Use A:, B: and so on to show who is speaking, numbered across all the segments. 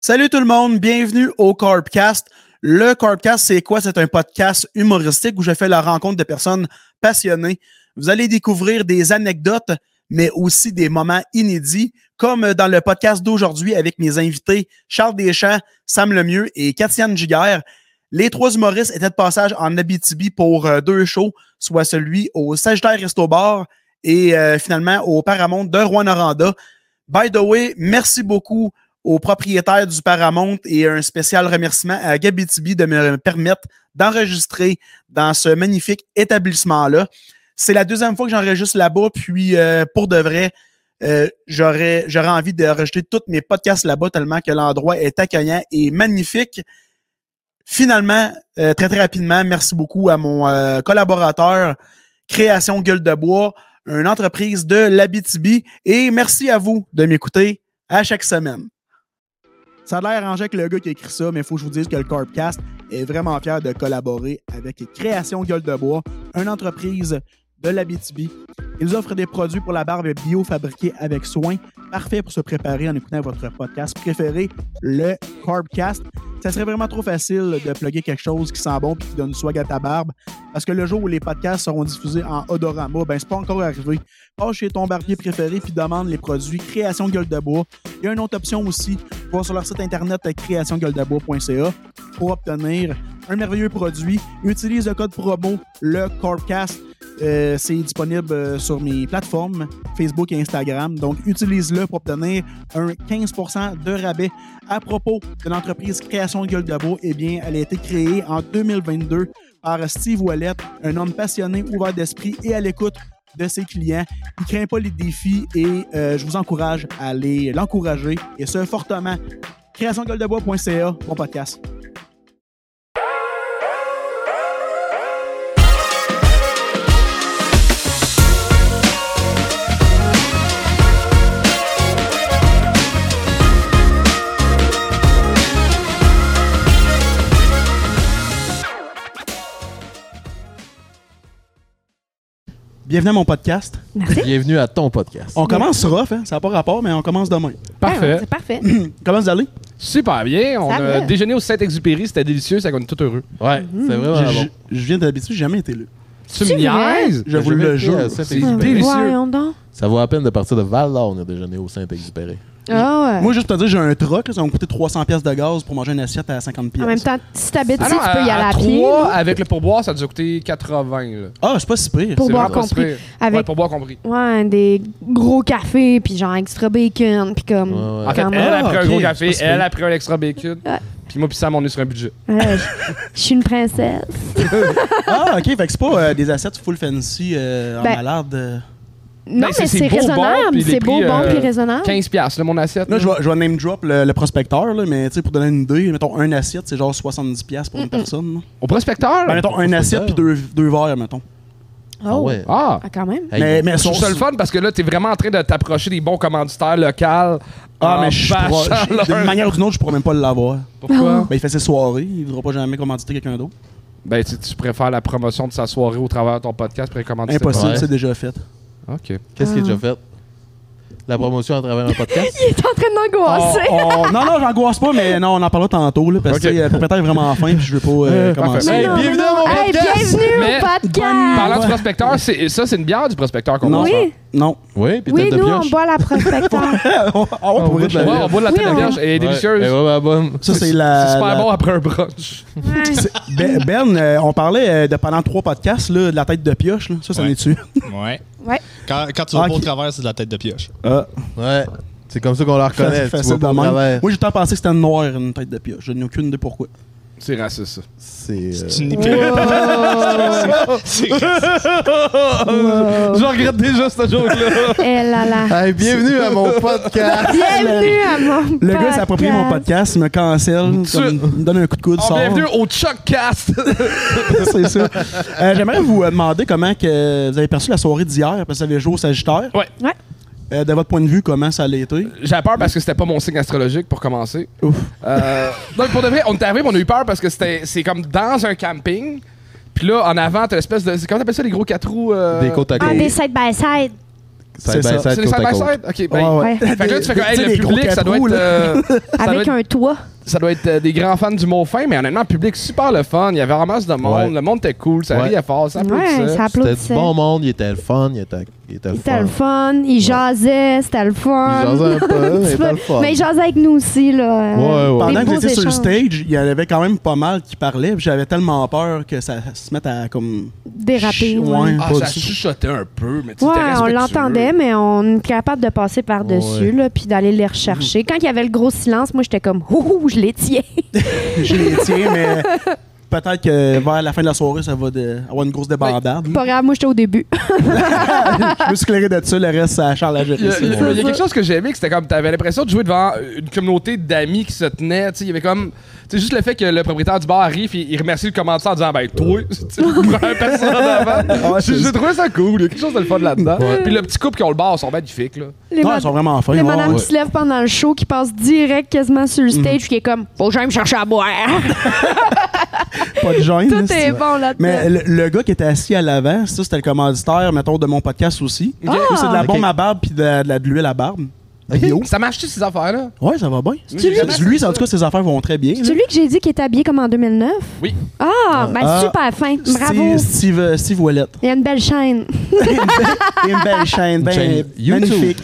A: Salut tout le monde, bienvenue au Corpcast. Le Corpcast, c'est quoi? C'est un podcast humoristique où je fais la rencontre de personnes passionnées. Vous allez découvrir des anecdotes, mais aussi des moments inédits, comme dans le podcast d'aujourd'hui avec mes invités Charles Deschamps, Sam Lemieux et Katiane Giguère. Les trois humoristes étaient de passage en Abitibi pour euh, deux shows, soit celui au Sagittaire Resto Bar et euh, finalement au Paramount de Rouen-Noranda. By the way, merci beaucoup au propriétaire du Paramount et un spécial remerciement à Gabi Tibi de me permettre d'enregistrer dans ce magnifique établissement-là. C'est la deuxième fois que j'enregistre là-bas, puis euh, pour de vrai, euh, j'aurais j'aurais envie de rejeter tous mes podcasts là-bas tellement que l'endroit est accueillant et magnifique. Finalement, euh, très très rapidement, merci beaucoup à mon euh, collaborateur Création Gueule de Bois, une entreprise de l'Abitibi, et merci à vous de m'écouter à chaque semaine. Ça a l'air arrangé avec le gars qui a écrit ça, mais il faut que je vous dise que le Corpcast est vraiment fier de collaborer avec Création Gueule de Bois, une entreprise de l'Abitibi. Ils offrent des produits pour la barbe bio fabriqués avec soin, parfaits pour se préparer en écoutant votre podcast préféré, le Carbcast. Ça serait vraiment trop facile de plugger quelque chose qui sent bon et qui donne du swag à ta barbe, parce que le jour où les podcasts seront diffusés en odorama, ben c'est pas encore arrivé. Passe chez ton barbier préféré puis demande les produits Création Gueule de Bois. Il y a une autre option aussi, va sur leur site internet créationgueuledebois.ca pour obtenir un merveilleux produit. Utilise le code promo, le Corpcast. Euh, c'est disponible euh, sur mes plateformes Facebook et Instagram. Donc, utilise-le pour obtenir un 15% de rabais. À propos de l'entreprise Création de Gueule de Bois, eh bien, elle a été créée en 2022 par Steve Wallet, un homme passionné, ouvert d'esprit et à l'écoute de ses clients. Il ne craint pas les défis et euh, je vous encourage à aller l'encourager et ce fortement. CréationGueuleDeBois.ca, mon podcast. Bienvenue à mon podcast.
B: Merci.
C: Bienvenue à ton podcast.
A: On commence rough, hein? ça n'a pas rapport, mais on commence demain.
C: Parfait.
B: Ah, c'est parfait.
A: Comment vous allez?
D: Super bien. On
B: Ça
D: a
B: va.
D: déjeuné au Saint-Exupéry. C'était délicieux. Ça qu'on est tout heureux.
C: Ouais, c'est vraiment
A: Je,
C: bon.
A: je- je viens d'habitude, j'ai jamais été là.
D: Tu
B: C'est
D: me niaises?
A: Je vous
C: J'ai
A: le
C: jamais été
A: jure.
C: à Saint-Exupéry.
D: C'est délicieux.
B: Voyons donc.
C: Ça vaut la peine de partir de Val d'Or, on a déjeuné au Saint-Exupéry.
B: Ah ouais.
A: Moi, juste pour te dire, j'ai un truck, là, ça m'a coûté 300 pièces de gaz pour manger une assiette à 50 pièces.
B: en même temps, si t'habites
D: Ah
B: ici,
D: non,
B: tu peux y aller à,
D: à
B: pied.
D: trois,
B: là.
D: avec le pourboire, ça nous a coûté 80. là.
A: Ah, c'est pas si pire.
B: Pour
D: C'est
B: boire
D: vraiment pas
B: compris.
D: super. Ouais,
B: Avec
D: pour boire compris.
B: ouais, des gros cafés, puis genre extra bacon, puis comme.
C: Ouais, ouais.
D: En fait,
B: Quand
D: elle
B: même.
D: a pris
A: Ah,
D: un
A: ok,
D: gros
A: c'est
D: café,
A: pas si
D: elle
A: pire.
D: a pris un extra bacon.
B: Ouais.
D: Puis moi, puis Sam, on est sur un budget.
B: Ouais, je- je suis une princesse.
A: Ah, ok, fait que c'est pas euh, des assiettes full fancy euh, en
B: Ben-
A: malade. euh.
B: Non,
D: Ben, c'est-
B: mais
D: c'est
B: c'est
D: beau, bon,
B: raisonnable.
D: puis les
B: C'est beau,
D: prix,
B: bon,
D: euh,
B: puis raisonnable.
D: 15$, là, mon assiette.
A: Là,
D: là.
A: je vais, je vais name drop le, le prospecteur, là, mais tu sais, pour donner une idée, mettons, un assiette, c'est genre 70$ piastres pour une personne. là.
D: Au prospecteur?
A: Ben, mettons, un
C: prospecteur.
A: assiette puis deux, deux verres, mettons.
C: Ah ouais.
D: Ah!
B: Ah, quand même.
C: Hey,
A: mais mais
D: Je
A: son
D: trouve ça le fun parce que là, t'es vraiment en train de t'approcher des bons commanditaires locaux.
A: Ah, mais
D: en
A: je
D: bâchant
A: pourrais- je-
D: leur-
A: D'une manière ou d'une autre, je pourrais même pas l'avoir.
D: Pourquoi?
A: Ben, il fait ses soirées, il voudra pas jamais commanditer quelqu'un d'autre.
D: Ben, tu, tu préfères la promotion de sa soirée au travers de ton podcast pour les commanditaires.
A: Impossible,
C: Ouais.
A: Ah, c'est déjà fait.
D: OK.
C: Qu'est-ce qui est déjà fait? La promotion à travers un podcast?
B: Il est en train
D: Oh,
B: d'angoisser.
A: On- on- non, non, j'angoisse pas, mais non, on en parlera tantôt, là, parce que
D: Ok.
A: tu sais, le propriétaire est vraiment fin, puis je veux pas euh,
D: Euh,
A: commencer.
D: parfait.
B: Mais
C: Hey,
B: non, mais
C: bienvenue
B: non.
C: à mon
B: Hey,
C: podcast.
B: bienvenue
D: Mais-
B: au podcast.
D: Parlant
A: Ouais.
D: du prospecteur, c'est- ça, c'est une bière du prospecteur qu'on hein?
A: Non.
D: boit.
B: Oui,
A: Non.
C: Oui, puis
B: oui
C: tête de
B: nous, on
C: pioche.
B: boit à la prospecteur.
A: Ah ouais,
C: on
A: pour
C: va
A: vrai,
C: te
A: je l'avais.
D: Ouais, on boit de la
B: Oui,
D: tête de
B: on-
D: vierge. Elle est
C: Ouais,
D: délicieuse.
C: elle est vraiment bonne.
A: Ça, c'est la.
D: C'est super
A: la-
D: bon après un brunch.
B: Ouais.
A: c'est- Ben, Ben, euh, on parlait euh, de pendant trois podcasts là, de la tête de pioche. Là. Ça, ça
E: Ouais.
A: est dessus.
E: Ouais.
B: Ouais.
E: Quand, quand tu vas
A: Ah,
E: pas au
A: ok.
E: travers, c'est de la tête de pioche.
A: Ah,
C: Ouais. C'est comme ça qu'on la reconnaît. Tu vois pas au travers.
A: Moi, j'ai tant pensé que c'était noir, une tête de pioche. Je n'ai aucune idée pourquoi.
D: C'est raciste, ça.
C: C'est. euh,
E: C'est une hypocrite. C'est-
C: Je regrette déjà ce joke-là.
B: Eh là là.
C: hey, bienvenue à mon podcast.
B: Bienvenue à mon
A: Le gars s'est approprié mon podcast, il me cancelle,
D: Tu-
A: comme, il me donne un coup de coude,
D: Oh,
A: sort.
D: bienvenue au Chuckcast!
A: c'est ça. Euh, J'aimerais vous euh, demander comment que vous avez perçu la soirée d'hier, parce que vous avez joué au Sagittaire.
D: Ouais.
B: Ouais.
A: Euh, de votre point de vue, comment ça l'a été?
D: J'ai peur parce que c'était pas mon signe astrologique pour commencer.
A: Ouf.
D: Euh, non, pour de vrai, on est arrivé, on a eu peur parce que c'était c'est comme dans un camping. Puis là, en avant, t'as l'espèce de. c'est- Comment t'appelles ça, les gros quatre roues? euh,
C: Des côtes à
B: Ah,
C: côte.
B: des side by side.
A: C'est ça.
C: Side-by-side,
D: C'est les
C: côte à côte.
D: side-by-side? OK, ben,
B: Ouais.
D: Fait que là, tu fais comme,
A: Tu
D: hey,
A: sais,
D: le
A: des gros
D: public, ça doit
A: quatre
D: être,
A: roues, là.
D: euh, ça doit
B: Avec
D: être,
B: un toit.
D: ça doit être, euh, des grands fans du mot fin, mais honnêtement, le public super le fun. Il y avait vraiment de monde.
C: Ouais.
D: Le monde était cool, ça
C: Ouais.
D: riait fort, ça
B: Ouais,
D: applaudissait.
B: ça
C: C'était
B: applaudissait.
C: du bon monde, il était le fun, il était, il était le
B: C'était
C: fun.
B: le fun, il jasait, c'était le fun.
C: Il jasait un peu, mais c'était le fun.
B: Mais il jasait avec nous aussi, là.
C: Ouais, ouais.
B: Des
A: Pendant que
B: beaux
A: j'étais sur le
B: échanges.
A: stage, il y en avait quand même pas mal qui parlaient, puis j'avais tellement peur que ça se mette à comme.
B: Dérapé,
A: Ch-
B: ouais.
A: ouais.
D: Ah,
A: Pas
D: ça
A: du tout.
D: chuchotait un peu, mais tu
B: Ouais,
D: sais, t'es
B: on
D: respectueux.
B: l'entendait, mais on est capable de passer par-dessus,
C: Ouais. Mm-hmm.
B: là, puis d'aller les rechercher. Quand il y avait le gros silence, moi, j'étais comme, ouh, je les tiens.
A: Je les tiens, mais peut-être que vers la fin de la soirée, ça va de- avoir une grosse débandade.
B: Pas grave, moi, j'étais au début. Bah.
A: Je me suis clairé de ça, le reste, c'est à Charles à gérer.
D: Il y a,
A: c'est
D: il y a-
A: bon.
D: il y a quelque chose que j'ai aimé, que c'était comme, t'avais l'impression de jouer devant une communauté d'amis qui se tenaient, tu sais, il y avait comme, tu sais, juste le fait que le propriétaire du bar arrive, il, il remercie le commandant en disant, ben, toi, c'est la première personne d'avant.
A: Ah Ouais,
D: J'ai
A: c'est-
D: j'ai trouvé ça cool, il y a quelque chose de le fun là-dedans. Puis le petit couple qui ont le bar sont magnifiques, là.
B: Les,
A: Non,
B: mad-
A: ils sont vraiment fins.
B: les
A: ouais,
B: madames
A: ouais.
B: qui se lèvent pendant le show, qui passent direct quasiment sur le
C: Mm-hmm.
B: stage, puis qui est comme, faut que j'aille me chercher à boire.
A: Pas de gêne. là,
B: Tout
A: c'est-
B: est bon là-dedans.
A: Mais le, le gars qui était assis à l'avant, ça, c'était le commanditaire, mettons, de mon podcast aussi.
D: Ah!
A: Lui, C'est de la
C: Ok.
A: bombe à barbe puis de, la- de la- de l'huile à barbe. Bio.
D: Ça marche-tu, ces affaires-là?
A: Ouais, ça va bien.
D: C'est lui?
A: Ça- Lui, en tout cas, ses affaires vont très bien. là.
B: C'est lui que j'ai dit qui était habillé comme en 2009?
D: Oui.
B: Ah, ben
A: Mhm. Ah.
B: super fin.
A: Steve,
B: Bravo.
A: Steve, euh, Steve Ouellet.
B: Il y a une belle chaîne.
A: Et une belle chaîne, ben,
C: chaîne YouTube.
A: magnifique.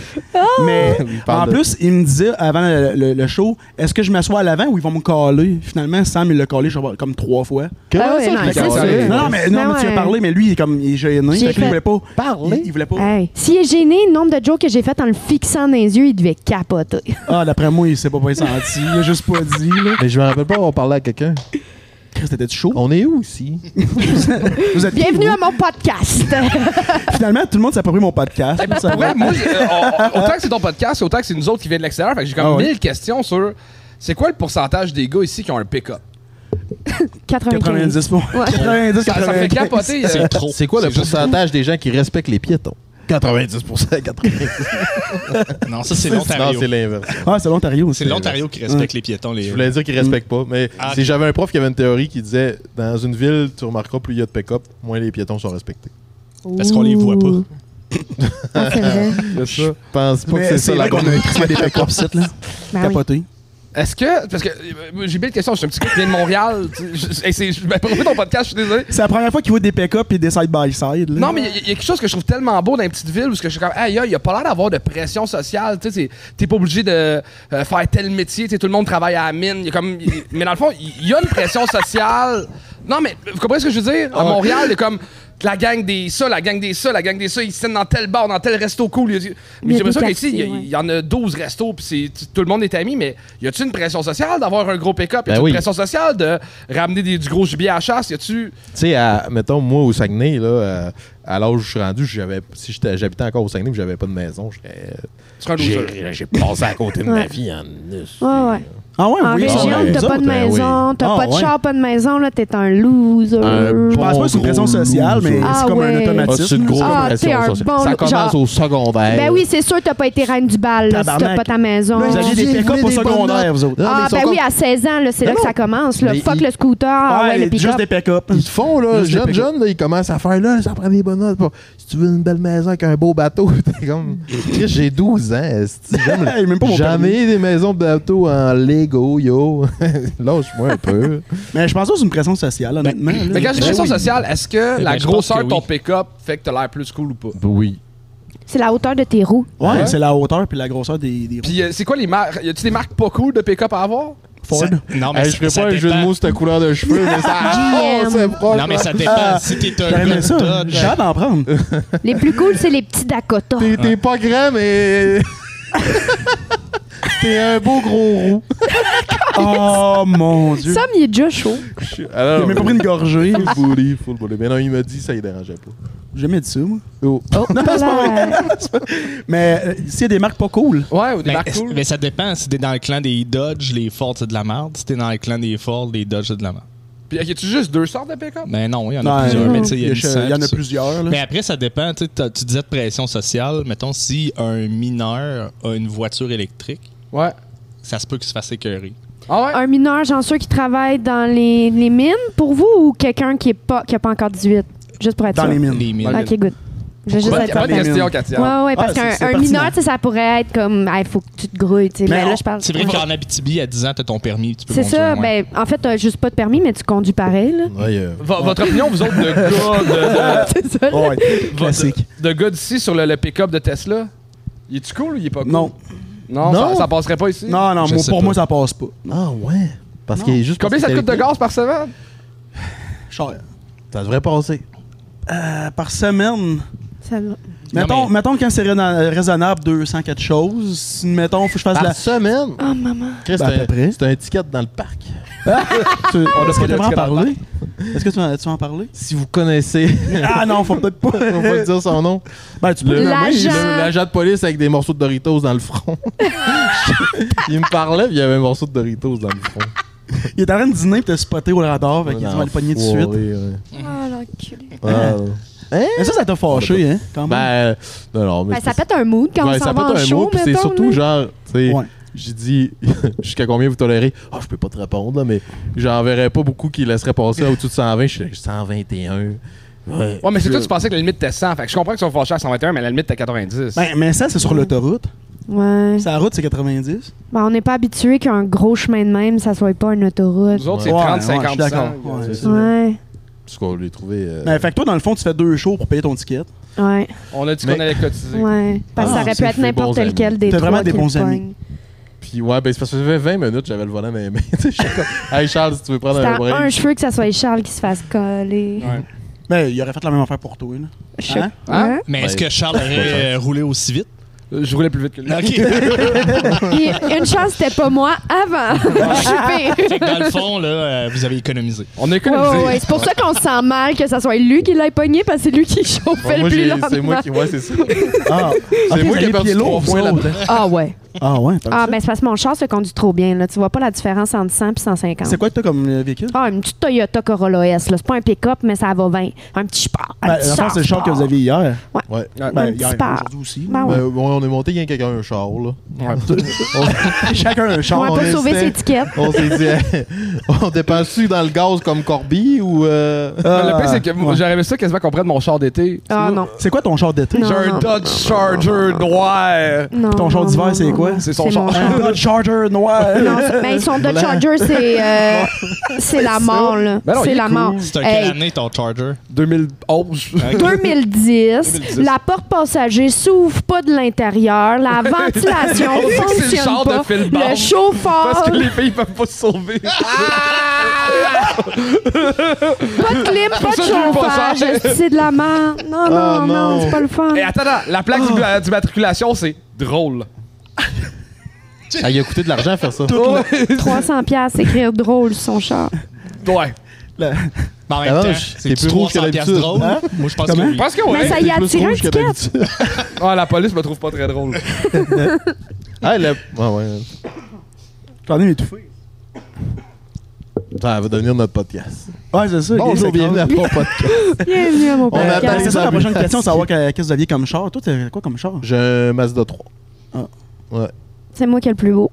A: Mais
C: Il parle
A: en
C: de-
A: plus, il me dit avant le, le- le show, est-ce que je m'assois à l'avant ou ils vont me caler? Finalement, Sam, il l'a calé genre, comme trois fois.
B: Ah ouais,
C: ça,
B: non,
C: je me
B: c'est
C: casse.
B: sûr.
A: Non, non, mais, non,
B: Ben
A: mais tu
B: ouais.
A: as parlé, mais lui, il est, comme, il est gêné.
B: J'ai
A: Ah Fait Euh. que lui,
B: fait-
A: il voulait pas.
C: Parler?
A: Il, il voulait pas.
B: Hey, S'il est gêné, le nombre de jokes que j'ai fait en le fixant dans les yeux, il devait capoter.
A: Ah, d'après moi, il s'est pas bien senti. Il a juste pas dit, là.
C: Mais je me rappelle pas avoir parlé à quelqu'un.
A: Chris, t'étais chaud.
C: On est où ici?
A: Vous êtes qui,
B: Bienvenue
A: vous?
B: à mon podcast.
A: Finalement, tout le monde s'est approprié mon podcast. Ça
D: Pour vrai,
A: va.
D: moi, j'ai- euh, on- autant que c'est ton podcast, autant que c'est nous autres qui viennent de l'extérieur, fait que j'ai comme
A: Ah ouais.
D: mille questions sur, c'est quoi le pourcentage des gars ici qui ont un pick-up?
B: 95.
A: 90 pour. 90,
D: Ça, ça
A: 95.
D: fait capoter. euh,
E: C'est trop.
C: C'est quoi le
E: juste
C: pourcentage des gens qui respectent les piétons? 90 90
E: trop. Non, ça, c'est
C: Non,
E: l'Ontario.
C: c'est l'inverse.
A: Ah, c'est l'Ontario aussi.
E: C'est l'Ontario qui respecte les piétons. Les...
C: Je voulais dire qu'ils respectent pas, mais
E: Ah,
C: si j'avais un prof qui avait une théorie qui disait dans une ville, tu remarqueras plus il y a de pick-up, moins les piétons sont respectés.
E: euh, Parce qu'on les voit pas.
B: Ah, c'est vrai.
C: Je pense pas que
A: Mais
C: c'est ça
A: c'est
C: la
A: là qu'on a écrit des pick-up sites, là.
B: Ben oui.
A: Capoté.
D: Est-ce que. Parce que euh, j'ai bien une question, je suis un petit gars qui vient de Montréal. tu sais, je- hey, c'est- je vais prouver ton podcast, je suis désolé.
A: C'est la première fois qu'il voit des pick-up et des side-by-side. là.
D: Non, mais il y, a- il y a quelque chose que je trouve tellement beau dans une petite ville où ce que je suis comme, aïe, aïe, il y a pas l'air d'avoir de pression sociale. Tu sais, c'est- t'es pas obligé de euh, faire tel métier. tu sais, Tout le monde travaille à la mine. il y a comme, il- mais dans le fond, il y a une pression sociale. Non, mais vous comprenez ce que je veux dire? À Montréal, il y a comme. La gang des ça, la gang des ça, la gang des ça, ils se tiennent dans tel bar, dans tel resto cool. Il y a- Mais
B: y a des
D: j'ai l'impression qu'ici, il y a-
B: quartiers, ouais.
D: il y, en a 12 restos, puis c'est- t- tout le monde est ami, mais y a-tu une pression sociale d'avoir un gros pick-up? Y a-tu
C: Ben
D: une
C: oui.
D: pression sociale de ramener des- du gros gibier à la chasse? Y
C: Tu
D: a-tu.
C: sais, à- mettons, moi, au Saguenay, là, euh, à l'âge où je suis rendu, j'avais, si j'étais- j'habitais encore au Saguenay, puis j'avais pas de maison, j'étais-
D: serais un loser.
C: j'ai j'ai passé à côté de
B: Ouais.
C: ma vie en us.
B: Ouais, ouais.
A: Ah ouais,
B: En
A: oui,
C: ah,
B: région,
C: ouais.
B: t'as pas de
C: Ben oui.
B: maison, t'as
A: Ah,
B: pas de
A: ouais.
B: char, pas de maison, là, t'es un loser.
C: Un bon-
A: Je pense pas que c'est une
C: gros
A: pression sociale, mais
C: loser.
A: c'est
B: Ah
A: comme un
B: ouais.
A: automatisme.
C: Ah, c'est une grosse
B: Ah, t'es un
C: pression sociale.
B: bon
C: ça commence
B: genre.
C: au secondaire.
B: Ben oui, c'est sûr, t'as pas été reine du bal, là, si t'as
A: Tabarnak.
B: pas ta maison.
A: Là, vous aviez des
C: J'ai
A: pick-up
C: voulu
A: au
C: des bonnes
A: secondaire, vous autres.
C: notes. Non, mais
B: Ah,
C: ils sont
B: ben oui,
C: comme-
B: à 16 ans, là, c'est là
C: Non,
B: que ça
C: non.
B: commence. Là.
C: Mais
B: Fuck
C: ils-
B: le scooter, ah ouais, le
A: juste
B: pick-up.
A: des pick-up.
C: Ils te font, là,
A: Juste des
C: jeune,
A: pick-up.
C: jeune, là, ils commencent à faire, là, ça prend des bonnes notes. Bon, si tu veux une belle maison avec un beau bateau, t'es comme, Chris, j'ai 12 ans, esti, j'aime le-
A: Hey, même pas mon
C: Jamais des maisons de bateau en Lego, yo. Lâche-moi un peu.
A: Mais je pense pas que c'est une pression sociale, honnêtement. là.
D: Mais quand j'ai
E: Ben
D: pression
E: oui.
D: sociale, est-ce que
E: Eh
D: la
E: ben, je pense
D: grosseur
E: que
D: de ton
E: oui.
D: pick-up fait que t'as l'air plus cool ou pas?
C: Oui.
B: C'est la hauteur de tes roues.
A: Ouais,
D: Ouais.
A: c'est la hauteur puis la grosseur des, des
D: Puis euh, c'est quoi les marques? Y a-tu des marques pas cool de pick-up à avoir?
A: Ford.
E: Ça- Non, mais
C: Hey, je
E: ça-
C: ferais
E: ça
C: pas un jeu de
E: dépend.
C: mots sur ta couleur de cheveux, mais ça.
B: GM.
C: Oh, c'est proche,
E: Non, mais
C: là.
E: ça dépend. Si t'es un gars
D: euh,
A: J'aimais
E: de
A: ça.
E: Dodge,
A: J'ai hâte d'en prendre.
B: Les plus cool, c'est les petits Dakota.
C: T'es t'es pas grand, mais. T'es un beau gros roux.
A: Oh mon dieu.
B: Sam, il est déjà chaud.
C: Alors,
A: J'ai même pas pris une gorgée.
C: Full booty, full booty. Mais non, il m'a dit ça, il dérangeait pas.
A: J'ai jamais dit ça, moi.
C: Oh.
A: Non, c'est pas vrai.
B: Voilà.
A: Mais euh, s'il y a des marques pas cool,
D: Ouais, ou des
E: Ben,
D: marques
E: est-ce-
D: cool?
E: Mais ça dépend. Si t'es dans le clan des Dodge, les Ford, c'est de la merde. Si t'es dans le clan des Ford, les Dodge, c'est de la merde.
D: Puis y a-tu juste deux sortes de pick-up?
E: Mais non, il y en a
A: non,
E: plusieurs.
A: Ben, non,
E: Mais tu sais, il y a,
A: che-
E: Nissan,
A: il y en
E: tout
A: a
E: ça.
A: plusieurs. là.
E: Mais après, ça dépend. Tu sais, t'as- tu disais de pression sociale. Mettons, si un mineur a une voiture électrique,
D: Ouais.
E: ça se peut qu'il se fasse écœurer.
D: Ah ouais?
B: Un mineur, j'en suis qui travaille dans les, les mines pour vous ou quelqu'un qui est pas qui a pas encore 18? Juste pour être
A: Dans
B: sûr.
A: les mines.
E: Les mines.
D: Ouais.
B: Ok, good. Je vais juste
D: Bonne,
B: être
D: bonne
B: contente.
D: question, Katia.
B: Ouais, ouais, parce
A: Ah, c'est- c'est
B: qu'un un
A: pertinent.
B: mineur, tu sais, ça pourrait être comme, il faut que tu te grouilles, tu sais.
A: Mais
B: Mais
A: on-
B: là, je parle.
E: C'est vrai qu'en Abitibi, à 10 ans, t'as ton permis. Tu peux
B: C'est
E: conduire,
B: ça,
E: ouais.
B: ben, en fait, t'as juste pas de permis, mais tu conduis pareil, là.
C: Ouais, euh,
D: Vo- Votre opinion, vous autres, de gars,
B: C'est ça, là.
A: Ouais,
D: de,
A: classique.
D: de, de gars d'ici sur le, le pick-up de Tesla, il est-tu cool ou il est pas cool?
A: Non,
D: Non,
C: Non.
D: Ça, ça passerait pas ici.
A: non, non,
E: Je
A: moi-
E: sais
A: pour
E: pas.
A: moi, ça passe pas.
C: Ah ouais. Parce qu'il est juste
D: Combien
C: parce
D: ça te
C: que
D: coûte de
C: t'es-
D: gaz par semaine?
A: Cher.
C: Ça devrait passer.
A: Euh, par semaine,
B: Ça va.
A: mettons,
E: mais-
A: mettons quand c'est raisonna- raisonnable, 200 quelque chose. Si, mettons, faut que je fasse
C: Par
A: la.
C: semaine.
B: Oh, maman.
C: Chris,
A: Ben, à peu
C: c'est
A: près.
C: un- c'est un ticket dans le parc.
A: Tu- Est-ce que
D: pas
A: tu
D: de
A: en
D: discrépantie.
A: parler? Est-ce que tu en, tu veux en parler?
C: Si vous connaissez,
A: Ah non, faut peut-être pas.
C: on va dire son nom.
A: Ben, tu peux le
C: Le-
A: nommer.
B: L'agent.
A: là.
C: Le- L'agent de police avec des morceaux de Doritos dans le front. il me parlait, puis il y avait un morceau de Doritos dans le front.
A: Il est en train de dîner et t'as spoté au radar, fait qu'il a dû le pogner tout de suite.
C: Enfoiré, ouais.
B: Oh, l'enculé.
C: Ah. Hein?
A: Mais ça, ça t'a fâché, hein, quand
C: Ben,
A: même.
C: euh, non, non,
B: Ben,
C: mais c'est
B: ça
C: parce-
B: pète un mood quand
C: Ouais,
B: on
C: ça
B: s'en va en
C: pète un
B: show,
C: mot, puis c'est
B: mettons, là.
C: surtout genre, tu sais,
A: Ouais.
C: j'ai dit jusqu'à combien vous tolérez Ah, je peux pas te répondre, là, mais j'en verrais pas beaucoup qui laisseraient passer au-dessus de 120. Je suis 121. Ouais.
D: Ouais, mais c'est toi, tu pensais que la limite était 100. Fait que je comprends que tu vas fâché à 121, mais la limite était 90.
A: Ben, mais ça, c'est sur l'autoroute.
B: Ouais.
A: Sa route, c'est 90.
B: Ben, on n'est pas habitué qu'un gros chemin de même, ça soit pas une autoroute.
D: Nous autres, c'est
A: Ouais,
D: 30,
A: ouais,
D: 50,
A: je suis d'accord.
D: 100.
A: Ouais,
C: c'est
A: c'est
C: ça.
B: Ouais,
C: Parce qu'on l'a trouvé. euh,
A: Ben, fait que toi, dans le fond, tu fais deux shows pour payer ton ticket.
B: ouais,
D: On a dit
C: Mais-
D: qu'on allait cotiser.
B: ouais. Parce que
C: Ah,
B: ça aurait
C: c'est
B: pu être
C: des
B: n'importe
C: bons
B: lequel
C: amis.
B: des
A: T'as
B: trois.
A: vraiment des
B: qui
A: bons
B: le
A: amis.
B: pognent.
C: Puis ouais, ben c'est parce que ça fait 20 minutes, j'avais le volant dans mes mains. Tu sais, j'étais comme, hey Charles, si tu veux prendre
B: C'est
C: un
B: en
C: break.
B: un cheveu que ça soit Charles qui se fasse coller.
D: Ouais.
A: Ben, il aurait fait la même affaire pour toi, là.
B: Je sais
A: Hein?
B: pas.
D: Hein?
E: Mais est-ce que Charles aurait euh, roulé aussi vite?
D: Euh, Je roulais plus vite que lui.
E: Ok.
B: Puis, une chance, c'était pas moi avant. Je suis pire.
E: Fait que dans le fond, là, euh, vous avez économisé.
D: On a
B: Ouais,
D: économisé.
B: Oh, ouais, ouais. C'est pour ça qu'on se sent mal que ça soit lui qui l'ait pogné parce que c'est lui qui chauffait
C: Ouais,
B: le
C: moi,
B: plus
C: j'ai-
B: lentement.
C: c'est moi qui. Ouais, c'est ça.
A: Ah,
C: C'est moi qui ai perdu 3 points là-dedans.
B: Ah ouais.
A: Ah ouais,
B: Ah ben c'est parce que mon char se conduit trop bien là. Tu vois pas la différence entre 100 et 150.
A: C'est quoi que t'as comme euh, véhicule?
B: Ah, une petite Toyota Corolla S. là. C'est pas un pick-up, mais ça va 20. Un petit sport. Un
A: Ben,
B: petit
A: dans le fond,
B: char
A: c'est le char que vous aviez Euh, hier.
C: Ouais.
A: Ben,
B: Un petit
A: hier,
B: sport.
A: aujourd'hui aussi.
B: Ben ouais.
C: Ben, on on est monté, il y a quelqu'un un char, là.
A: Chacun un char.
B: On va
C: on
B: pas sauver
C: restait-
B: ses étiquettes.
C: On s'est dit, hey, on dépense-tu dans le gaz comme Corby ou. euh,
D: Mais le pire, c'est que
A: Ouais.
D: j'arrivais ça quasiment qu'on prenne mon char d'été.
B: Ah non.
A: C'est quoi ton char d'été?
B: Non.
D: J'ai un Dodge Charger noir.
B: non.
A: Ton char
B: non,
A: d'hiver,
B: non,
A: c'est
B: non,
A: quoi?
B: non.
D: C'est son
B: mon
D: char.
B: char.
A: Un Charger noir.
B: Non, c'est- ben, son Dodge Charger, c'est euh, c'est la mort, là.
D: Ben non, il
B: c'est
D: est
B: la
D: cool.
B: mort.
E: C'est un
B: Hey,
E: quelle année ton Charger?
D: 2011.
C: Ah,
B: 2010, la porte passager s'ouvre pas de l'intérieur, la ventilation
D: On dit que c'est le
B: fonctionne
D: char de
B: pas,
D: Phil Bond.
B: le chauffeur,
D: Parce que les filles peuvent pas se sauver.
B: Ah. pas de clim, pas de
D: ça, je veux pas
B: chauffage,
D: ça.
B: c'est de la merde. Non, non, non,
C: non.
B: c'est pas le fun.
D: Et attends, attends, la plaque du- euh, du matriculation, c'est drôle.
C: Ah, il a coûté de l'argent à faire ça.
B: 300 pièces écrire drôle sur son char.
D: Ouais.
E: Ben, en
C: Ah,
E: même temps,
C: je-
E: c'est
C: t'es
E: plus
C: plus rouge
E: 300
C: que
E: piastres
C: d'habitude. Hein?
E: drôle. Moi, je pense
A: Comment?
E: que oui.
D: Parce que
B: Mais
D: ouais.
B: ça
C: T'es
B: y a
C: plus
B: attiré un
C: rouge que
B: ticket.
C: d'habitude.
D: Ah, la police me trouve pas très drôle.
C: Ah, il a- ouais, ouais.
A: J'en ai m'étouffé.
C: Ça va devenir notre podcast.
A: Ouais, c'est ça.
C: Bonjour,
A: ok, c'est
C: bienvenue à
A: grave.
C: mon podcast.
B: Bienvenue à mon
C: On
A: Euh,
C: attend
B: podcast.
A: C'est ça la
C: ambulances.
A: prochaine question, savoir que- qu'est-ce que vous aviez comme char. Toi, t'as quoi comme char?
C: J'ai un Mazda 3.
A: Ah.
C: Ouais.
B: C'est moi qui ai le plus beau.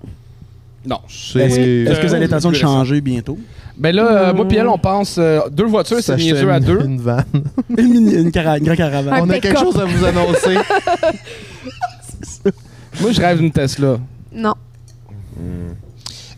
D: Non.
C: C'est-
A: Est-ce est-ce que vous avez
D: Euh,
A: l'intention de
D: plus récent.
A: changer bientôt?
D: Ben là, euh, moi pis elle, on pense euh, deux voitures, c'est
C: s'acheter
D: niaiseux à
C: une-
D: deux.
C: Une vanne.
A: Une, mini- une, cara- une grande caravane.
B: Un
C: On a quelque
B: pick-up.
C: chose à vous annoncer.
D: Moi, je rêve d'une Tesla.
B: Non.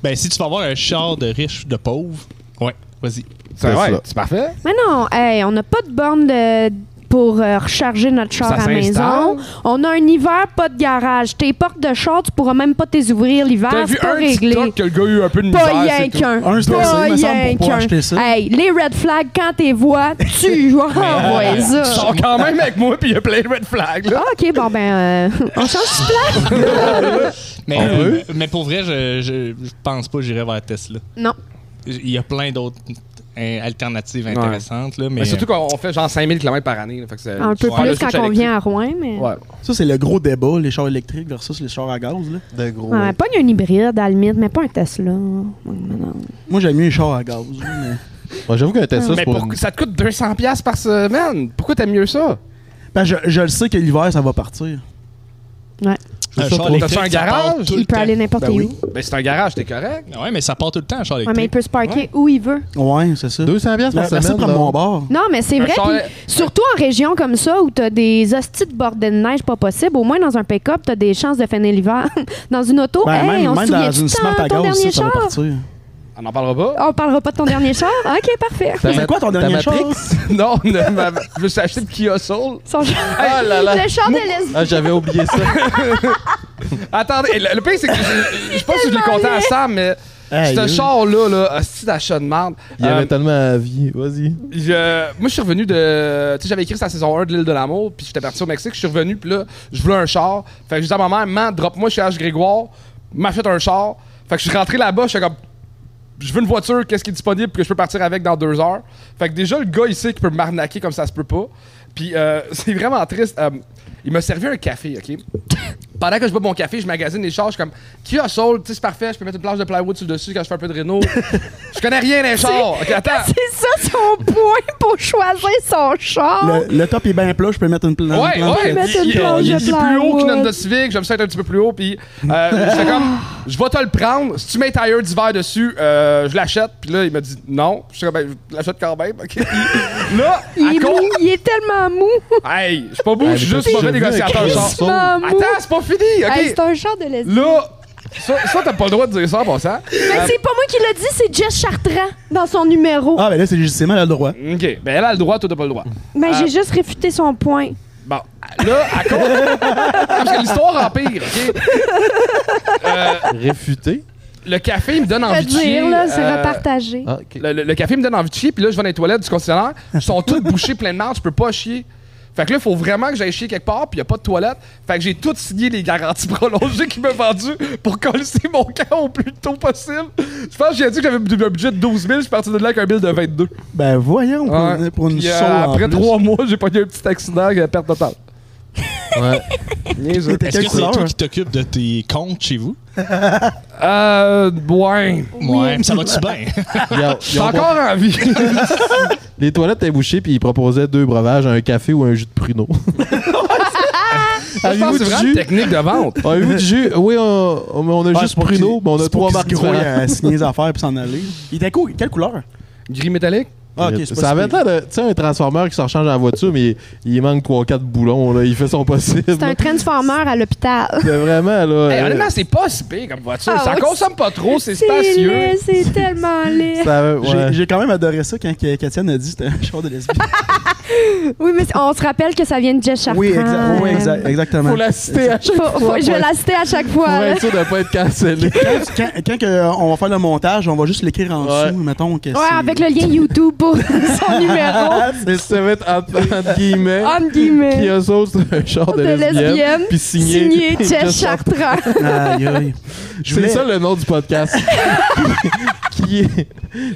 E: Ben, si tu vas avoir un char de riche, de pauvre, ouais, vas-y.
D: C'est
C: Tesla.
D: ouais, c'est parfait.
B: Mais non, hey, on n'a pas de borne de- pour euh, recharger notre char
D: Ça
B: à la maison.
D: s'installe.
B: On a un hiver, pas de garage. Tes portes de char, tu pourras même pas les ouvrir l'hiver.
D: T'as vu
B: Ah, C'est pas
D: un
B: réglé.
D: TikTok que le gars a eu un peu de misère,
B: Pas rien
D: c'est tout.
B: qu'un.
A: Un, c'est
B: pas
A: assez, me semble, pour
B: rien
A: pouvoir
B: qu'un.
A: acheter ça. euh,
B: Hey, les red flags, quand t'es vois, tu vas envoyer ça.
D: Ils sont quand même avec moi pis il y a plein de red flags, là.
B: Ah, OK, bon, ben, euh, on change de plan.
E: Mais,
C: On
E: euh, mais pour vrai, je, je, je pense pas que j'irai vers Tesla.
B: Non.
E: Il y a plein d'autres euh, alternatives
D: Ouais.
E: intéressantes.
C: Ben,
E: Là, mais, euh,
D: Mais surtout qu'on fait genre 5000 km par année. là, fait que c'est-
B: Un peu
D: Ouais, le
B: plus
D: switch
B: quand on
D: électrique.
B: vient à Rouen, mais.
D: Ouais.
A: Ça, c'est le gros débat, les chars électriques versus les chars à gaz. Là.
C: De gros.
B: Ouais, pas un hybride, à la limite, mais pas un Tesla. Non, non.
A: Moi, j'aime mieux les chars à gaz. là, mais-
C: Ouais, J'avoue qu'un Tesla, c'est
D: Mais
C: pour.
D: pour- ça te coûte 200$ piastres par semaine. Pourquoi t'aimes mieux ça?
A: Ben, je, je le sais que l'hiver, ça va partir.
B: Ouais.
C: c'est
E: Je euh, Un
C: ça,
E: char
C: toi?
E: électrique,
D: T'as-tu un
E: ça part
D: garage?
E: tout le
B: Il peut
E: temps.
B: aller n'importe
D: Ben
B: où.
D: oui. Ben c'est un garage, t'es correct.
E: Ouais, mais ça part tout le temps, un char
B: Ouais, mais il
E: électrique.
B: peut se parquer où il veut.
A: Ouais, c'est ça.
C: 200 pièces par
A: Merci
C: semaine.
A: pour
C: là.
A: mon bord.
B: Non, mais c'est
D: Un
B: vrai.
D: char-
B: puis surtout en région comme ça, où t'as des hosties de bordées de neige pas possible, au moins dans un pick-up, t'as des chances de finir l'hiver. dans une auto,
A: Ben,
B: hey,
A: même
B: on se
A: même
B: souvient
A: dans
B: de
A: une smart à
B: ton
A: gaz, ça,
B: dernier
A: ça va
B: char.
A: partir.
D: On n'en parlera pas.
B: On parlera pas de ton dernier char? OK, parfait.
C: Ta
A: C'est
C: mat-
A: quoi ton
C: ta
A: dernier char?
C: Matrix?
D: non, ne- ma- je me suis acheté le Kia Soul.
B: Son char-
D: Ah là là.
B: Le char de lesbienne.
C: Ah, j'avais oublié ça.
D: Attendez, le, le pire, c'est que je, je pense que je l'ai compté à Sam, mais
A: Aïe,
D: ce
A: aïe.
D: char-là, là, hostie d'achat de merde.
C: Il y
D: Euh,
C: avait tellement à vie. Vas-y.
D: Je- moi, je suis revenu de. Tu sais, j'avais écrit sa saison 1 de l'île de l'amour, puis j'étais parti au Mexique. Je suis revenu, puis là, je voulais un char. Fait que je dis à ma mère, man, drop-moi chez H. Grégoire, m'achète un char. Fait que je suis rentré là-bas, j'étais comme. Je veux une voiture, qu'est-ce qui est disponible, puis que je peux partir avec dans deux heures. Fait que déjà, le gars ici qui peut m'arnaquer comme ça se peut pas. Puis euh, c'est vraiment triste. Euh, il m'a servi un café, OK? pendant que je bois mon café, je magasine les chars, je suis comme qui a soul, tu sais c'est parfait, je peux mettre une planche de plywood sur le dessus quand je fais un peu de réno. je connais rien des chars. OK, attends.
B: C'est ça son point pour choisir son char.
A: Le, le top est bien plat, je peux mettre une plante.
D: Ouais, ouais.
B: mettre une
D: Il- il-
B: planche
D: il
B: de
D: est plus haut
B: plywood.
D: qu'une Honda Civic. J'aime ça être un petit peu plus haut. Puis, euh, j'étais comme, je vais te le prendre. Si tu mets un tire d'hiver dessus, euh, je l'achète. Puis là, il m'a dit non. Je suis comme, ben, je l'achète quand même. OK. là,
B: Il est,
D: à cause.
B: mou, il est tellement mou.
D: Hey, je suis pas beau, je suis juste mauvais négociateur.
B: Chris,
D: genre.
B: ma mou.
D: Attends, c'est pas fini.
B: Hey,
D: OK.
B: c'est un char de lesbienne.
D: Là, ça, ça, t'as pas le droit de dire ça en passant.
B: Mais c'est pas moi qui l'a dit, c'est Jess Chartrand dans son numéro.
A: Ah, ben là, c'est légitimement, elle a le droit.
D: OK. Ben, elle a le droit, toi, t'as pas le droit.
B: Mais
D: ah.
B: j'ai juste réfuté son point.
D: Bon, là, à cause. Parce que l'histoire empire, OK? Euh,
C: Réfuté.
D: le café, il me donne
B: Fait
D: envie de chier.
B: dire, là, c'est
D: euh,
B: repartagé.
C: Ah, ok.
D: Le, le- le café me donne envie de chier, puis là, je vais dans les toilettes du concessionnaire. Ils sont toutes bouchées plein de merde, je peux pas chier. Fait que là, il faut vraiment que j'aille chier quelque part, puis il a pas de toilette. Fait que j'ai tout signé les garanties prolongées qu'il m'a vendues pour coller mon camp au plus tôt possible. Je pense que j'ai dit que j'avais un budget de 12 000, je suis parti de là avec un bill de 22.
A: Ben voyons, pour,
D: Ouais.
A: une- pour une
D: Puis, euh,
A: soul en
D: après
A: plus.
D: trois mois, j'ai pogné un petit accident, euh, perte totale.
C: Ouais.
D: Niaiseux.
A: T'étais
E: Est-ce que c'est
A: couleur?
E: toi qui t'occupes de tes comptes chez vous?
D: Euh, ouais.
E: Ouais, pis ça va-tu bien?
C: Ils ont-
D: Je
C: ils
D: suis
C: ont
D: encore en vie.
C: Les toilettes étaient bouchées, puis ils proposaient deux breuvages, un café ou un jus de pruneau.
D: Je pense
C: Avez-vous
D: que c'est
C: du
D: vraiment une
C: jus?
D: technique de vente.
C: Avez-vous du jus? Ah, Oui, on, on- on a
A: Ah,
C: juste
A: c'est pour
C: pruneau,
A: qu'il-
C: mais on a
A: c'est pour
C: trois
A: qu'il
C: marques
A: se grouille
C: différentes.
A: à signer les affaires puis s'en aller. Il était cool. Quelle couleur?
D: Gris métallique.
A: Ah, ok, c'est pas
C: ça avait
A: si pire.
C: l'air de, tu sais, un transformeur qui se rechange dans la voiture, mais il, il manque 3 quatre boulons, là. Il fait son possible.
B: C'est un transformer à l'hôpital.
C: C'est vraiment, là.
D: Hey,
C: euh,
D: honnêtement, c'est pas si pire comme voiture.
B: Ah
D: ça
B: ouais,
D: consomme pas trop, c'est
B: C'est
D: spacieux.
B: laid, c'est tellement laid.
C: ça avait- ouais.
A: J'ai- J'ai quand même adoré ça quand que- Katiane a dit que c'était un char de lesbienne.
B: Oui, mais on se rappelle que ça vient de Jess Chartrand.
A: oui, exact- oui,
B: Euh,
A: exact- exactement.
C: Faut la citer à chaque
B: Faut- faut- je vais
C: pour-
B: la citer à chaque
C: pour
B: fois. là.
C: être sûr de pas être cancellé.
A: Quand, quand- quand que on va faire le montage, on va juste l'écrire en
C: Ouais.
A: dessous, mettons. Que
B: Ouais, avec le lien YouTube pour son numéro,
C: C'est ça va être entre, entre guillemets.
B: entre guillemets.
C: Kia Soul, c'est un genre de,
B: Ah, De lesbienne,
C: puis signé.
B: Signé
C: Just
B: Jess Chartrand.
A: Aïe, aïe. Je
C: C'est
A: voulais-
C: ça le nom du podcast. qui est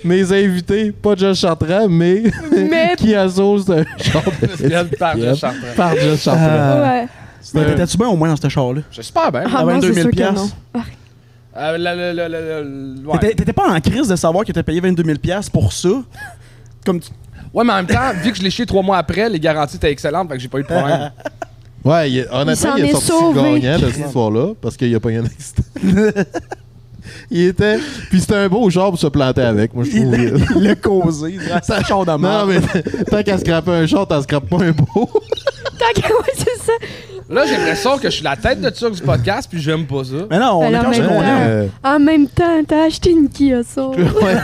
C: mes invités, pas Josh Chartrand, mais,
B: Mais-
C: qui a sauce d'un genre de
D: Bien, par-
C: Yep.
D: je comprends.
C: par Josh Chartrand.
A: Ah.
B: Ouais.
C: C'est
A: Mais
C: un-
A: T'étais-tu bien au moins dans ce char-là?
D: Je suis super bien.
B: Ah
A: à
B: non,
A: 22 000
B: c'est sûr que non.
D: Euh, la- la- la- la- la- la- ouais.
A: T'étais- T'étais pas en crise de savoir que t'as payé 22 000 pour ça? Comme tu-
D: Ouais, mais en même temps, vu que je l'ai chié trois mois après, les garanties étaient excellentes, fait que j'ai pas eu de problème.
C: Ouais, il est-
B: Il
C: honnêtement,
B: s'en
C: il est
B: est
C: sorti
B: sauvé.
C: gagnant de cette histoire-là parce qu'il n'y a pas eu un accident. il était. Puis c'était un beau genre pour se planter avec, moi je
A: il
C: trouve.
A: il l'a causé. C'est un char de
C: Non,
A: merde.
C: mais tant qu'à scraper un short, t'en scrapes pas un beau.
B: Tant que oui, c'est ça.
D: Là, j'ai l'impression que je suis la tête de turc du podcast, puis j'aime pas ça.
A: Mais non, on
B: Mais
A: est
B: Ben non,
A: quand
B: mais
A: même
B: non.
A: on est.
C: Euh,
B: En même temps, t'as acheté une Kia Soul.
C: ouais.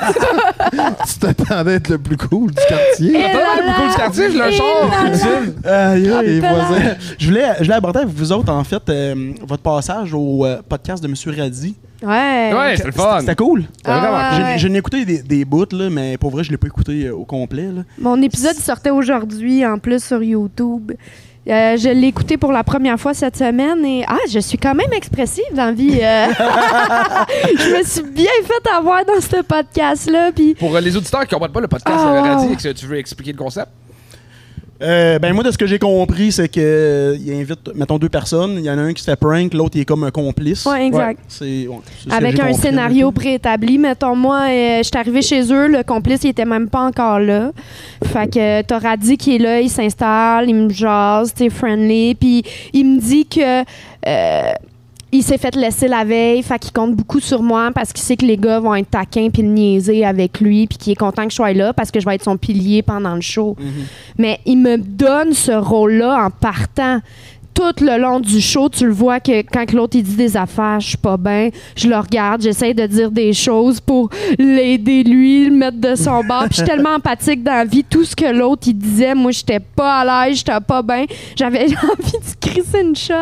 C: tu t'attendais à être le plus cool du
A: Ah,
C: quartier.
B: Eh
D: Attends,
B: là
D: le
B: là,
D: beaucoup de quartier, je l'ai un
B: eh
D: char.
B: là là.
D: utile.
A: Aïe,
B: Ah,
A: aïe.
C: Les voisins.
A: Je voulais, je voulais aborder avec vous autres, en fait, euh, votre passage au euh, podcast de M. Radzi.
B: Ouais.
D: Ouais, c'est le fun.
A: C'était cool.
B: Ah
D: vraiment-
B: ouais, ouais.
A: J'ai- Je n'ai écouté des, des bouts, là, mais pour vrai, je l'ai pas écouté euh, au complet. Là.
B: Mon épisode sortait aujourd'hui, en plus sur YouTube. Euh, je l'ai écouté pour la première fois cette semaine et ah, je suis quand même expressive dans la vie. euh. je me suis bien fait avoir dans ce podcast-là. Puis
D: Pour euh, les auditeurs qui comprennent pas le podcast,
B: Ah,
D: euh,
B: wow.
D: Radis, et que tu veux expliquer le concept.
A: Euh, ben moi, de ce que j'ai compris, c'est que euh, il invite, mettons, deux personnes. Il y en a un qui se fait prank, l'autre, il est comme un complice.
B: Ouais, exact.
A: C'est- ouais, c'est ce que
B: avec
A: j'ai
B: un
A: compris,
B: scénario préétabli, mettons moi, euh, je suis arrivée chez eux, le complice il était même pas encore là. Fait que euh, t'as Radhi qui est là, il s'installe, il me jase, t'es friendly, puis il me dit que euh, il s'est fait laisser la veille, fait qu'il compte beaucoup sur moi parce qu'il sait que les gars vont être taquins puis le niaiser avec lui puis qu'il est content que je sois là parce que je vais être son pilier pendant le show.
A: Mhm.
B: Mais il me donne ce rôle-là en partant. Tout le long du show, tu le vois que quand que l'autre il dit des affaires, je suis pas bien, je le regarde, j'essaie de dire des choses pour l'aider lui, le mettre de son bord. Puis je suis tellement empathique dans la vie, tout ce que l'autre il disait, moi j'étais pas à l'aise, j'étais pas bien, j'avais envie de crisser une shot,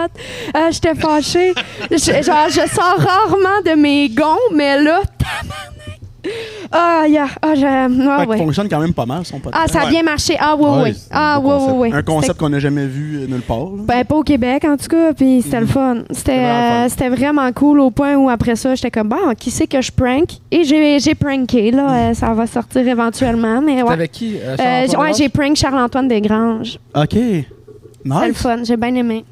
B: Euh, j'étais fâchée. Je, genre, je sors rarement de mes gonds, mais là, tabarnak. Ah, yeah. ah, je- ah,
A: Fait qu'il
B: ouais.
A: fonctionne quand même pas mal, son podcast.
B: Ah, ça a bien marché. Ah, oui,
C: Ouais,
B: oui.
C: c'est un
B: Ah,
C: beau
B: oui, oui,
C: concept.
B: oui.
A: Un concept qu'on n'a jamais vu euh, nulle part. là.
B: C'était- Ben, pas au Québec, en tout cas, puis c'était le fun. C'était
A: vraiment le
B: euh,
A: fun.
B: c'était vraiment cool au point où, après ça, j'étais comme, bon, qui c'est que je prank? Et j'ai j'ai pranké, là. euh, ça va sortir éventuellement, mais ouais.
D: Avec qui? euh,
B: Euh,
D: Charles-Antoine
B: ouais,
D: Lamarche?
B: j'ai prank Charles-Antoine Desgranges.
A: OK.
B: C'était le
A: Nice.
B: fun, j'ai bien aimé.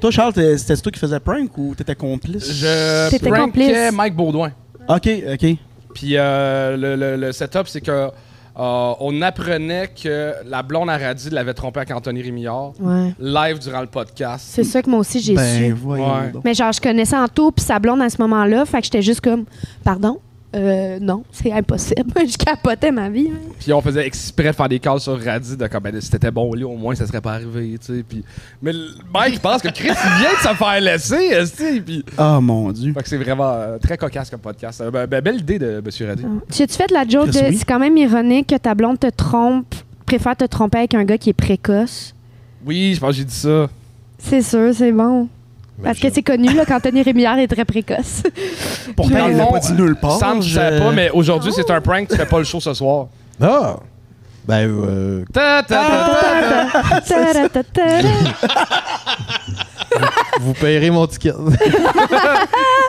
A: Toi, Charles, t'es- c'était toi qui faisais prank ou t'étais complice?
D: Je
B: T'étais
D: prankais
B: complice.
D: Mike Baudouin.
A: OK, OK.
D: Puis euh, le, le- le setup, c'est que euh, on apprenait que la blonde à Radis l'avait trompé avec Anthony Rémillard
B: Ouais.
D: live durant le podcast.
B: C'est ça que moi aussi, j'ai
A: Ben,
B: su.
A: voyons
D: Ouais.
A: donc.
B: Mais genre, je connaissais en tout, puis sa blonde à ce moment-là, fait que j'étais juste comme, pardon? Euh, non, c'est impossible. je capotais ma vie. hein.
D: Puis on faisait exprès de faire des calls sur Radis de comme ben, si t'étais bon au lit, au moins ça serait pas arrivé, tu sais. Puis mais le- Mike il pense que Chris il vient de se faire laisser, esti, puis
A: Ah, mon Dieu.
D: fait que c'est vraiment euh, très cocasse comme podcast. Euh, ben, ben, belle idée de Monsieur Radis.
B: Tu as-tu fait de la joke
A: Chris,
B: de
A: oui.
B: c'est quand même ironique que ta blonde te trompe, préfère te tromper avec un gars qui est précoce?
D: Oui, je pense que j'ai dit ça.
B: C'est sûr, c'est bon.
A: Ben,
B: Parce que
C: Imagine.
B: c'est connu, là, qu'Anthony Rémillard est très précoce.
A: Pourtant,
D: Dans
A: il
D: le
A: l'a
D: fond,
A: pas dit nulle part.
D: Sam, je
A: Je-
D: savais pas, mais aujourd'hui c'est un prank, tu fais pas le show ce soir.
C: Ah! Ben, euh,
D: Ta, ta, ta, ta.
B: Ta-ra-ta-ta-ra.
C: vous payerez mon ticket.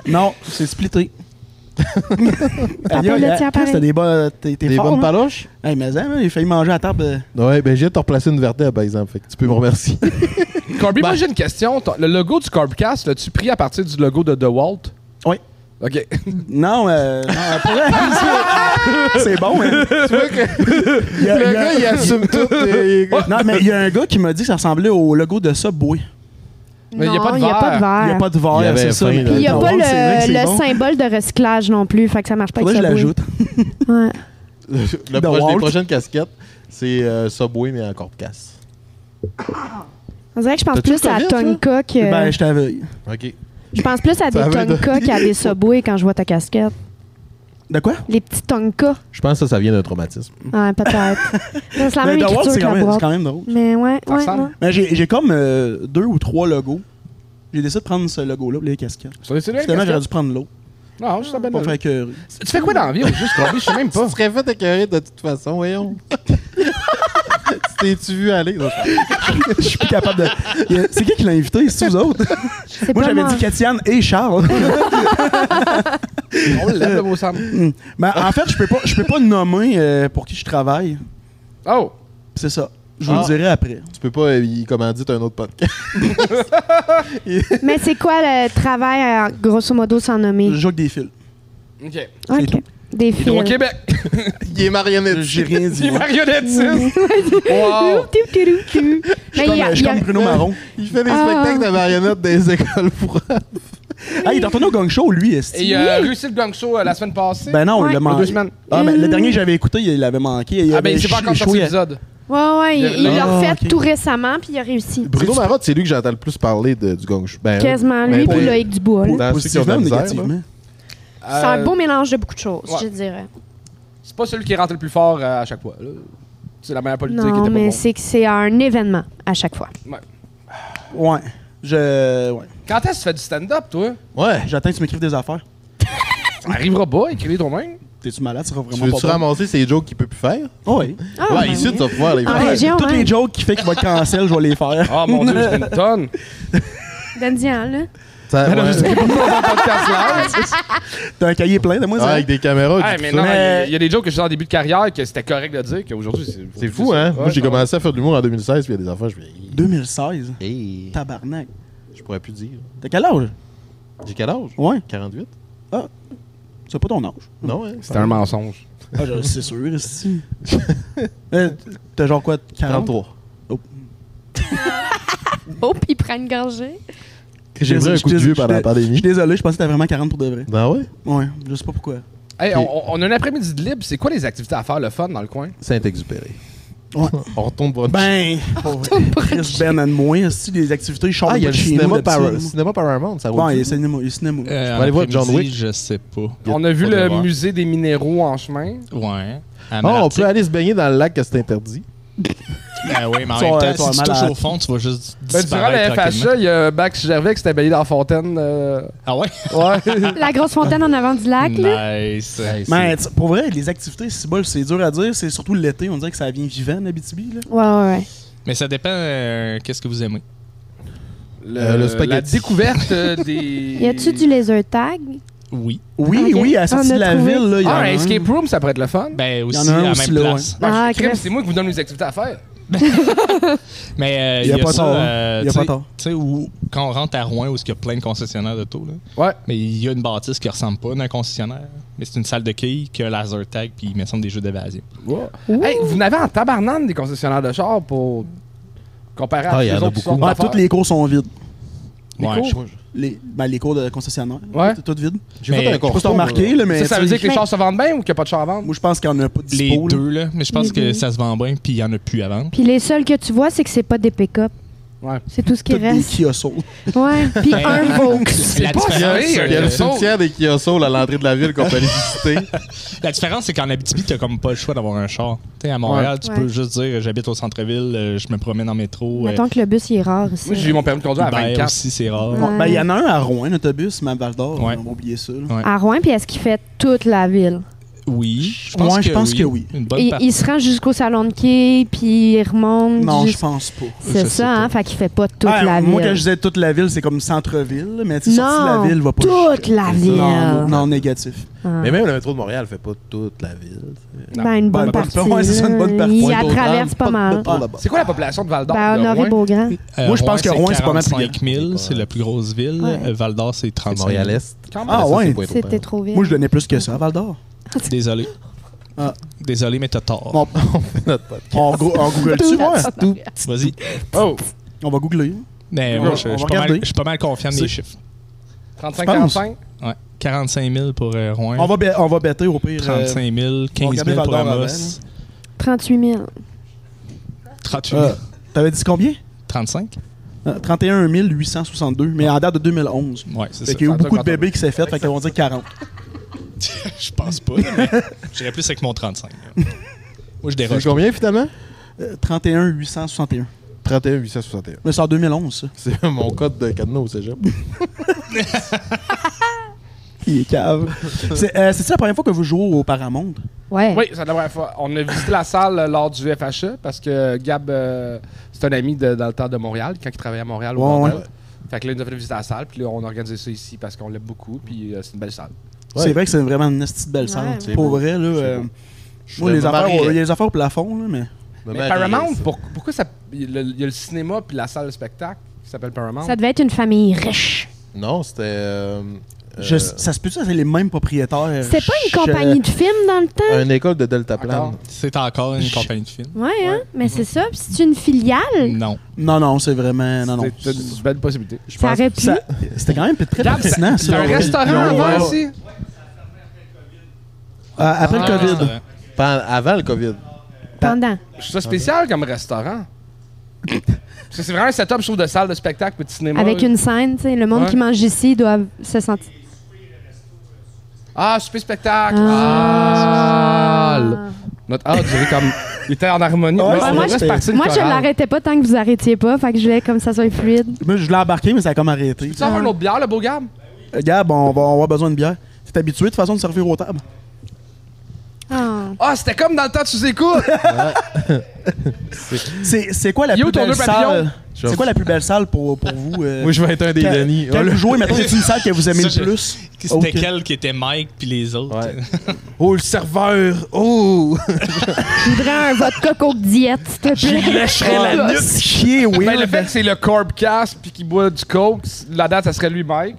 A: Non, c'est splitté.
B: le tien pareil.
A: C'était des, bo- t'es- t'es
C: Des
A: fort,
C: bonnes
A: hein?
C: paloches?
A: Hey, mais hein, il a failli manger à table. euh,
C: Ouais, ben, j'ai hâte de te replacer une vertèbre, par exemple. Fait que tu peux me remercier.
D: Corby,
A: Bah.
D: moi j'ai une question. Ton- Le logo du Corbcast, l'as-tu pris à partir du logo de DeWalt?
A: Oui.
D: OK.
A: Non, euh, non, euh, pour vrai, c'est bon. hein. Il y a- il y a-
C: il assume tout. et- il-
A: Non, mais il y a un gars qui m'a dit que ça ressemblait au logo de Subway.
D: Mais y a
B: Non,
D: pas de
B: y a pas de
A: Il n'y a
B: verre.
A: pas de
C: Il
A: verre,
C: avait
A: c'est ça.
C: faim, là.
B: Ah. Puis il n'y a
A: Non,
B: pas
A: c'est vrai que
B: le,
A: c'est
B: le
A: bon.
B: symbole de recyclage non plus, fait que ça marche pas
A: Faudrait que
B: avec
A: je
B: Subway.
A: l'ajoute.
B: Ouais.
C: Le
A: The
C: proche-
A: Walt.
C: les prochaines casquettes, c'est euh, Subway, mais en corpcasse.
B: On dirait que je pense
C: T'as-tu
B: plus
C: le
B: à
C: COVID,
B: Tonka que.
A: Ben, je t'avais.
C: OK.
B: je pense plus à des
C: Ça avait donné-
B: Tonka qu'à des Subway quand je vois ta casquette.
A: De quoi?
B: Les petits Tonka.
C: Je pense que ça, ça vient d'un traumatisme.
B: Ouais, peut-être. c'est la même
A: The Wall,
B: écriture
A: Ben, c'est
B: que
A: quand,
B: la
A: même- c'est
B: boîte.
A: quand même drôle.
B: Mais ouais,
D: Ça
B: ouais.
D: ressemble.
B: non.
A: Mais j'ai j'ai comme euh, deux ou trois logos. J'ai décidé de prendre ce logo-là pour les casquettes.
D: C'est c'est
A: Finalement, j'aurais dû prendre l'autre
D: Non, je suis
A: pour faire que.
D: Tu fais quoi dans la vie, au juste Corby? Je sais même pas.
C: Tu serais fait écœurer de toute façon, voyons. tu t'es-tu vu aller? Non, je-
A: Je suis plus capable de. Il y a- C'est qui qui l'a invité? C'est vous autres?
B: C'est
A: Moi,
B: pas
A: j'avais
B: moi.
A: dit Katiane et Charles.
D: On l'aime, le beau Sam.
A: Hmm. Mais en fait, je peux pas, je peux pas nommer euh, pour qui je travaille.
D: Oh!
A: C'est ça. Je vous
C: Ah.
A: le dirai après.
C: Tu peux pas, euh, il commandite un autre podcast.
B: Mais c'est quoi le travail, euh, grosso modo, sans nommer?
A: Je joue avec des fils.
D: OK.
A: c'est
B: OK.
A: tout.
B: Des fils.
D: Hydro-Québec,
C: Il est marionnette.
A: J'ai rien dit.
D: les
A: moi.
D: marionnettes Wow!
B: Tou, tou, tou,
A: Je
B: tou.
A: suis
B: Mais il y
A: comme, euh,
B: a-
A: je
B: il
A: suis
B: y a-
A: comme Bruno Marron.
C: Il fait des
B: Ah.
C: spectacles de marionnettes des écoles pour
A: Ah, il est retourné au gang show, lui, est
D: Et il a réussi le gang show euh, la semaine passée.
A: Ben non,
B: Ouais. Euh.
A: il l'a
D: Il y a deux
A: manqué.
D: semaines.
A: Ah, mais le dernier que j'avais écouté, il l'avait manqué. Il
D: Ah ben,
A: avait
D: il s'est pas
A: chou-
D: encore sorti
A: choué-
D: l'épisode.
B: Ouais, ouais, il, il
D: Ah,
B: l'a refait
A: ok.
B: tout récemment, puis il a réussi.
C: Bruno Marotte, c'est lui que j'entends le plus parler de, du gong show.
A: euh,
C: Ben,
B: Quasiment,
C: ben,
B: lui,
C: ben,
B: puis Loïc Dubois. là.
C: Dans ceux qui
A: Positivement
C: ont
A: ou
C: de la misère,
A: négativement?
B: C'est un
D: Euh,
B: beau mélange de beaucoup de choses,
D: ouais.
B: je dirais.
D: C'est pas celui qui rentre le plus fort euh, à chaque fois. là. C'est la meilleure politique qui était
B: Non,
D: pas
B: mais
D: bon.
B: c'est que c'est un événement à chaque fois.
A: Ouais. Je. Ouais.
D: Quand est-ce que tu fais du stand-up, toi?
C: Ouais.
A: J'attends que tu m'écrives des affaires.
D: Ça arrivera pas, écris-les toi-même.
A: T'es-tu malade? Ça sera
C: Tu
A: vraiment
C: veux-tu
A: pas bon.
C: ramasser ces jokes qu'il peut plus faire?
A: Ah oui.
B: Ah,
C: ouais,
B: ben
C: ici,
B: oui.
C: tu vas pouvoir les
B: Ah,
C: faire.
B: région,
A: Toutes
B: hein.
A: les jokes qui fait qu'il va être cancel, je vais les faire.
D: Ah mon dieu, j'ai une tonne.
B: Donne-y-en, là.
C: Ça- ouais.
A: T'as un cahier plein de moi,
C: Ah,
A: ça?
C: avec des caméras.
D: Ah,
C: du-
D: mais non, il y
A: Mais-
D: a- il y, a des jokes que je faisais en début de carrière que c'était correct de dire qu'aujourd'hui, c'est.
C: C'est fou, hein? Moi,
D: Ouais,
C: j'ai
D: non.
C: commencé à faire de l'humour en 2016, puis il y a des enfants, je vais.
A: 2016.
C: Hey,
A: Tabarnak.
C: je pourrais plus dire.
A: T'as quel âge?
C: J'ai quel âge?
A: Ouais.
C: 48?
A: C'est pas ton âge.
C: Non, hein?
D: C'était un mensonge.
A: Ah, je- c'est sûr, ici. T'as genre quoi? 40?
C: 43.
B: Oh, puis il prend une gorgée.
C: J'ai pris un coup de vieux pendant la
A: Je suis
C: pandémie.
A: désolé, je pensais que t'avais vraiment 40 pour de vrai.
C: Ben ouais.
A: Ouais, je sais pas pourquoi.
D: Hey, on, on a un après-midi de libre. C'est quoi les activités à faire, le fun dans le coin?
C: Saint-Exupéry.
A: Ouais.
C: On retourne voir.
A: Ben, pour vrai, Chris Ben and moi, si les activités, je sors
C: ah, il y a
A: pas
C: le
A: de chez nous
C: cinéma,
A: d'habitude,
C: Par-
A: moi.
C: cinéma Paramount, ça
A: Bon,
C: roule.
A: il y a le cinéma. il y a le cinéma. oui.
E: Euh,
C: vas aller voir John
E: après-midi,
C: Wick.
E: Je sais pas.
D: On a vu
E: Faudrait
D: le
E: voir.
D: musée des minéraux en chemin.
E: Ouais.
C: Ah,
E: À
C: on
E: Malartic.
C: peut aller se baigner dans le lac que c'est interdit.
E: Ben oui, mais en
A: Toi,
C: euh,
E: même temps,
A: toi,
E: si tu
A: malade.
E: touches au fond, tu vas juste
D: Ben, durant le
E: disparaître tranquillement.
D: FHA, il y a Max Gervais qui s'est baigné dans la fontaine. euh,
E: Ah ouais?
D: Ouais.
B: La grosse fontaine en avant du lac, là.
E: Nice.
A: Mais tu- pour vrai, les activités, c'est bol, c'est dur à dire. C'est surtout l'été, on dirait que ça vient vivant en Abitibi. Là.
B: Ouais, ouais, ouais.
E: Mais ça dépend euh, qu'est-ce que vous aimez.
D: le,
C: Euh, le
D: La
C: spaghetti.
D: découverte euh, des.
B: Y a-tu du laser tag?
E: Oui.
A: Oui,
B: Ok.
A: oui, à la
B: On
A: sortie
B: a
A: de la
B: trouvé.
A: ville, là, il y en
D: Ah,
A: a
D: un
A: un.
D: escape room, ça pourrait être le fun.
E: Ben aussi,
A: Il y en a un
E: à la
A: aussi
E: même
A: là,
E: place.
D: Ben,
B: Ah,
D: crime,
B: Chris.
D: c'est moi qui vous donne les activités à faire.
E: Mais euh,
A: Il y a pas
E: ça,
A: tort, hein.
E: euh,
A: Il y a
E: tu sais-
A: pas tort.
E: Tu sais, où, quand on rentre à Rouen, où il y a plein de concessionnaires d'auto, là,
D: Ouais.
E: mais il y a une bâtisse qui ressemble pas à un concessionnaire, mais c'est une salle de quilles qui a un laser tag, puis il me semble des jeux d'évasion.
B: Ouh.
D: Hey, vous n'avez en tabarnane des concessionnaires de chars pour. Comparer à
C: Ah,
D: tous
C: y
D: les
C: en a
D: autres
C: beaucoup.
D: sortes
A: Ouais,
D: d'affaires.
A: toutes les cours sont vides.
D: Les
C: Oh.
E: Ouais,
D: cours.
A: Les, ben, les cours de concessionnaire.
D: Ouais.
A: Tout, tout vide.
C: J'ai
E: Mais-
C: fait un
A: Je sais pas si t'as
C: concours.
A: remarqué, là, mais.
D: Ça, ça veut
A: tu sais,
D: dire que les chars se vendent bien ou qu'il n'y a pas de chars à vendre?
A: Moi, je pense qu'il y en a pas de
E: Les
A: dispo. là.
E: deux, là, mais je pense que ça se vend bien, puis il y en a plus à vendre.
B: Puis les seuls que tu vois, c'est que c'est pas des pick-up.
D: Ouais.
B: C'est tout ce qui
A: Toutes des
B: reste.
A: kiosaux.
B: Ouais. Puis
D: Ben,
B: un Vaux.
E: La
D: pas
E: différence,
D: vrai,
E: euh,
C: Il y a
D: Euh,
C: le cimetière des Kiosaules à l'entrée de la ville qu'on peut aller visiter.
E: la différence, c'est qu'en Abitibi, t'as comme pas le choix d'avoir un char. Tu sais, à Montréal, tu
B: Ouais.
E: peux juste dire j'habite au centre-ville, euh, je me promène en métro. euh,
B: Mettons que le bus, il est rare ici.
D: Moi, j'ai eu mon permis de conduire à
C: Ben,
E: Uber
D: 24.
E: aussi, c'est rare.
B: Ouais.
A: Bon, ben, il y en a un à Rouen, un autobus, mais à Val d'Or,
E: Ouais.
A: on va oublier ça. là.
B: À Rouen, puis est-ce qu'il fait toute la ville?
E: Oui, je pense,
A: Ouais,
E: que,
A: je pense
E: oui.
A: que oui.
E: Une bonne
B: Il,
E: partie.
B: il se rend jusqu'au salon de quai, puis il remonte.
A: Non, je
B: jusqu'-
A: pense pas.
E: je
B: C'est
E: sais
B: ça, hein?
E: pas.
B: Fait qu'il fait pas toute
A: Ah,
B: la ville.
A: moi, quand je disais toute la ville, c'est comme centre-ville, mais tu sais, sortie de la
B: Non,
A: ville, va pas.
B: toute
A: jusqu'à-
B: la ville.
A: Non, non, négatif.
B: Ah.
C: Mais même le métro de Montréal fait pas toute la ville.
B: Ben, une bonne
A: Bonne partie. Ah.
B: partie.
A: Ouais, c'est ça, une bonne
B: là.
A: partie.
B: Il
A: Ouais,
B: la
C: d'autres
B: traverse
C: langues,
B: pas mal.
C: Pas là-bas.
D: C'est quoi la population de Val d'Or?
B: Ben,
D: de
B: Honoré
D: Rouen?
B: Beaugrand.
E: Euh,
A: Moi, je pense que Rouen, c'est pas mal plus
E: 45 000, c'est la plus grosse ville.
B: Ouais.
E: Euh, Val d'Or, c'est
C: Ah,
E: 35 000.
C: Montréal-Est.
D: Quand même.
A: Ah,
C: Ça, c'est
A: ouais.
C: Pointe-aux-Trembles.
B: C'était trop vite.
A: Moi, je donnais plus que ça à Val d'Or.
E: Désolé.
A: Ah.
E: Désolé, mais t'as tort.
A: Bon, on, go- on google-tu, ouais?
E: Vas-y.
D: Oh,
A: On va googler.
E: Mais
A: On
E: moi,
A: va-
E: je,
A: on
E: je
A: va
E: suis pas mal,
A: regarder.
E: je suis pas mal confiant de mes
A: C'est-
E: chiffres.
D: 35-45?
E: Ouais. 45 000 pour euh, Rouen.
A: On va, be- on va bêter au pire. euh,
E: 35 000, 15
A: regarder
E: 000 pour
A: Val d'Or
E: Amos,
A: avant, hein. là.
B: 38 000.
E: 38 000,
A: euh, T'avais dit combien?
E: 35?
A: Euh, 31 862, mais en date de 2011.
E: Ouais, c'est ça.
A: Fait qu'il y a eu
D: Ça, ça,
A: beaucoup de
D: quand on-
A: bébés qui s'est fait, fait qu'on va dire 40.
E: je pense pas, mais j'irais plus avec mon 35. là. Moi, je
C: C'est
E: déroge.
C: combien finalement
A: Euh, 31 861.
C: 31 861.
A: Mais c'est en 2011, ça.
C: C'est mon code de cadenas au cégep.
A: Il est cave. C'est euh, c'est-tu la première fois que vous jouez au Paramount?
B: Ouais.
D: Oui, c'est la première fois. On a visité la salle euh, lors du FHE parce que Gab, euh, c'est un ami de- dans le temps de Montréal, quand il travaillait à Montréal. Au
A: Ouais,
D: bordel.
A: ouais.
D: Fait que là, il nous a fait visiter la salle, puis là, on a organisé ça ici parce qu'on l'aime beaucoup, puis euh, c'est une belle salle.
C: Ouais.
A: C'est vrai que c'est vraiment une petite belle salle.
B: Ouais,
A: Pour
C: ouais.
A: vrai, là.
C: C'est
A: euh,
C: beau.
A: moi, les affaires, il y a les affaires au plafond, là, mais. Ben,
D: Mais Paramount, pour- pourquoi ça. Il y a le- il y a le cinéma, puis la salle de spectacle qui s'appelle Paramount.
B: Ça devait être une famille riche.
C: Non, c'était. euh,
A: Je-
C: euh,
A: ça se peut-tu que c'est les mêmes propriétaires?
B: C'était pas une
A: Je-
B: compagnie de films dans le temps?
C: Une école de Delta
D: Encore.
C: Plan.
E: C'est encore une compagnie de films?
B: Ouais, hein? Mais
A: Mm-hmm.
B: c'est ça. Puis c'est une filiale.
E: Non.
A: Non, non, c'est vraiment... Non, non.
D: C'est une belle possibilité.
C: Je
B: Ça
C: pense-
B: aurait pu.
A: Ça- C'était quand même très
D: Gab, c'est
A: pertinent,
D: c'est
A: ça.
D: un
A: Ils- ils
D: restaurant
A: ont-
D: avant ici?
A: Euh, après
D: Ah.
A: le COVID.
E: Euh,
C: pan- avant le COVID.
B: Pendant.
D: Je trouve ça spécial comme restaurant. Parce que c'est vraiment un setup, je trouve, de salle de spectacle puis de cinéma.
B: Avec une scène, tu sais. Le monde
D: Ouais.
B: qui mange ici doit se sentir.
D: Ah, super spectacle! Ah!
B: Ah.
D: le- Notre art durait comme. Il était en harmonie.
A: Ouais,
D: Là,
A: ouais,
D: on
A: moi,
D: devrait
A: je-
D: se partir une
B: Moi, je
D: chorale.
B: l'arrêtais pas tant que vous arrêtiez pas. Fait que je voulais comme ça soit fluide.
A: Moi, je voulais embarquer, mais ça a comme arrêté.
D: Tu vas avoir une autre bière, le beau Gab?
A: Euh, Gab, on va on va avoir besoin de bière. T'es habitué de toute façon de servir aux tables?
B: Ah.
D: Ah, c'était comme dans le temps de sous-écoute!
A: C'est c'est quoi la
D: Yo,
A: plus
D: ton
A: belle
D: deux papillons.
A: salle? C'est quoi la plus belle salle pour, pour vous? euh,
C: Moi, je vais être un des
A: quand-
C: Denis.
A: Quand
C: Oh,
A: vous
C: le-
A: jouez, mettons, c'est une salle que vous aimez
E: Ça,
A: le
E: je-
A: plus.
E: C'était
A: Ok.
E: quel qui était Mike puis les autres?
C: Ouais. Oh, le serveur! Oh!
B: Je voudrais un vodka coke diète, s'il te plaît.
A: Ah, c'est chier, oui.
D: Ben, le fait que c'est le Corbcast puis qu'il boit du coke, la date, ça serait lui, Mike.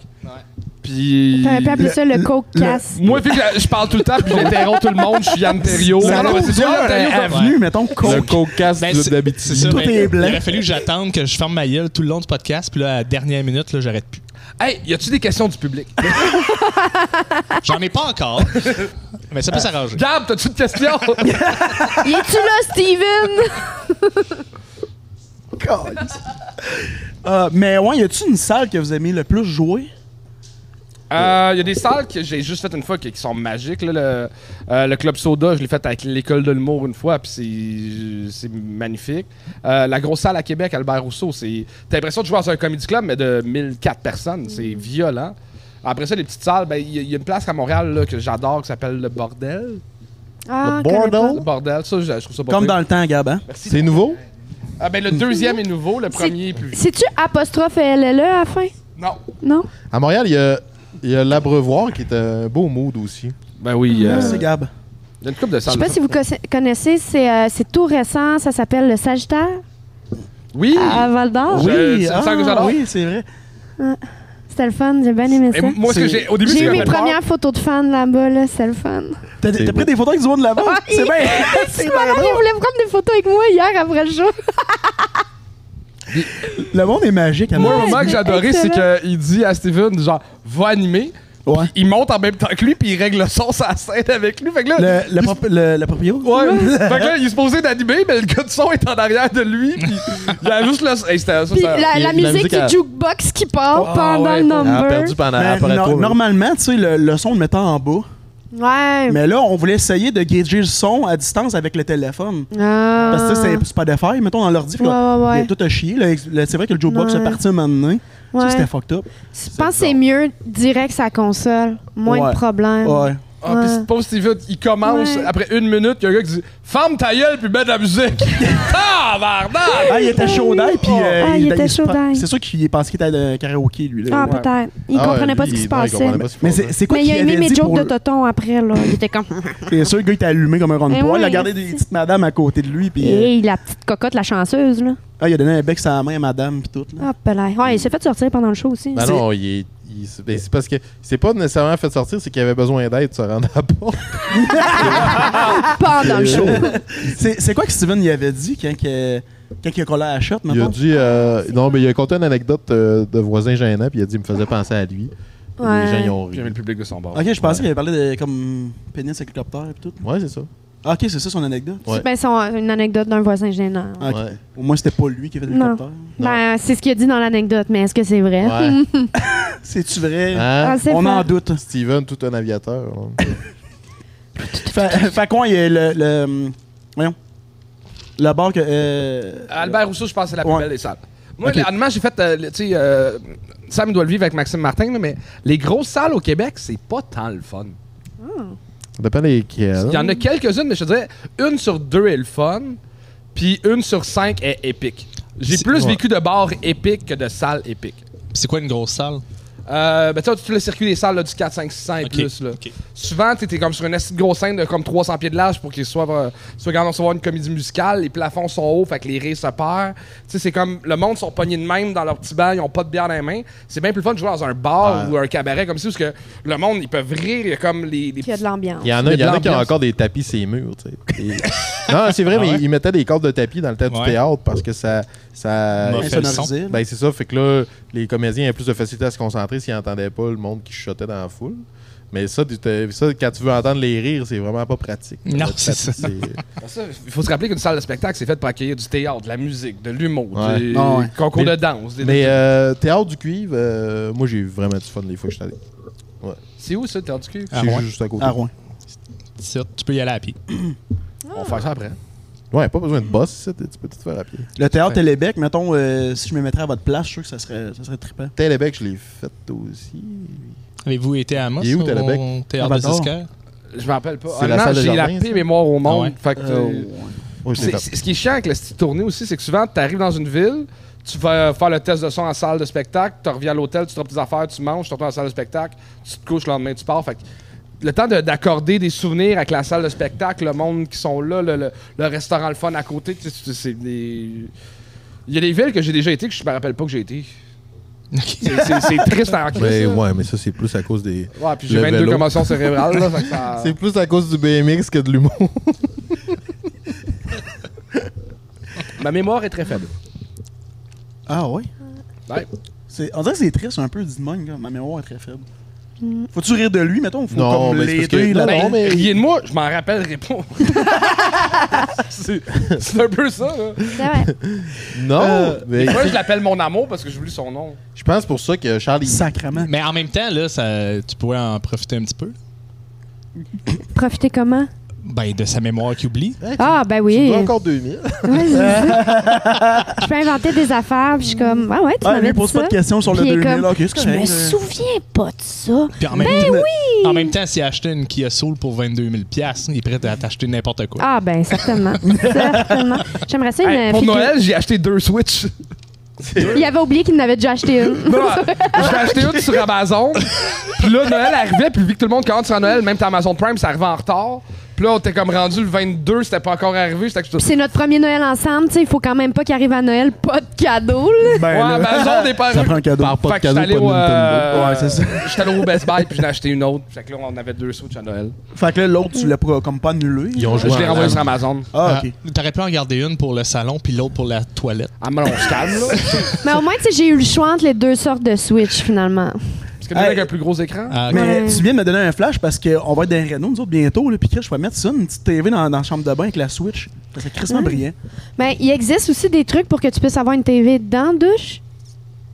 D: Puis.
B: T'aurais pu appeler ça le coke casse.
D: Moi, vu que je- je parle tout le temps puis j'interromps tout le monde, je suis Yann Terriot.
A: La
D: Non, non, mais
A: grosse
D: c'est toi,
A: odeur
D: Yann
A: à
D: Terriot, comme-
A: avenue, mettons,
C: Le
A: con.
C: cocasse
E: Ben,
C: du
E: c'est-
C: d'habitude.
E: c'est ça,
A: Tout
E: ben,
A: est blanc.
E: Il aurait fallu que j'attende que je ferme ma gueule tout le long du podcast, puis là, à la dernière minute, là, j'arrête plus.
D: Hey, y a-tu des questions du public?
E: J'en ai pas encore, mais ça peut s'arranger.
D: Gab, t'as-tu des questions?
B: Y es-tu là, Steven?
A: Euh, mais ouais, y a-tu une salle que vous aimez le plus jouer?
D: Euh, y a des salles que j'ai juste fait une fois qui, qui sont magiques. Là, le, euh, le Club Soda, je l'ai fait avec l'École de l'humour une fois, puis c'est- c'est magnifique. Euh, la grosse salle à Québec, Albert Rousseau, c'est. T'as l'impression de jouer dans un comedy club, mais de 1004 personnes. C'est violent. Après ça, les petites salles, ben, il y, a- il y a une place à Montréal là, que j'adore qui s'appelle le Bordel.
B: Ah,
C: Le
B: connais
C: Bordeaux?
B: pas.
D: Le Bordel, ça, je, je trouve ça pas
A: Comme
D: pire.
A: dans le temps, Gab,
D: Euh,
A: hein?
C: C'est nouveau?
D: Ah, ben, le
B: Mhm.
D: deuxième est nouveau, le premier est plus vieux.
B: C'est-tu apostrophe LLE à la fin?
D: Non.
B: Non?
C: À Montréal, il y a, il y a l'Abreuvoir qui est un beau mood aussi.
D: Ben oui, euh,
A: Merci,
D: il
A: Gab.
D: y a une couple de
B: Je sais
D: salles.
B: pas si vous cosse- connaissez, c'est euh, c'est tout récent, ça s'appelle le Sagittaire
D: Oui!
B: à Val d'Or.
D: Oui. c'est une salle que j'adore.
A: ah, oui, c'est vrai.
B: C'était le fun, j'ai bien aimé
D: Et
B: ça.
D: moi, ce que
A: C'est-
D: j'ai. Au début,
B: ah, J'ai
D: ce
B: eu
D: que
B: mes
D: j'avais peur-
B: premières photos de fans là-bas, là, c'était le fun.
A: T'as t'as
C: C'est
A: pris des photos avec du monde là-bas? C'est bien. c'est bien
B: Ah,
A: drôle.
B: ils voulaient prendre des photos avec moi hier après le show.
A: Le monde est magique, à
D: Moi, un
A: Montréal.
D: Ah, moment que j'ai adoré, c'est
B: excellent.
D: qu'il dit à Steven, genre, va animer.
A: Ouais.
D: Il monte en même temps que lui, puis il règle le son sur la scène avec lui. Fait que là,
A: Le, le, prop- le- le proprio?
D: ouais. fait que là, il est supposé d'animer, mais le gars de son est en arrière de lui, puis il a juste le. Hey, c'était ça,
B: Puis
D: ça-
B: la, la
C: la
B: musique
C: musique
B: du
C: à-
B: jukebox qui part
D: Ah,
B: pendant
D: ouais.
B: le
C: Elle a
B: number.
C: perdu pendant
A: Mais
C: après
A: Ben, no-
C: toi.
A: normalement, tu sais, le, le son, on le mettait en bas.
B: Ouais.
A: Mais là, on voulait essayer de gager le son à distance avec le téléphone.
B: Ah.
A: Parce que tu sais, c'est Spotify, mettons dans l'ordi. fait
B: Ouais,
A: qu'on-
B: ouais, ouais.
A: il y a Tout a chier. là. Le- C'est vrai que le jukebox
B: Ouais.
A: est parti maintenant. Ça,
B: Ouais.
A: c'était fucked up.
B: Je pense que c'est mieux direct sa console. Moins
A: Ouais.
B: de problèmes.
A: Ouais.
D: Ah, puis c'est pas Steven, il commence,
B: Ouais.
D: après une minute, il y a un gars qui dit, ferme ta gueule, puis mets de la musique. ah, varda!
A: Ah, il était chaud d'ail, puis. euh,
B: Ah, il était chaud
A: se-
B: d'ail.
A: C'est sûr qu'il pensait qu'il était à le karaoké, lui. Là.
B: Ah,
D: Ouais.
B: peut-être. Il
C: Ah ouais,
B: comprenait pas
C: lui,
B: ce qui se
C: non, il
B: passait.
C: comprenait pas hein. ce qui se
A: Mais
C: passait.
A: c'est c'est quoi
B: Mais il
A: qu'il
B: a aimé
A: avait
B: mes
A: dit
B: jokes
A: pour
B: de
A: le-
B: Toton après, là. Il était comme.
A: C'est sûr, le gars, il était allumé comme un rond de
B: Eh
A: poil. Il
B: oui,
A: a regardé des
B: c'est- Eh
A: petites madames à côté de lui, puis. euh,
B: Hey, la petite cocotte, la chanceuse, là.
A: Ah, il a donné un bec sur la main à madame, puis tout. là.
B: Ah, pelin. Ouais, il s'est fait sortir pendant le show aussi.
C: Ben non, il est- il- c'est ben, c'est parce que c'est pas nécessairement fait sortir, c'est qu'il avait besoin d'aide, se rendre à bord.
B: Ah. Pendant le show.
A: C'est c'est quoi que Steven y avait dit quand, que- quand il a collé à la shot,
C: Il a
A: maintenant?
C: dit. euh, non, mais il a conté une anecdote euh, de voisin gênant, puis il a dit il me faisait penser à lui.
B: Ouais.
C: Les gens y ont
D: Puis
C: ri.
D: il y avait le public de son bord.
A: Ok, je pensais qu'il avait parlé de comme pénis hélicoptère et tout.
C: Ouais, c'est ça.
A: Ah, ok, c'est ça son anecdote.
C: Ouais.
B: Ben, son- une anecdote d'un voisin gênant.
A: Ah, ok.
C: Ouais.
A: Au moins, c'était pas lui qui avait l'hélicoptère.
B: Ben, c'est ce qu'il a dit dans l'anecdote, mais est-ce que c'est vrai?
C: Ouais.
A: C'est-tu vrai?
C: Hein?
B: Ah, c'est
A: On
B: vrai.
A: en doute.
C: Steven, tout un aviateur. là.
A: Fa- Fait quoi, il y a le, le- Voyons. Le bar que. euh,
D: Albert Rousseau, je pense que c'est la plus
A: Ouais.
D: belle des salles. Moi,
A: Ok.
D: honnêtement, j'ai fait. euh, le- tu sais, euh, Sam doit le vivre avec Maxime Martin, là, mais les grosses salles au Québec, c'est pas tant le fun.
C: Ça dépend lesquels.
D: Il y en a quelques-unes, mais je te dirais, une sur deux est le fun, puis une sur cinq est épique. J'ai
E: C'est-
D: plus
C: ouais.
D: vécu de bars épiques que de salles épiques.
E: C'est quoi une grosse salle?
D: Euh, ben, tu sais, tout le circuit des salles là, du 4, 5, 600 et
E: Ok,
D: plus. Là.
E: ok.
D: Souvent, tu étais comme sur une assez grosse scène de comme 300 pieds de large pour qu'ils soient, euh, soit quand on se voit une comédie musicale, les plafonds sont hauts, fait que les rires se perdent. Tu sais, c'est comme le monde sont pognés de même dans leur petit banc, ils ont pas de bière dans les mains. C'est bien plus fun de jouer dans un bar
C: Ouais.
E: Ah.
D: ou un cabaret comme ça, parce que le monde, ils peuvent rire, il y a comme les. les
B: Qu'il y a de l'ambiance.
C: Il y en a, il y en a
D: Mais de
C: qui ont
D: l'ambiance.
C: encore des tapis ces murs. tu sais. Et- non, c'est vrai,
E: Ah
C: mais
E: ouais?
C: ils mettaient des cordes de tapis dans le temps du
E: Ouais.
C: théâtre parce que ça. ça
E: M'a fait le son.
A: insonorisé, là.
C: ben, c'est ça, fait que là, les comédiens avaient plus de facilité à se concentrer s'ils n'entendaient pas le monde qui chuchotait dans la foule. Mais ça, tu te- ça, quand tu veux entendre les rires, c'est vraiment pas pratique.
E: Non,
C: Le
E: c'est
C: tapis,
E: ça.
D: Ça, Il faut se rappeler qu'une salle de spectacle, c'est faite pour accueillir du théâtre, de la musique, de l'humour,
C: Ouais.
D: du
A: Ah ouais.
D: concours
C: Mais-
D: de danse. des-
C: Mais euh, théâtre du cuivre, euh, moi, j'ai eu vraiment du fun les fois que je suis allé.
D: C'est où ça, le théâtre du cul?
E: Ah,
C: C'est
E: ouais?
C: juste à côté.
A: À Rouen.
E: Titre, Tu peux y aller à pied.
D: On va faire ça après.
C: Ouais, pas besoin de boss, ça, tu peux tout faire à pied.
A: Le théâtre Télébec, mettons, euh, si je me mettrais à votre place, je suis sûr que ça serait, ça serait trippant.
C: Télébec, je l'ai fait aussi.
E: Avez-vous été à Amos?
C: Il est où, Télébec?
E: Au
A: Ah,
E: théâtre
A: bah,
E: de Sisker?
D: Je me rappelle pas.
C: C'est la
D: Honnêtement,
C: salle de
D: J'ai la
C: jardin,
D: pire
C: ça?
D: mémoire au monde.
E: Ah
D: Fait
E: ouais.
D: que,
A: Euh,
C: Oui, je l'ai
D: c'est-
C: fait.
D: c'est- ce qui est chiant avec la petite tournée aussi, c'est que souvent, tu arrives dans une ville, tu vas faire le test de son en salle de spectacle, tu reviens à l'hôtel, tu droppes tes affaires, tu manges, tu retournes en salle de spectacle, tu te couches le lendemain, tu pars. Fait que le temps de- d'accorder des souvenirs avec la salle de spectacle, le monde qui sont là, le, le- le restaurant le fun à côté, tu sais, c'est- c'est des. Il y a des villes que j'ai déjà été que je me rappelle pas que j'ai été.
E: Ok.
D: C'est- C'est c'est triste à en crise,
C: Mais
D: ça.
C: Ben ouais, mais ça, c'est plus à cause des.
D: Ouais, puis j'ai
C: Le
D: 22
C: vélo.
D: commotions cérébrales. là, fait que ça-
C: Ah. C'est plus à cause du BMX que de l'humour.
D: Ma mémoire est très faible.
A: Ah ouais?
D: Ouais.
A: C'est- On dirait que c'est triste un peu, dis moi ma mémoire est très faible. Faut-tu rire de lui, mettons? Faut
C: Non,
A: comme
C: mais c'est parce
A: l'aider
C: que- non,
A: là-dedans.
C: non, mais-
D: Riez de moi, je m'en rappellerai pas. c'est c'est un peu ça, là.
B: C'est vrai.
C: Non,
A: Euh,
C: mais
D: Moi, je l'appelle mon amour parce que j'ai oublié son nom.
C: je pense pour ça que Charlie.
A: Sacrement.
E: Mais en même temps, là, ça, tu pourrais en profiter un petit peu.
B: Profitez comment?
E: Ben, de sa mémoire qui oublie.
C: Hey, tu-
B: Ah, ben
C: tu me
B: oui.
C: dois encore 2000.
B: Ouais, c'est ça. je peux inventer des affaires, puis je suis comme, ah ouais, tu
A: Ah,
B: m'avais
A: lui,
B: dit
A: pose
B: ça.
A: pas de questions sur le
B: Puis il est
A: 2000.
B: comme,
A: ok, c'est
B: Je me
A: correct.
B: souviens pas de ça.
E: Puis en même, en même temps, s'il achetait une Kia Soul pour 22 000 il est prêt à t'acheter n'importe quoi.
B: Ah, ben, certainement. certainement. J'aimerais ça une.
D: Hey, pour
B: puis que-
D: Noël, j'ai acheté deux Switch.
B: Il avait oublié qu'il n'avait déjà acheté une.
D: Non, j'ai acheté une sur Amazon. Puis là, Noël arrivait, puis vu que tout le monde commande sur Noël, même sur Amazon Prime, ça arrivait en retard. Puis là, on était comme rendu le 22, c'était pas encore arrivé. C'était que
B: Puis c'est notre premier Noël ensemble, tu sais, il faut quand même pas qu'il arrive à Noël pas de cadeau, là.
A: Ben,
D: Ouais,
A: là,
D: Amazon n'est pas
A: ça prend un cadeau.
C: Par pas
D: Fait
C: de
D: que j'étais
C: cadeau, pas de
D: allé au,
C: Nintendo.
D: euh,
A: Ouais, c'est ça.
D: J'étais allé au Best Buy, puis j'en ai acheté une autre. Fait que là, on avait deux Switch à Noël.
A: Fait que là, l'autre, tu l'as pas- comme pas annulé.
C: Ils ont
D: Je
C: joué
D: l'ai
C: en
D: renvoyé
C: lame.
D: sur Amazon.
A: Ah, ok.
E: Ah, T'aurais pu en garder une pour le salon puis l'autre pour la toilette.
D: Ah, mais on se calme, là.
B: Mais au moins, tu sais, j'ai eu le choix entre les deux sortes de Switch, finalement.
D: Parce que nous, avec un plus gros écran.
E: Ah,
A: Mais
B: Ouais.
A: tu viens de me donner un flash parce qu'on va être dans les Renault, nous autres, bientôt. Là, puis Chris, je vais mettre ça, une petite TV dans, dans la chambre de bain avec la Switch. Ça serait crissement brillant.
B: Mais Ben, il existe aussi des trucs pour que tu puisses avoir une TV dans la douche.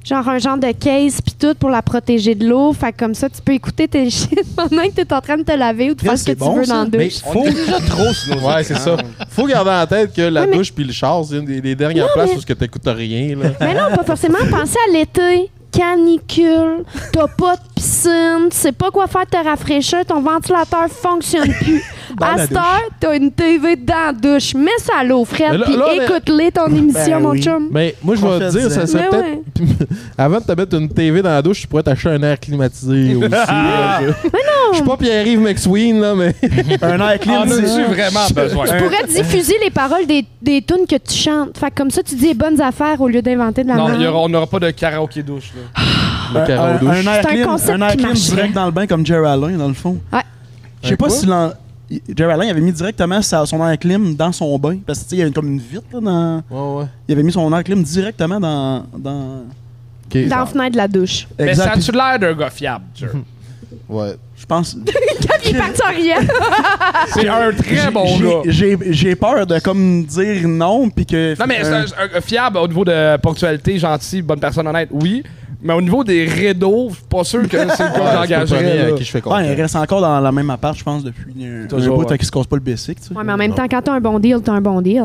B: Genre un genre de case puis tout pour la protéger de l'eau. Fait que comme ça, tu peux écouter tes shit pendant que t'es en train de te laver ou de
A: Chris,
B: faire ce que
A: c'est
B: tu
A: bon,
B: veux
A: ça.
B: dans la
C: Mais
B: douche.
C: faut déjà trop Ouais, c'est ça. Faut garder en tête que la
B: Ouais, mais-
C: douche puis le char, c'est une des, des dernières places
B: mais-
C: où ce que t'écoutes rien là.
B: Mais non, pas forcément. Pensez à l'été. Canicule, t'as pas de piscine, tu sais pas quoi faire de te rafraîchir, ton ventilateur fonctionne plus.
A: Dans
B: à
A: la
B: cette heure, t'as une TV dans la douche. Mets ça à l'eau,
C: Mais
B: Fred,
C: là-
B: puis
C: là, mais-
B: écoute-les ton émission,
A: Ben
B: mon
A: oui.
B: chum.
C: Mais moi, je vais te dire, ça serait
B: Mais
C: peut-être. Avant de te mettre une TV dans la douche, tu pourrais t'acheter un air climatisé aussi. là, je... Je suis pas Pierre-Yves McSween, là, mais.
A: un air
D: On
A: clean,
D: a
A: c'est-
D: tu Ah, vraiment besoin?
B: Tu pourrais diffuser les paroles des, des tunes que tu chantes. Fait que comme ça, tu dis les bonnes affaires au lieu d'inventer de la
D: Non,
B: merde.
D: il y aura- on n'aura pas de karaoké douche, là.
A: Un,
C: Le carreau
A: un-
C: douche.
A: un air
B: C'est un
A: clean,
B: concept
A: un air
B: qui
A: clean
B: marcherait.
A: direct dans le bain comme Jerry Allen, dans le fond.
B: Ouais.
A: Je sais
C: Un
A: pas
C: quoi?
A: si l'en- il- Jerry Allen il avait mis directement sa- son air clim dans son bain. Parce que, tu sais, il y avait comme une vitre, là, dans...
C: Ouais, ouais.
A: Il avait mis son air clim directement dans... dans...
C: Ok.
B: Dans la fenêtre de la douche.
D: Mais ça
A: Exact.
D: a-tu l'air d'un gars fiable, Jer?
C: Ouais.
A: Je pense...
B: Il est parti en riant.
D: C'est un très bon
A: J'ai-
D: gars.
A: j'ai- J'ai peur de comme dire non, puis que...
D: Non, mais c'est
A: euh,
D: un- un- un fiable au niveau de ponctualité, gentil, bonne personne honnête, oui. Mais au niveau des rideaux, je suis pas sûr que c'est le
C: Ouais,
D: gars que
C: c'est le premier
D: j'engagerais.
C: à
D: là.
C: qui je fais
A: Ouais, il
C: confiance.
A: reste encore dans la même appart, je pense, depuis un, un
D: Toujours,
A: bout,
D: ouais.
A: tant qu'il se casse pas le basic, tu sais.
B: Ouais, mais en même temps, quand t'as un bon deal, t'as un bon deal.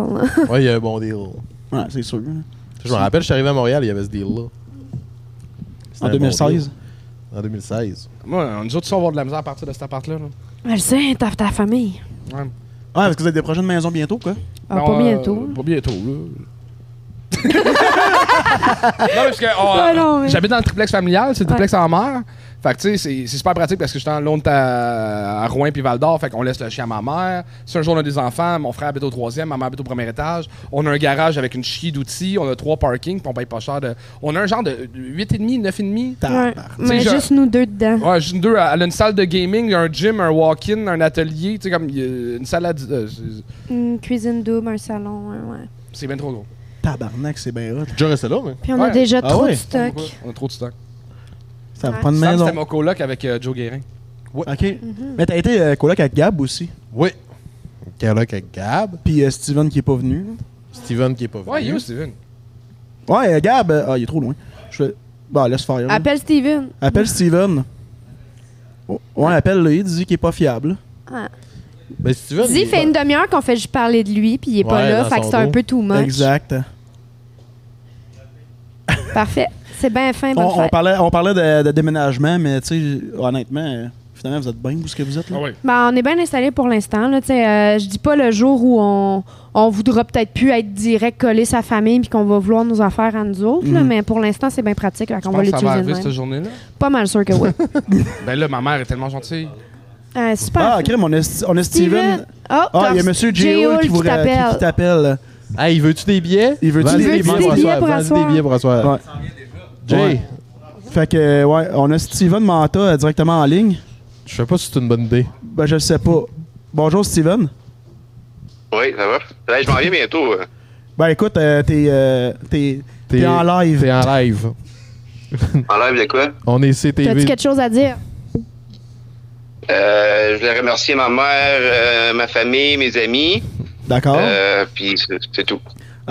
C: Ouais, il y a un bon deal.
A: Ouais, c'est sûr. hein.
C: Je me rappelle, je suis arrivé à Montréal, il y avait ce deal-là. C'était un
A: En
C: bon
A: 2016.
C: deal. En 2016.
D: Moi, nous autres, ça, on va avoir de la misère à partir de cet appart-là. là.
B: Je le sais, t'as ta famille.
D: Ouais.
A: Ouais, parce que vous avez des projets de maison bientôt, quoi.
B: Ah,
D: Non,
B: pas
D: euh,
B: bientôt.
D: Pas bientôt, là. non, parce que oh,
B: Ah, non, mais-
D: j'habite dans le triplex familial, c'est le
B: Ouais.
D: triplex en mer. Fait que, tu sais, c'est- c'est super pratique parce que je suis en Londres à, à Rouen puis Val-d'Or. Fait qu'on laisse le chien à ma mère. Si un jour on a des enfants, mon frère habite au troisième, ma mère habite au premier étage. On a un garage avec une chie d'outils. On a trois parkings puis on paye pas cher. De... On a un genre de 8,5, 9,5.
B: Ouais. Mais
D: Tu sais, je-
B: juste nous deux dedans.
D: Ouais, juste deux. Elle a une salle de gaming, un gym, un walk-in, un atelier. Tu sais, comme euh, une salle à. di- euh, c'est-
B: Une cuisine double, un salon, ouais, ouais.
D: c'est bien trop gros.
A: Tabarnak, c'est bien hot.
C: Je restais là, mais.
B: Puis on a
D: Ouais.
B: déjà
C: Ah
B: trop
C: ouais.
B: de stock.
D: On a trop de stock.
A: Ça
B: Ouais.
A: prend une
D: Sam,
A: maison.
D: c'était mon coloc avec euh, Joe Guérin.
A: OK.
B: Mm-hmm.
A: Mais t'as été euh, coloc avec Gab aussi.
C: Oui. Caloc avec Gab.
A: Puis euh, Steven qui est pas venu.
C: Steven qui est pas venu.
D: Ouais, yo, Steven.
A: Ouais, euh, Gab, euh, ah, il est trop loin. Je fais- Bah, laisse faire. là.
B: Appelle Steven.
A: Appelle Steven. Oh, ouais, appelle-le, il dit qu'il est pas fiable.
C: Mais Ben, Steven.
B: Dis,
C: il-
B: fait une demi-heure qu'on fait juste parler de lui, puis il est pas
C: Ouais,
B: là.
C: dans
B: Fait que
C: son
B: c'est un
C: dos.
B: peu too much.
A: Exact.
B: Parfait. C'est bien fin,
A: On,
B: bonne
A: on
B: fête.
A: parlait, on parlait de, de déménagement, mais tu sais, honnêtement, euh, finalement, vous êtes bien où ce que vous êtes là.
D: Ah ouais.
B: Ben, on est bien installé pour l'instant. là, tu sais, euh, je dis pas le jour où on, on voudra peut-être plus être direct collé sa famille puis qu'on va vouloir nos affaires à nous autres. là,
A: Mhm.
B: mais pour l'instant, c'est bien pratique. là,
D: Je
B: qu'on va
D: pense que ça va
B: l'utiliser de
D: arriver
B: même.
D: cette journée-là.
B: Pas mal sûr que oui.
D: Ben là, ma mère est tellement gentille.
B: Euh, super.
A: Ah, crème, on est, on est Steven.
B: Steven. Oh,
A: Ah, il y a
B: t'as-
A: M. J.O. qui vous- qui- qui
B: t'appelle.
A: t'appelle.
C: Hey, veux-tu des billets?
A: Il veut-tu
C: Vends-y
A: des
B: billets? Veux-tu des billets pour
C: vends-y
B: asseoir?
C: des billets pour asseoir.
A: Ouais.
C: Jay,
A: Ouais. Fait que, ouais, on a Steven Manta euh, directement en ligne.
C: je sais pas si c'est une bonne idée.
A: Ben, je le sais pas. Bonjour, Steven.
F: Oui, ça va. Hey, je m'en viens bientôt. euh.
A: Ben, écoute, euh, t'es, euh, t'es, t'es en live.
C: T'es en live.
F: En live de quoi?
C: On est
B: T'as-tu
C: CTV.
B: quelque chose à dire?
F: Euh, je voulais remercier ma mère, euh, ma famille, mes amis.
A: D'accord.
F: Euh, puis c'est c'est tout.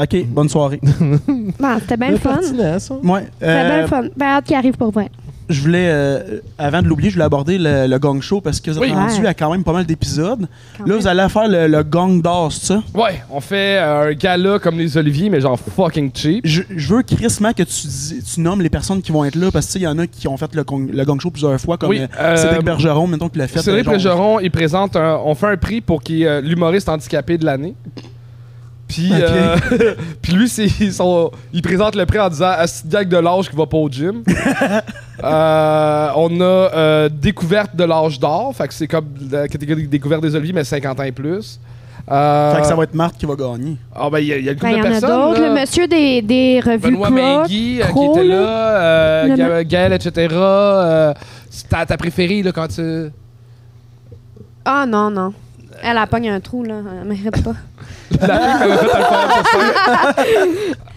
A: OK, bonne soirée.
B: Bon, c'était bien le fun. C'était
C: Pertinent, ça.
A: Ouais, euh,
B: bien le fun. Ben, hâte qu'il arrive pour vrai.
A: je voulais, euh, avant de l'oublier, je voulais aborder le, le gong show parce que vous êtes
D: Oui.
A: rendu
B: Ouais.
A: à quand même pas mal d'épisodes.
B: Quand
A: Là,
B: même.
A: vous allez faire le, le gong d'or, c'est ça?
D: Ouais, on fait euh, un gala comme les Oliviers, mais genre fucking cheap.
A: Je, je veux crissement que tu, dis- tu nommes les personnes qui vont être là parce que tu sais, il y en a qui ont fait le, gong- le gong show plusieurs fois, comme
D: Oui,
A: euh,
D: euh,
A: Cédric Bergeron, mettons qu'il l'a fait.
D: Cédric
A: euh, genre-
D: Bergeron, il présente un, on fait un prix pour qu'il est l'humoriste handicapé de l'année. Puis,
A: Ok.
D: euh, puis lui, c'est, ils sont- il présente le prix en disant Ah, c'est le gag de l'âge qui va pas au gym. Euh, on a euh, découverte de l'âge d'or, fait que c'est comme la catégorie découverte des oliviers, mais 50 ans et plus. Euh,
A: Fait que ça va être Marthe qui va gagner.
D: Ah ben il y a, il y a une
B: Ben, il
D: couple
B: y
D: de
B: en a
D: personnes.
B: d'autres.
D: là.
B: Le monsieur des, des revues
D: Benoît
B: Croc,
D: Menguy euh, qui
B: Croc,
D: était
B: là.
D: là, euh,
B: Le
D: Ga-
B: ma-
D: Gaël, etc. euh, c'est ta, ta préférée là, quand tu.
B: Ah non, non. Elle a pogné un trou, là. Elle mérite pas.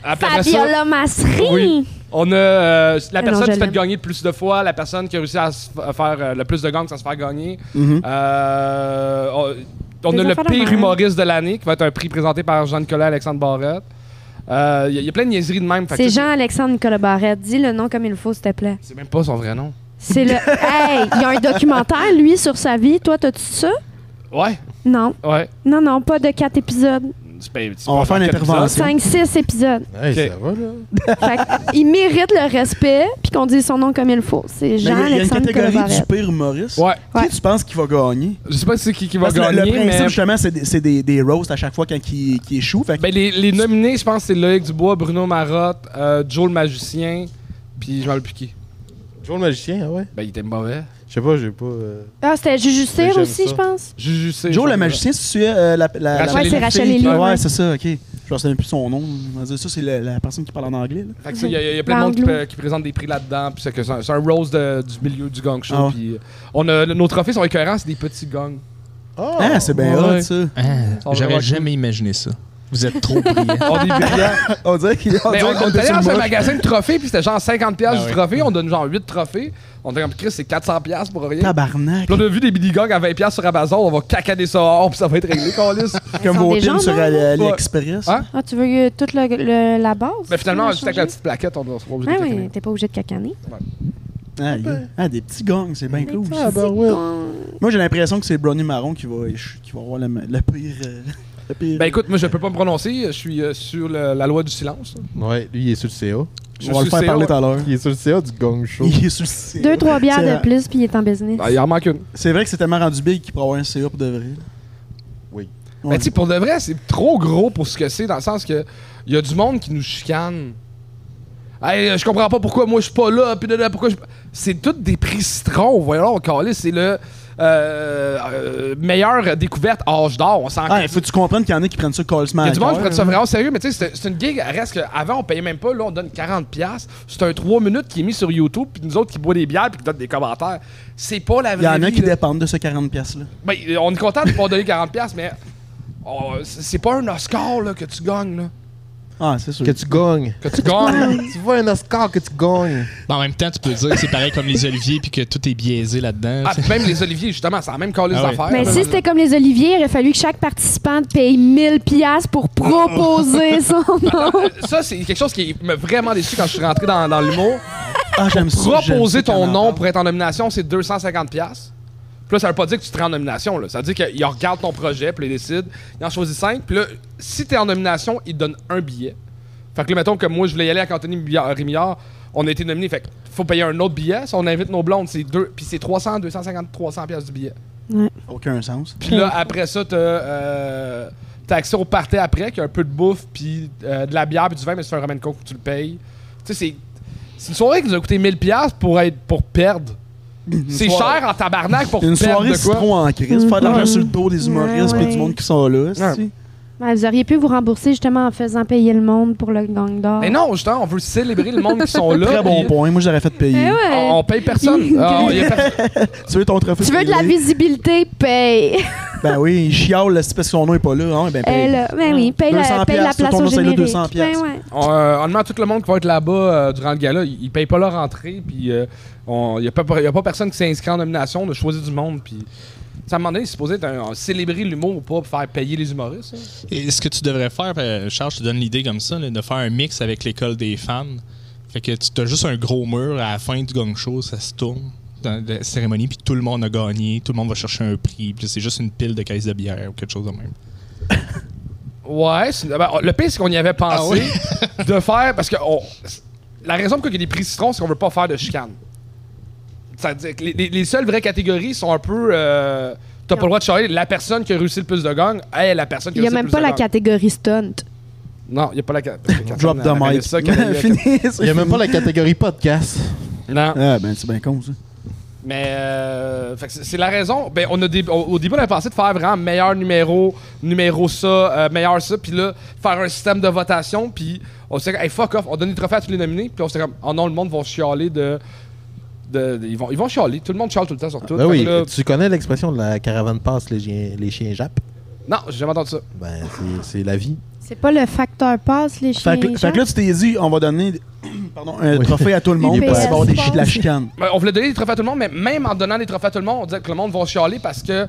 D: Après ça,
B: Fabiola Masserie!
D: Oui. on a euh, la
B: Ah non,
D: personne qui
B: je
D: se fait
B: l'aime.
D: gagner le plus de fois, la personne qui a réussi à se f- faire euh, le plus de gangs sans se faire gagner.
A: Mhm.
D: Euh, on- on
B: Des
D: a le
B: affaires de
D: pire
B: même.
D: humoriste de l'année qui va être un prix présenté par Jean-Nicolas Alexandre Barrette. Il y, a- y a plein de niaiseries de même. fait que
B: C'est
D: tu-
B: Jean-Alexandre Nicolas Barrette. Dis le nom comme il faut, s'il te plaît.
D: C'est même pas son vrai nom.
B: C'est le. Hey, il y a un documentaire, lui, sur sa vie. Toi, t'as-tu ça?
D: Ouais,
B: Non.
D: ouais.
B: Non, non, pas de quatre épisodes.
D: C'est pas- c'est
A: On va
D: pas
A: faire une
D: dans quel épisode.
A: intervention.
B: Cinq, six épisodes.
C: Hey,
D: Ok.
C: ça va, là.
B: Fait que, il mérite le respect, puis qu'on dise son nom comme il faut. C'est
A: Mais Il y a- il y a une
B: Jean-Alexandre Nicolas
A: catégorie du
B: Barrette.
A: pire humoriste.
D: Ouais.
A: Qui
B: Ouais.
A: tu penses qui va gagner?
D: Je sais pas c'est qui qui va
A: Parce que le-
D: gagner,
A: le principe,
D: mais...
A: justement, c'est des, c'est des, des roasts à chaque fois quand qui, qui échoue. Fait que-
D: Ben, les, les nominés, je pense, c'est Loïc Dubois, Bruno Marotte, euh, Joe le magicien, puis Jean le Piqué.
C: Toujours le magicien, ah ouais.
D: Ben, il était mauvais.
C: Je sais pas, j'ai pas. euh,
B: Ah, c'était Juju Cyr
C: J'aime
B: aussi,
C: ça.
B: je pense.
D: Juju c'est-
A: Joe le magicien, si tu es euh, la, la,
D: Rachel
A: la-
B: Ouais,
D: Ellie
B: c'est Rachel
D: Fink.
B: Ellie.
A: Ouais,
B: ouais.
A: c'est ça, ok. Je ne souviens plus son nom. On va dire Ça, c'est la, la personne qui parle en anglais. là.
D: Fait que ça, il y, a- il y a plein de monde qui,
B: L'anglo.
D: peut- qui présente des prix là-dedans, puis c'est que c'est un, c'est un rose de- du milieu du gang show.
A: Ah ouais.
D: puis, euh, on a, nos trophées sont écœurants, c'est des petits gangs.
C: Ah,
A: Ah, c'est bien
D: Oh, ouais.
A: hot, ça.
D: sont vraiment
E: J'aurais
D: cool.
E: jamais imaginé ça. Vous êtes trop brillants.
D: On est brillants.
A: On dirait qu'il on
D: Mais Ben, on,
A: dirait qu'on
D: on
A: était
D: était allé
A: sur le
D: dans un
A: moche.
D: magasin de trophées, puis c'était genre 50$ piastres
E: Ah
D: du
E: ouais.
D: trophée, on donne genre 8 trophées. On était comme, Chris, c'est 400$ piastres pour rien.
A: Tabarnak.
D: Puis on a vu des mini gangs à 20$ piastres sur Amazon, on va cacader ça hors, puis ça va être réglé, lisse.
A: Comme
B: Ils sont
A: vos
B: des gens,
A: pins sur
B: non?
A: euh, AliExpress.
D: Hein?
B: Ah, tu veux euh, toute le- le- la base?
D: Mais finalement,
B: Tu veux
D: juste avec la
B: changer?
D: petite plaquette, on doit se obligé
B: Ah
D: de
B: oui,
D: cacaner.
B: t'es pas obligé de cacaner.
A: Ah, yeah. Ah, des petits gangs, c'est bien cool.
C: Ah, ben ouais.
A: Moi, j'ai l'impression que c'est Brownie Marron qui va, qui va avoir le, le pire. euh, le pire-
D: Ben écoute, moi je peux pas me prononcer, je suis euh, sur le- la loi du silence.
C: Ouais, lui, il est sur le CA.
D: Je
A: on va le
D: suis
A: faire
D: CA,
A: parler
D: ouais.
A: tout à l'heure.
C: Il est sur le CA du Gong Show.
A: Il est sur le CA.
B: Deux, trois bières
A: C'est vrai.
B: de plus, puis il est en business.
D: Ah, il en manque une.
A: C'est vrai que c'est tellement rendu big qu'il pourrait avoir un CA pour de vrai.
C: Oui.
A: Ouais.
D: Mais Ben, tu sais, pour de vrai, c'est trop gros pour ce que c'est, dans le sens que il y a du monde qui nous chicane. Hey, euh, je comprends pas pourquoi moi je suis pas là, puis là, là, pourquoi je. C'est toutes des prix citron, voyons, calé, c'est le. euh, euh, meilleure découverte âge d'or, on s'en
A: Ah, il faut que tu comprennes qu'il y en a qui prennent ça calcement
D: Il y a
A: à
D: du monde qui
A: cœur,
D: prend ça
A: hein.
D: vraiment au sérieux, mais tu sais, c'est- c'est une gig, reste que avant on payait même pas, là on donne 40$. piastres. C'est un 3 minutes qui est mis sur YouTube, puis nous autres qui boit des bières, puis qui donnent des commentaires. C'est pas la
A: Il y
D: vraie
A: en a
D: vie,
A: qui
D: là.
A: dépendent de ce 40$-là.
D: Ben, on est content de pas donner 40$, piastres, mais oh, c'est c'est pas un Oscar là, que tu gagnes. Là.
A: Ah, c'est sûr.
C: Que tu gagnes.
D: Que tu gagnes.
C: tu vois un Oscar que tu gagnes.
E: en même temps, tu peux dire que c'est pareil comme les oliviers puis que tout est biaisé là-dedans.
D: Ah, puis même les Oliviers, justement, c'est la même calice
E: Ah ouais.
D: d'affaires.
B: Mais Ben,
D: là.
B: si c'était comme les oliviers, il aurait fallu que chaque participant paye 1000 pièces pour proposer son nom.
D: Ça, c'est quelque chose qui m'a vraiment déçu quand je suis rentré dans, dans l'humour.
A: Ah, j'aime ça. j'aime ça
D: Proposer
A: qu'on
D: ton
A: en
D: nom
A: parle.
D: pour être en nomination, c'est 250$. piastres. Puis là, ça veut pas dire que tu te rends en nomination. Là. Ça veut dire qu'ils regardent ton projet, puis ils décident. Ils en choisissent 5. Puis là, si t'es en nomination, ils te donnent un billet. Fait que là, mettons que moi, je voulais y aller avec Anthony Billard- Rémillard. On a été nominé. Fait que faut payer un autre billet. Si on invite nos blondes, c'est deux. Puis c'est 300, 250, 300$ piastres du billet.
A: Aucun sens.
D: Puis là, après ça, t'as euh, t'as accès au party après, qui a un peu de bouffe, puis euh, de la bière, puis du vin, mais c'est un ramen coke où tu le payes. Tu sais, c'est. C'est une soirée qui nous a coûté 1000$ pour, être, pour perdre. C'est
A: soirée-
D: cher en tabarnak pour
A: Une
D: perdre
A: soirée
D: de quoi.
A: citron en crise. Faire de l'argent
B: Ouais.
A: sur le dos des humoristes
B: Ouais,
A: et
B: Mm-hmm. ouais.
A: du monde qui sont là.
D: Ouais.
A: c'est-tu.
B: Ouais, Ben, vous auriez pu vous rembourser justement en faisant payer le monde pour le gang d'or.
D: Mais non, justement, on veut célébrer le monde qui sont là.
A: Très bon
D: puis
A: point. Moi, j'aurais fait payer.
B: Eh ouais.
D: On, on paye personne. Ah, y a personne.
A: Tu veux ton trophée
B: Tu veux de la
A: payé.
B: visibilité, paye.
A: Ben oui, il chiale là, c'est parce que son nom est pas là. Hein, ben, paye.
B: Elle, ben oui, paye, la,
A: 200
B: paye la
A: piastres,
B: place
A: tout
B: au
A: ton conseil là,
B: générique.
A: 200
B: Ben
A: piastres.
B: ouais.
D: On, euh, honnêtement, tout le monde qui va être là-bas euh, durant le gala, ils ils payent pas leur entrée, puis il n'y a, pas- y a pas personne qui s'est inscrit en nomination, de choisir du monde, puis... Ça me demandait, c'est supposé être un, un- célébrer l'humour ou pas, pour faire payer les humoristes. hein?
E: Et ce que tu devrais faire, ben, Charles, je te donne l'idée comme ça, là, de faire un mix avec l'école des femmes. Fait que tu as juste un gros mur à la fin du gong show, ça se tourne dans la cérémonie, puis tout le monde a gagné, tout le monde va chercher un prix, puis c'est juste une pile de caisses de bière ou quelque chose de même.
D: Ouais, c'est- ben, le pire, c'est qu'on y avait pensé de faire, parce que on- la raison pour laquelle il y a des prix citron, c'est qu'on veut pas faire de chicane. C'est-à-dire que les, les- les seules vraies catégories sont un peu. euh, T'as pas le droit de charler la personne qui a réussi le plus de gang, est la personne qui
B: Il y a
D: réussi le
B: même
D: plus
B: pas
D: de
B: la
D: gang.
B: catégorie stunt.
D: Non, il n'y a pas la catégorie.
A: Drop the mic. Fini. c'est
C: Il n'y a même
A: fini.
C: pas la catégorie podcast.
D: Non.
C: Hein?
A: Ah, ben c'est bien con, ça.
D: Mais euh, fait que c'est c'est la raison. Ben, on a des, au- au début, on a pensé de faire vraiment meilleur numéro, numéro ça, euh, meilleur ça, puis là, faire un système de votation, puis on s'est dit, hey, fuck off, on donne des trophées à tous les nominés, puis on s'est comme, oh non, le monde va chialer de. de- de- ils, vont, ils vont chialer, tout le monde chiale tout le temps sur tout.
C: Ben
D: Fait
C: oui,
D: que là-
C: tu connais l'expression de la caravane passe, les chiens, les chiens jappent.
D: non, j'ai jamais entendu ça.
C: Ben, c'est- c'est la vie.
B: C'est pas le facteur passe, les chiens.
A: Fait que, fait que là, tu t'es dit, on va donner pardon, un
C: Oui.
A: trophée à tout le monde
B: Il est
A: parce qu'il va y avoir des
B: pas-
A: chi- de la chicane.
D: Ben, on voulait donner des trophées à tout le monde, mais même en donnant des trophées à tout le monde, on disait que le monde va chialer parce que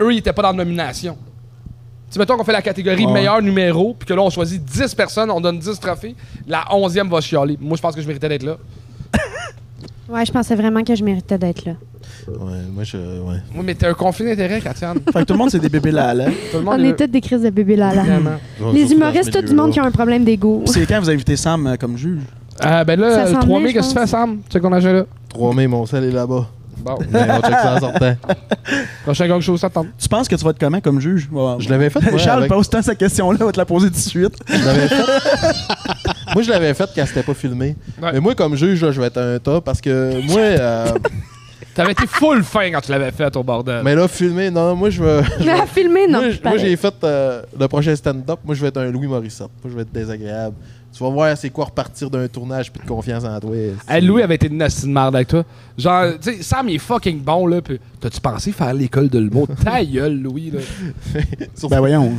D: eux, ils étaient pas dans la nomination. Tu sais, mettons qu'on fait la catégorie
A: Ouais.
D: meilleur numéro, puis que là, on choisit 10 personnes, on donne 10 trophées, la 11e va chialer. Moi, je pense que je méritais d'être là.
B: Ouais, je pensais vraiment que je méritais d'être là.
C: Ouais, moi, je. Ouais.
D: Oui, mais t'as un conflit d'intérêt, Katiane. tout
A: Fait que tout le monde, c'est des bébés là-là.
D: le monde
B: On
D: est-
B: est toutes des crises de bébé Lala.
D: Vraiment.
C: Surtout
B: Les
C: dans
B: humoristes,
C: ce
B: tout du monde qui
C: milieu-là.
B: a un problème d'ego.
A: C'est quand vous invitez Sam euh, comme juge?
D: Ah, ben
B: Ça
D: là, le
B: s'en
D: 3
B: vient,
D: mai,
B: je
D: qu'est-ce que tu fais,
B: pense.
D: Sam? Check ton agenda.
C: 3 mai, mon sel est là-bas.
D: Bon.
C: Mais on check ça en sortant.
D: Prochain gang show, ça tombe.
A: Tu penses que tu vas être comment comme juge? Ouais.
C: Je l'avais fait, moi,
A: Charles
C: avec-
A: pose tant sa question-là, on va te la poser tout de suite.
C: Je l'avais fait- moi, je l'avais fait quand c'était pas filmé.
D: Ouais.
C: Mais moi, comme juge, là, je vais être un tas parce que moi. euh,
D: T'avais été full fin quand tu l'avais fait au bordel.
C: mais là, filmé, non, moi, je veux.
B: Mais à filmer, non.
C: moi,
B: c'est
C: j- moi,
B: pareil.
C: j'ai fait euh, le prochain stand-up. Moi, je vais être un Louis Morissette. Moi, je vais être désagréable. Tu vas voir c'est quoi repartir d'un tournage puis de confiance en toi.
D: Hey, Louis avait été une nasty de merde avec toi. Genre, tu sais, Sam il est fucking bon, là. Puis, t'as-tu pensé faire l'école de l'humour? Ta gueule, Louis, là.
A: Ben voyons.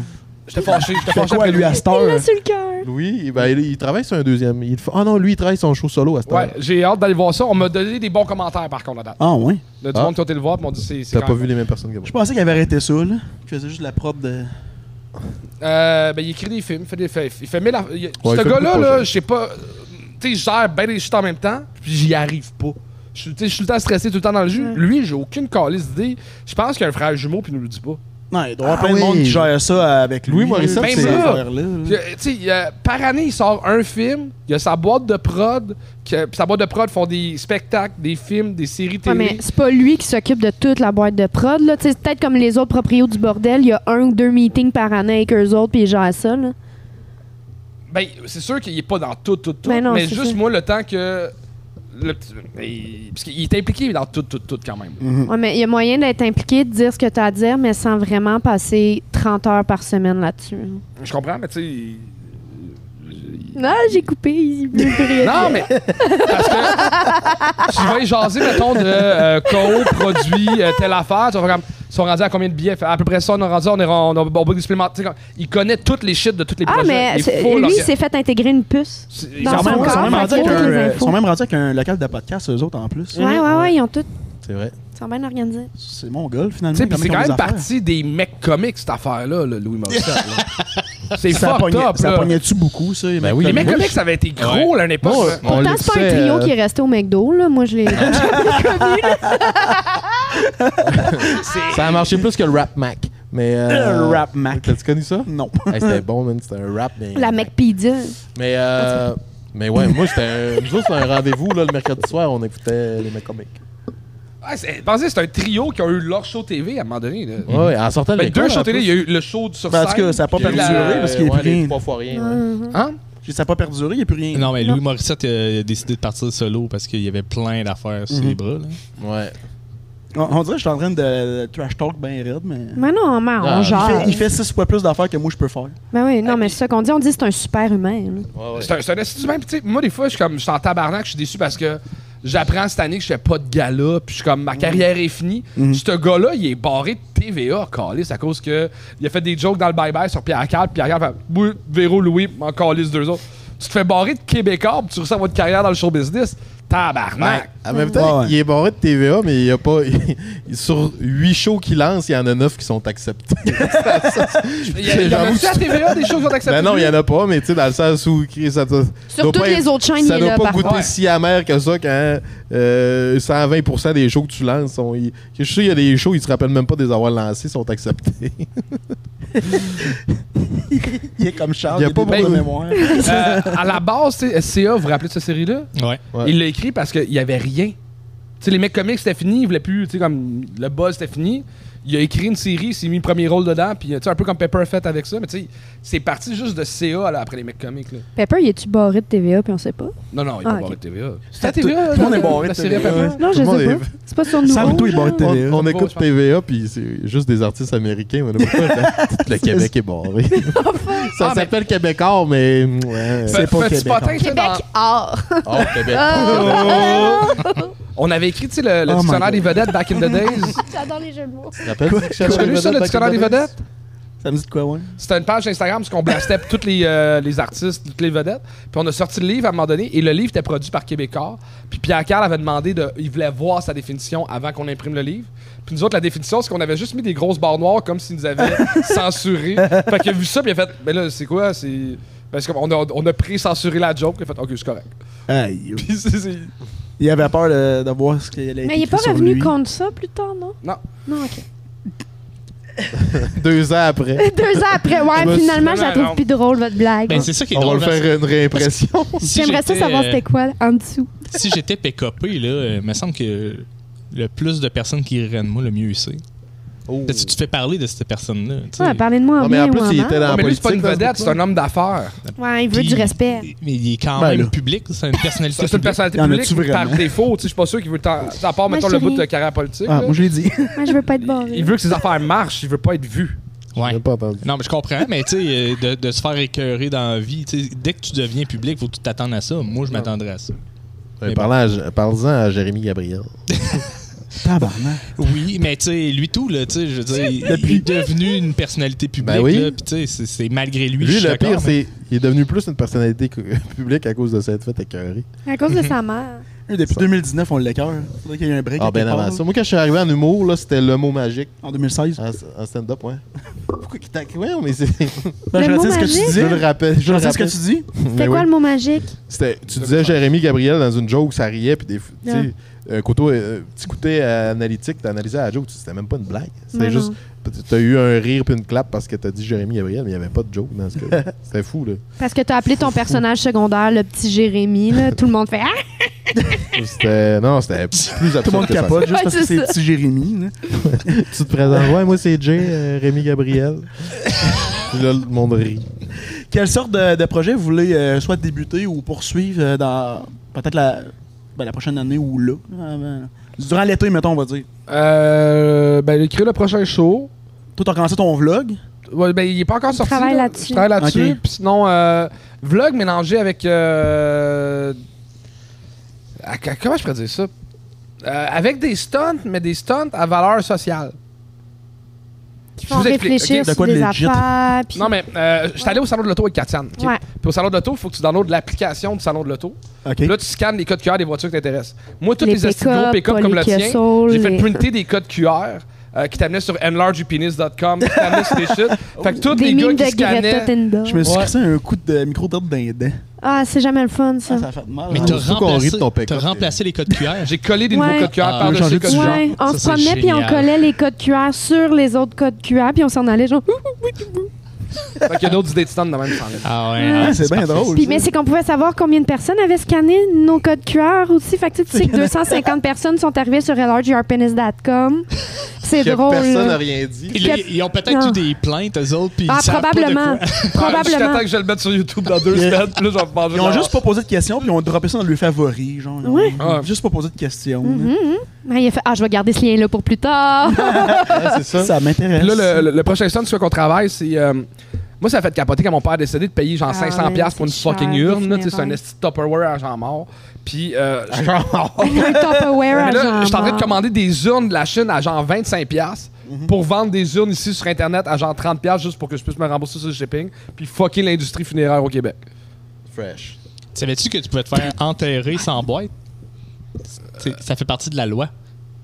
D: J'étais fâché, j'étais
A: Fais
D: fâché.
A: quoi,
D: après
A: lui, à cette heure?
B: Il l'a sur le cœur.
C: Louis, ben, il, il travaille sur un deuxième. Il fait- Ah non, lui, il travaille son show solo à ce
D: Ouais,
C: temps-là.
D: j'ai hâte d'aller voir ça. On m'a donné des bons commentaires, par contre, à date.
A: Ah, ouais.
D: Là, du
C: Ah.
D: monde qui ont été le voir, puis m'ont dit c'est. c'est
C: T'as
D: quand
C: pas
D: même
C: vu les mêmes personnes que moi.
A: Je pensais qu'il avait arrêté ça, là. Que faisait juste la propre de.
D: bon. Euh, ben, il écrit des films, il fait des fait, Il fait mille aff- il-
C: il
D: Ce
C: fait
D: gars-là,
C: beaucoup de
D: là,
C: projets.
D: je sais pas. euh, Tu sais, je gère bien des shit en même temps, puis j'y arrive pas. Je suis tu sais, je suis tout le temps stressé, tout le temps dans le jus. Lui, j'ai aucune calice d'idée. Je pense qu'il y a un frère jumeau, puis il nous le dit pas.
A: Non, il doit y avoir
C: Ah
A: plein
C: oui.
A: de monde qui gère ça euh, avec lui. Ben,
C: Louis Morissette,
A: là,
D: c'est-
A: ces
D: Même là.
A: affaires-là, là.
D: Puis, euh, tu sais, il y a- par année, il sort un film. Il y a sa boîte de prod. Que, puis sa boîte de prod font des spectacles, des films, des séries
B: Ouais,
D: télé.
B: mais c'est pas lui qui s'occupe de toute la boîte de prod. là. Tu sais, C'est peut-être comme les autres proprios du bordel. Il y a un ou deux meetings par année avec eux autres, puis ils gèrent ça. Là.
D: Ben, c'est sûr qu'il est pas dans tout, tout, tout.
B: Ben non,
D: mais
B: c'est
D: juste
B: ça.
D: moi, le temps que. Le petit- il- parce qu'il est impliqué dans tout, tout, tout quand même.
B: Ouais, mais il y a moyen d'être impliqué, de dire ce que tu as à dire, mais sans vraiment passer 30 heures par semaine là-dessus.
D: Je comprends, mais tu sais. il-
B: Non, Ah, j'ai coupé. il veut rien dire.
D: Non, mais. Parce que. Tu vas y jaser, mettons, de euh, co produit, euh, telle affaire. Tu vas faire comme. Ils sont rendus à combien de billets? Fait, À peu près ça, on a rendu, on est rendu, on a, on a des supplémentaires. Tu sais, comme, Il connaît toutes les shit de toutes les
B: Ah,
D: projets.
B: mais
D: Il
B: c'est-
D: faut leur-
B: lui, il s'est fait intégrer une puce.
D: C'est-
A: Ils
B: dans
A: sont
B: son
A: même- ils sont
B: corps,
A: même
B: fait
A: rendus
B: qu'il
A: avec
B: faut
A: un-
B: toutes les
A: euh, ils
B: infos.
A: sont même rendus avec un local de podcast, eux autres, en plus.
B: Ouais, ouais, ouais, ils ont tous.
C: C'est vrai.
B: Ils sont bien organisés.
A: C'est mon gars, finalement.
D: Tu sais, puis
A: comment
D: c'est
A: ils ont
D: quand
A: des
D: même
A: affaires.
D: partie des mecs comiques, cette affaire-là, là, Louis Morissette. là. c'est
A: Ça
D: fucked
A: pognait-
D: up,
A: Ça
D: là.
A: pognait-tu beaucoup, ça? les
C: Ben
A: mecs
C: oui,
D: Les
A: comme
D: mecs
C: Moi,
D: comiques,
C: je-
D: ça avait été gros, là, à l'époque.
C: Moi,
D: là.
C: on
B: Pourtant,
C: le
B: c'est pas un
C: sait,
B: trio
C: euh,
B: qui est resté au McDo. Là. Moi, je l'ai.
C: Ça a marché plus que le Rap Mac. Mais, euh,
A: Le Rap Mac.
C: T'as-tu connu ça?
A: Non.
C: Hey, c'était bon, man. C'était un rap. Mais,
B: La McPedia.
C: Mais, euh, mais ouais, moi, j'étais un, nous autres, c'était un rendez-vous là, le mercredi soir. On écoutait les mecs comiques.
D: Ouais, c'est- pensez, c'est un trio qui a eu leur show TV à un moment donné. là.
C: Ouais, ouais, en sortant de
D: Ben,
C: l'école,
D: deux shows
C: en
D: télé,
C: plus.
D: il y a eu le show du sur
A: Ben, en
D: scène.
A: tout cas, ça a pas
D: puis il y a eu
A: perduré,
D: la-
A: parce qu'il est
C: ouais,
A: pris.
C: les trois fois rien. ouais.
D: Hein?
A: Ça n'a pas perduré, il n'y a plus rien.
E: Non, mais Louis Morissette euh, il a décidé de partir solo parce qu'il y avait plein d'affaires sur les bras. là.
C: Ouais.
A: On, on dirait que je suis en train de trash talk bien raide, mais.
B: Mais non, mais on
C: Ah, il
A: Il
B: genre.
A: fait- Il fait six fois plus d'affaires que moi je peux faire.
B: Ben oui, non, mais c'est ça qu'on dit. On dit c'est un super humain. là.
C: Ouais, ouais.
D: C'est un, c'est un assidu même. Puis, tu sais, moi, des fois, je suis comme, je suis en tabarnak, je suis déçu parce que
C: Mm. Mm-hmm.
D: j'apprends cette année que je fais pas de gala, puis je suis comme, ma carrière est finie. Ce gars-là, il est barré de TVA, calice, à cause que il a fait des jokes dans le bye-bye sur Pierre Carl. Pierre Carl fait Oui, Véro, Louis, en calice deux autres. Tu te fais barrer de Québécois, puis tu ressens votre carrière dans le show business. Tabarnak!
C: En même temps,
A: Ouais, ouais.
C: il est barré de TVA, mais il y a pas. sur 8 shows qu'il lance, il y en a 9 qui sont acceptés.
D: Il y a, il y en a
C: J'avoue,
D: aussi à TVA des choses qui ont accepté.
C: Ben non, il y en a pas, mais tu sais, dans le sens où Chris, ça doit-
B: Sur
C: doit
B: toutes
C: pas
B: les
C: être-
B: autres chaînes,
C: Ça
B: il est
C: doit
B: là,
C: pas
B: par
C: goûter
D: contre.
C: si amer que ça quand euh, 120% des shows que tu lances sont. ils- Je suis sûr qu'il y a des shows, ils se rappellent même pas des avoir lancés, sont acceptés.
A: Il est comme Charles.
C: Il y a
A: des
C: pas
A: débuts
C: beaucoup-
A: de mémoire.
D: Euh, à la base, tu sais, CA, vous vous rappelez de cette série-là?
E: Ouais.
C: Ouais.
D: Il l'a écrit parce qu'il y avait rien. Tu sais, les mecs comics, c'était fini, ils voulaient plus, tu sais, comme le buzz, c'était fini. Il a écrit une série, il s'est mis le premier rôle dedans, puis tu sais, un peu comme Pepper a fait avec ça, mais tu sais, c'est parti juste de CA là, après les mecs comics. Là.
B: Pepper, il est-tu barré de TVA, puis on sait pas?
D: Non, non, il
B: Ah,
D: va
B: ok.
D: voir TVA. C'est à TVA,
A: Tout le monde est barré
D: la
A: de
D: série à
A: TVA,
D: Pepper.
A: ouais.
B: Non,
C: Tout
B: je
C: le monde
B: sais
C: est-
B: pas. C'est pas sur nous.
A: Sam, toi, il est barré de
B: genre?
A: TVA.
C: On, on
D: Ouais,
C: écoute
D: je pense.
C: TVA, puis c'est juste des artistes américains. on a pas- Tout le Québec est barré. ça
D: Ah, mais-
C: s'appelle Québécois, mais. ouais.
D: Fait-
A: pas au
D: fait-tu
A: Québec,
D: patin,
A: hein.
D: tu sais,
B: Québec
D: dans-
B: hors.
C: Oh, Québec. Ah.
D: On avait écrit, tu sais, le, le
A: Oh my
D: dictionnaire
A: God.
D: des vedettes back in the days.
B: J'adore les jeux de mots.
C: Rappelle-tu que
D: Tu
C: Chercheur
D: connais
C: des
D: ça, le
C: vedettes,
D: dictionnaire des
C: Québec?
D: vedettes?
A: Ça me dit de quoi, ouais?
D: C'était une page Instagram parce qu'on blastait tous les, euh, les artistes, toutes les vedettes. Puis on a sorti le livre à un moment donné et le livre était produit par Québécois. Puis Pierre Carl avait demandé de. Il voulait voir sa définition avant qu'on imprime le livre. Puis nous autres, la définition, c'est qu'on avait juste mis des grosses barres noires comme s'ils nous avaient censuré. Fait qu'il a vu ça, puis il a fait Mais là, c'est quoi C'est. Parce qu'on a, on a pré-censuré la joke, puis il a fait Ok, c'est correct.
A: Aïe.
D: Puis c'est- c'est-
A: Il avait peur de, de voir ce qu'il allait
B: Mais il est
A: écrit
B: pas
A: sur
B: revenu
A: lui.
B: contre ça plus tard, non?
D: Non.
B: Non, ok.
C: Deux ans après.
B: Deux ans après,
C: Je me
B: ouais,
C: suis
B: finalement, je la
D: vraiment
B: trouve
D: non.
B: plus drôle, votre blague.
E: Ben, c'est ça qui est
C: On va
E: drôle.
C: le faire une réimpression.
E: parce que si
B: J'aimerais ça
E: j'étais,
B: savoir
E: euh,
B: c'était quoi, là, en dessous.
E: si j'étais pécopé, là, euh, me semble que le plus de personnes qui riraient de moi, le mieux c'est. Parce que Tu te fais parler de cette personne-là. tu sais.
B: Ouais, parlez-moi en
C: Oh. Non, Ah, mais
B: bien ou
C: en
B: en
C: plus, il
B: mal.
C: était dans
D: Ouais,
C: la
D: mais lui,
C: politique.
D: c'est pas une
C: dans ce
D: vedette, c'est
C: bout-là.
D: un homme d'affaires.
B: Ouais, il veut
E: Puis-
B: du respect.
E: Mais il est quand
A: Ben,
E: même
A: là.
E: public, c'est une personnalité.
D: C'est une
E: publique.
D: personnalité
A: Y en
D: publique
A: a-tu vraiment?
D: par défaut. Tu sais, je suis pas sûr qu'il veut. tant- À part,
B: Ma
D: mettons, le bout de
B: chérie.
D: carrière politique.
A: Ah,
D: là.
A: moi, je l'ai dit.
B: Moi, je veux pas être barré.
D: il veut que ses affaires marchent, il veut pas être vu.
E: Ouais.
C: J'ai pas entendu.
E: Non, mais je comprends, mais tu sais, euh, de, de se faire écœurer dans la vie, tu sais, dès que tu deviens public, faut que tu t'attendes à ça. Moi, je m'attendrais à ça.
C: Mais parlant à J- Parle-en à Jérémy Gabriel.
A: Tabarnak.
E: Oui, mais tu sais, lui tout, là, tu sais, je veux dire, il, il est devenu une personnalité publique,
C: Ben oui.
E: là, puis tu sais, c'est- c'est malgré
C: Lui,
E: lui, je suis
C: le
E: d'accord,
C: pire,
E: mais-
C: c'est il est devenu plus une personnalité que- publique à cause de cette fête écœurée.
B: À cause de
D: Mhm.
B: sa mère.
A: Eux, Depuis
C: Ça.
A: 2019, on l'écœure. Faudrait qu'il y ait un break.
C: Ah, ben
A: quelque
C: avant
A: part,
C: ça. Moi, quand je suis arrivé en humour, là, c'était le mot magique
A: En 2016.
C: en, en stand-up, ouais. Pourquoi qu'il t'a. Ouais, mais c'est.
A: Ben, je
B: Le mot
A: retiens ce que tu
B: magique?
A: dis.
C: je le rappelle. Je
A: Je
C: le
A: retiens ce que
C: rappelle.
A: tu dis.
B: C'était quoi le mot magique?
C: C'était- tu disais Jérémy Gabriel dans une joke, ça riait, puis des. f- Tu
B: Ouais.
C: sais, un couteau, euh, petit côté euh, analytique, t'analysais la joke, c'était même pas une blague.
B: Mais
C: C'était juste.
B: non.
C: T'as eu un rire puis une clap parce que t'as dit Jérémy Gabriel, mais il y avait pas de joke dans ce cas. C'était fou, là.
B: Parce que t'as appelé ton personnage secondaire le petit Jérémy, là. Tout le monde fait Ah!
C: C'était. Non, c'était plus
A: Tout le
C: absurde
A: monde
C: que ça.
A: capote juste parce
B: Ouais,
A: que
B: c'est
A: c'est
B: ça.
A: petit Jérémy. là.
C: Tu te présentes. Ouais, moi, c'est Jay, euh, Rémi Gabriel. Puis là, le monde rit.
A: Quelle sorte de, de projet vous voulez euh, soit débuter ou poursuivre euh, dans peut-être la, ben, la prochaine année ou là?
B: Ah, ben.
A: euh, durant l'été, mettons, on va dire.
D: Euh, ben, j'ai créé le prochain show.
A: Toi, t'as commencé ton vlog.
D: Ouais, ben, il est pas encore sorti.
B: travaille
D: là.
B: là-dessus.
D: Je travaille là-dessus.
A: Ok.
D: Puis sinon, euh, vlog mélangé avec. euh, à- à- comment je pourrais dire ça Euh, Avec des stunts, mais des stunts à valeur sociale.
B: Qui
D: Je
B: font
D: vous explique,
B: réfléchir
A: ok? De
B: sur
A: quoi de
B: des
A: legit?
B: affaires. puis-
D: Non, mais euh, j'étais allé au salon de l'auto avec Katiane. ok?
B: Ouais.
D: Puis au salon de l'auto, il faut que tu downloades l'application du salon de l'auto.
A: OK.
D: Puis Là, tu scannes les codes QR des voitures qui t'intéressent. Moi, tous
B: Les
D: les, astuces gros
B: pick-up,
D: pick-up comme
B: les
D: le
B: Kia
D: tien,
B: Soul,
D: j'ai fait
B: les-
D: printer des codes QR euh, qui t'amenaient sur enlargeypenis.com, qui t'amenaient sur des shit. Fait que tous les gars
B: mimes
D: qui
B: de Greta
D: scannaient...
B: Thunberg.
A: Je me suis
D: Ouais.
A: crissé un coup de micro d'herbe dans les dents.
B: Ah, c'est jamais le fun, ça.
A: Ah, ça a fait mal.
E: Mais
A: hein.
E: t'as
C: Faut qu'on rit de
E: remplacé,
C: ton pick-up,
E: t'as
C: t'es-
E: remplacé les codes cuillères.
D: J'ai collé des
B: Ouais.
D: nouveaux codes QR
E: Ah,
D: par-dessus
A: changer
D: les
A: de
D: codes
A: sujet.
D: QR.
B: Ouais,
E: Ça,
B: on se
E: c'est
B: promenait puis on
E: génial.
B: collait les codes QR sur les autres codes QR puis on s'en allait genre.
D: Fait qu'il y a d'autres idées de stand dans le même sens.
E: Ah ouais,
B: Ah,
E: ah,
A: c'est bien
E: parfait.
A: drôle.
B: Puis mais c'est qu'on pouvait savoir combien de personnes avaient scanné nos codes QR aussi. Fait que tu sais, tu sais que 250 personnes sont arrivées sur lrgrpenis.com. C'est
C: Que
B: drôle.
C: Personne n'a
B: là.
C: rien dit.
E: Ils, ils ont peut-être
B: Non.
E: eu des plaintes, eux autres, puis
B: Ah,
E: ils savent pas de
B: probablement.
E: quoi.
D: Jusqu'à
B: probablement.
D: temps que je le mette sur YouTube dans deux semaines, puis là, je vais me manger
A: Ils
D: de
A: ont
D: la
A: juste pas posé de questions, puis ils ont droppé ça dans le favori. Genre, Ils ont-
B: Ouais.
A: ils ont Juste pas posé de questions. là.
B: Ah, il a fait Ah, je vais garder ce lien-là pour plus tard.
C: Ouais, c'est ça.
A: Ça m'intéresse.
D: Puis là, le, le- le prochain stunt sur quoi qu'on travaille, c'est. euh, moi, ça a fait capoter quand mon père a décidé de payer genre
B: Ah,
D: 500$
B: man,
D: pour une
B: c'est cher,
D: fucking
B: des
D: urne. là, tu sais, C'est un
B: funérailles.
D: esti de Tupperware à genre mort. Puis. Euh, je-
B: un Tupperware
D: Mais
B: à
D: là,
B: genre.
D: je suis en train de commander des urnes de la Chine à genre 25$. pour vendre des urnes ici sur Internet à genre 30$ piastres juste pour que je puisse me rembourser sur le shipping, puis fucker l'industrie funéraire au Québec.
C: Fresh.
E: Savais-tu que tu pouvais te faire enterrer sans boîte? C'est- Ça fait partie de la loi.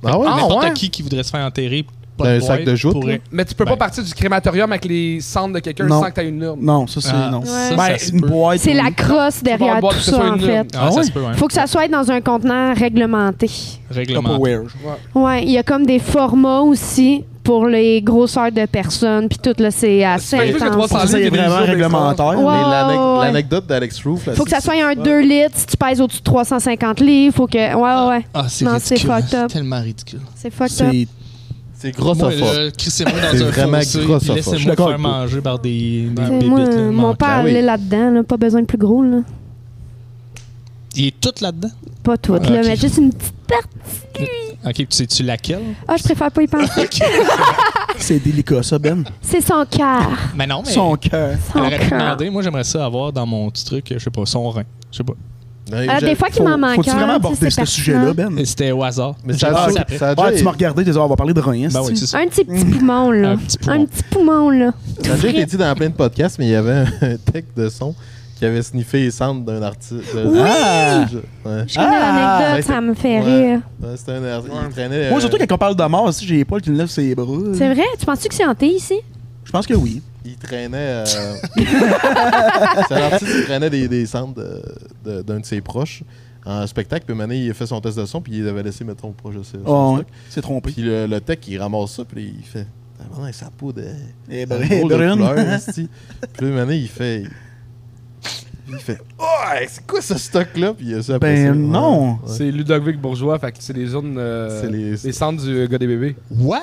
C: Ah ouais?
D: Ah,
E: N'importe
D: ouais?
E: qui qui voudrait se faire enterrer pas
C: Dans
E: de
C: un
E: boîte,
C: Ben, sac de joutes,
E: pourrait-
C: là?
D: Mais tu peux
E: Ben.
D: pas partir du crématorium avec les cendres de quelqu'un
A: Non.
D: sans que t'aies une urne.
A: Non, ça, c'est
E: Ah,
A: non.
E: ça, ça
A: Ben,
E: se
A: une
E: peut.
A: boîte.
B: C'est
A: oui.
B: la crosse derrière
D: boîte,
B: tout
D: que ce soit
B: ça, en
D: une
B: fait.
D: urne.
E: Ah,
A: Ah
E: ça
A: ouais?
E: se peut, hein.
B: Faut que ça soit dans un contenant réglementé.
E: Règlement.
B: Ouais, il y a comme des formats aussi pour les grosseurs de personnes, puis tout, là, c'est assez
D: Fait que juste que
B: intense.
D: 300
A: Ça, c'est
D: livres, il y a des
A: vraiment
D: urnes
A: réglementaire.
B: Ouais,
C: Mais l'ane-
B: ouais, ouais.
C: L'anecdote d'Alex Roof. là,
B: Faut que
C: c'est-
B: ça soit un 2 litres, si tu pèses au-dessus de 350 livres, faut que... Ouais, ouais, ouais,
E: Ah, c'est
B: Non, c'est
E: ridicule.
B: fucked
E: C'est
B: up.
E: tellement ridicule.
B: c'est fucked up.
A: C'est
C: C'est
E: Moi,
C: grossophobe.
E: là, crissez-moi
C: C'est
E: dans un
C: vraiment
E: fossé,
C: grossophobe.
E: puis
C: Je suis
E: laissez-moi me
C: d'accord
E: faire
C: avec toi.
E: manger par des, des
B: Tu sais,
E: bébites,
B: Moi,
E: là,
B: mon
E: manquantes.
B: père,
C: Ah oui.
B: il est là-dedans, là, pas besoin de plus gros, là.
E: Il est tout là-dedans?
B: Pas tout,
E: Ah,
B: là,
E: ok.
B: mais juste une petite partie.
E: OK, tu sais-tu laquelle?
B: Ah, je préfère pas y penser.
A: c'est délicat, ça, Ben.
B: C'est son cœur.
E: Mais non, mais...
A: Son cœur.
B: Son
E: Elle aurait pu
B: cœur.
E: demander, moi j'aimerais ça avoir dans mon petit truc, je sais pas, son rein. Je sais pas.
C: Hmm. Ouais,
B: Ah,
C: j'ai-
B: des fois qu'il
A: Faut-
B: m'en manque.
A: Faut-tu
B: un,
A: vraiment
B: tu sais,
A: aborder
B: c'est
A: ce sujet-là,
B: pertinent.
A: Ben?
E: Et C'était au hasard.
C: Mais ça
A: Ah,
C: a,
E: J'ai-
A: ok.
C: ça, ça a
A: Ouais,
C: déjà-
A: tu m'as regardé, tu dis, on va parler de rien.
E: Ben oui,
A: c'est-tu?
E: c'est ça.
B: Un petit petit
A: Mm.
B: poumon, là.
E: Un petit poumon.
B: Un petit poumon, là.
C: ça a déjà été dit dans plein de podcasts, mais il y avait un tech de son qui avait sniffé les cendres d'un artiste. d'un-
B: Oui!
C: Ah! Ouais.
B: Je connais
A: Ah!
B: l'anecdote,
C: Ouais,
B: ça me fait
C: Ouais.
B: rire.
C: Ouais, C'était un artiste. Il traînait.
A: Moi,
C: euh,
A: surtout quand on parle de mort, aussi, j'ai Paul qui me lève ses bras.
B: C'est vrai? Tu penses-tu que c'est hanté ici?
A: Je pense que oui.
C: Il traînait. euh, c'est un artiste qui traînait des, des cendres de- de- d'un de, ses proches en spectacle. Puis maintenant, il a fait son test de son, puis il avait laissé, mettons, proche de ses. son
A: Oh,
C: stock.
A: C'est trompé.
C: Puis le, le tech, il ramasse ça, puis il fait. Tabarnak, sa peau de.
A: Eh
C: sa
A: ben,
C: peau de
A: Brune.
C: couleur, esti. puis là, maintenant, il fait. Il fait. Oh, c'est quoi ce stock-là? Puis il a ça après
A: Ben,
C: ça. Ouais,
A: non.
C: ouais.
D: C'est Ludovic Bourgeois, fait que c'est les urnes. euh,
C: C'est les-
D: les cendres du euh, gars des bébés.
E: What?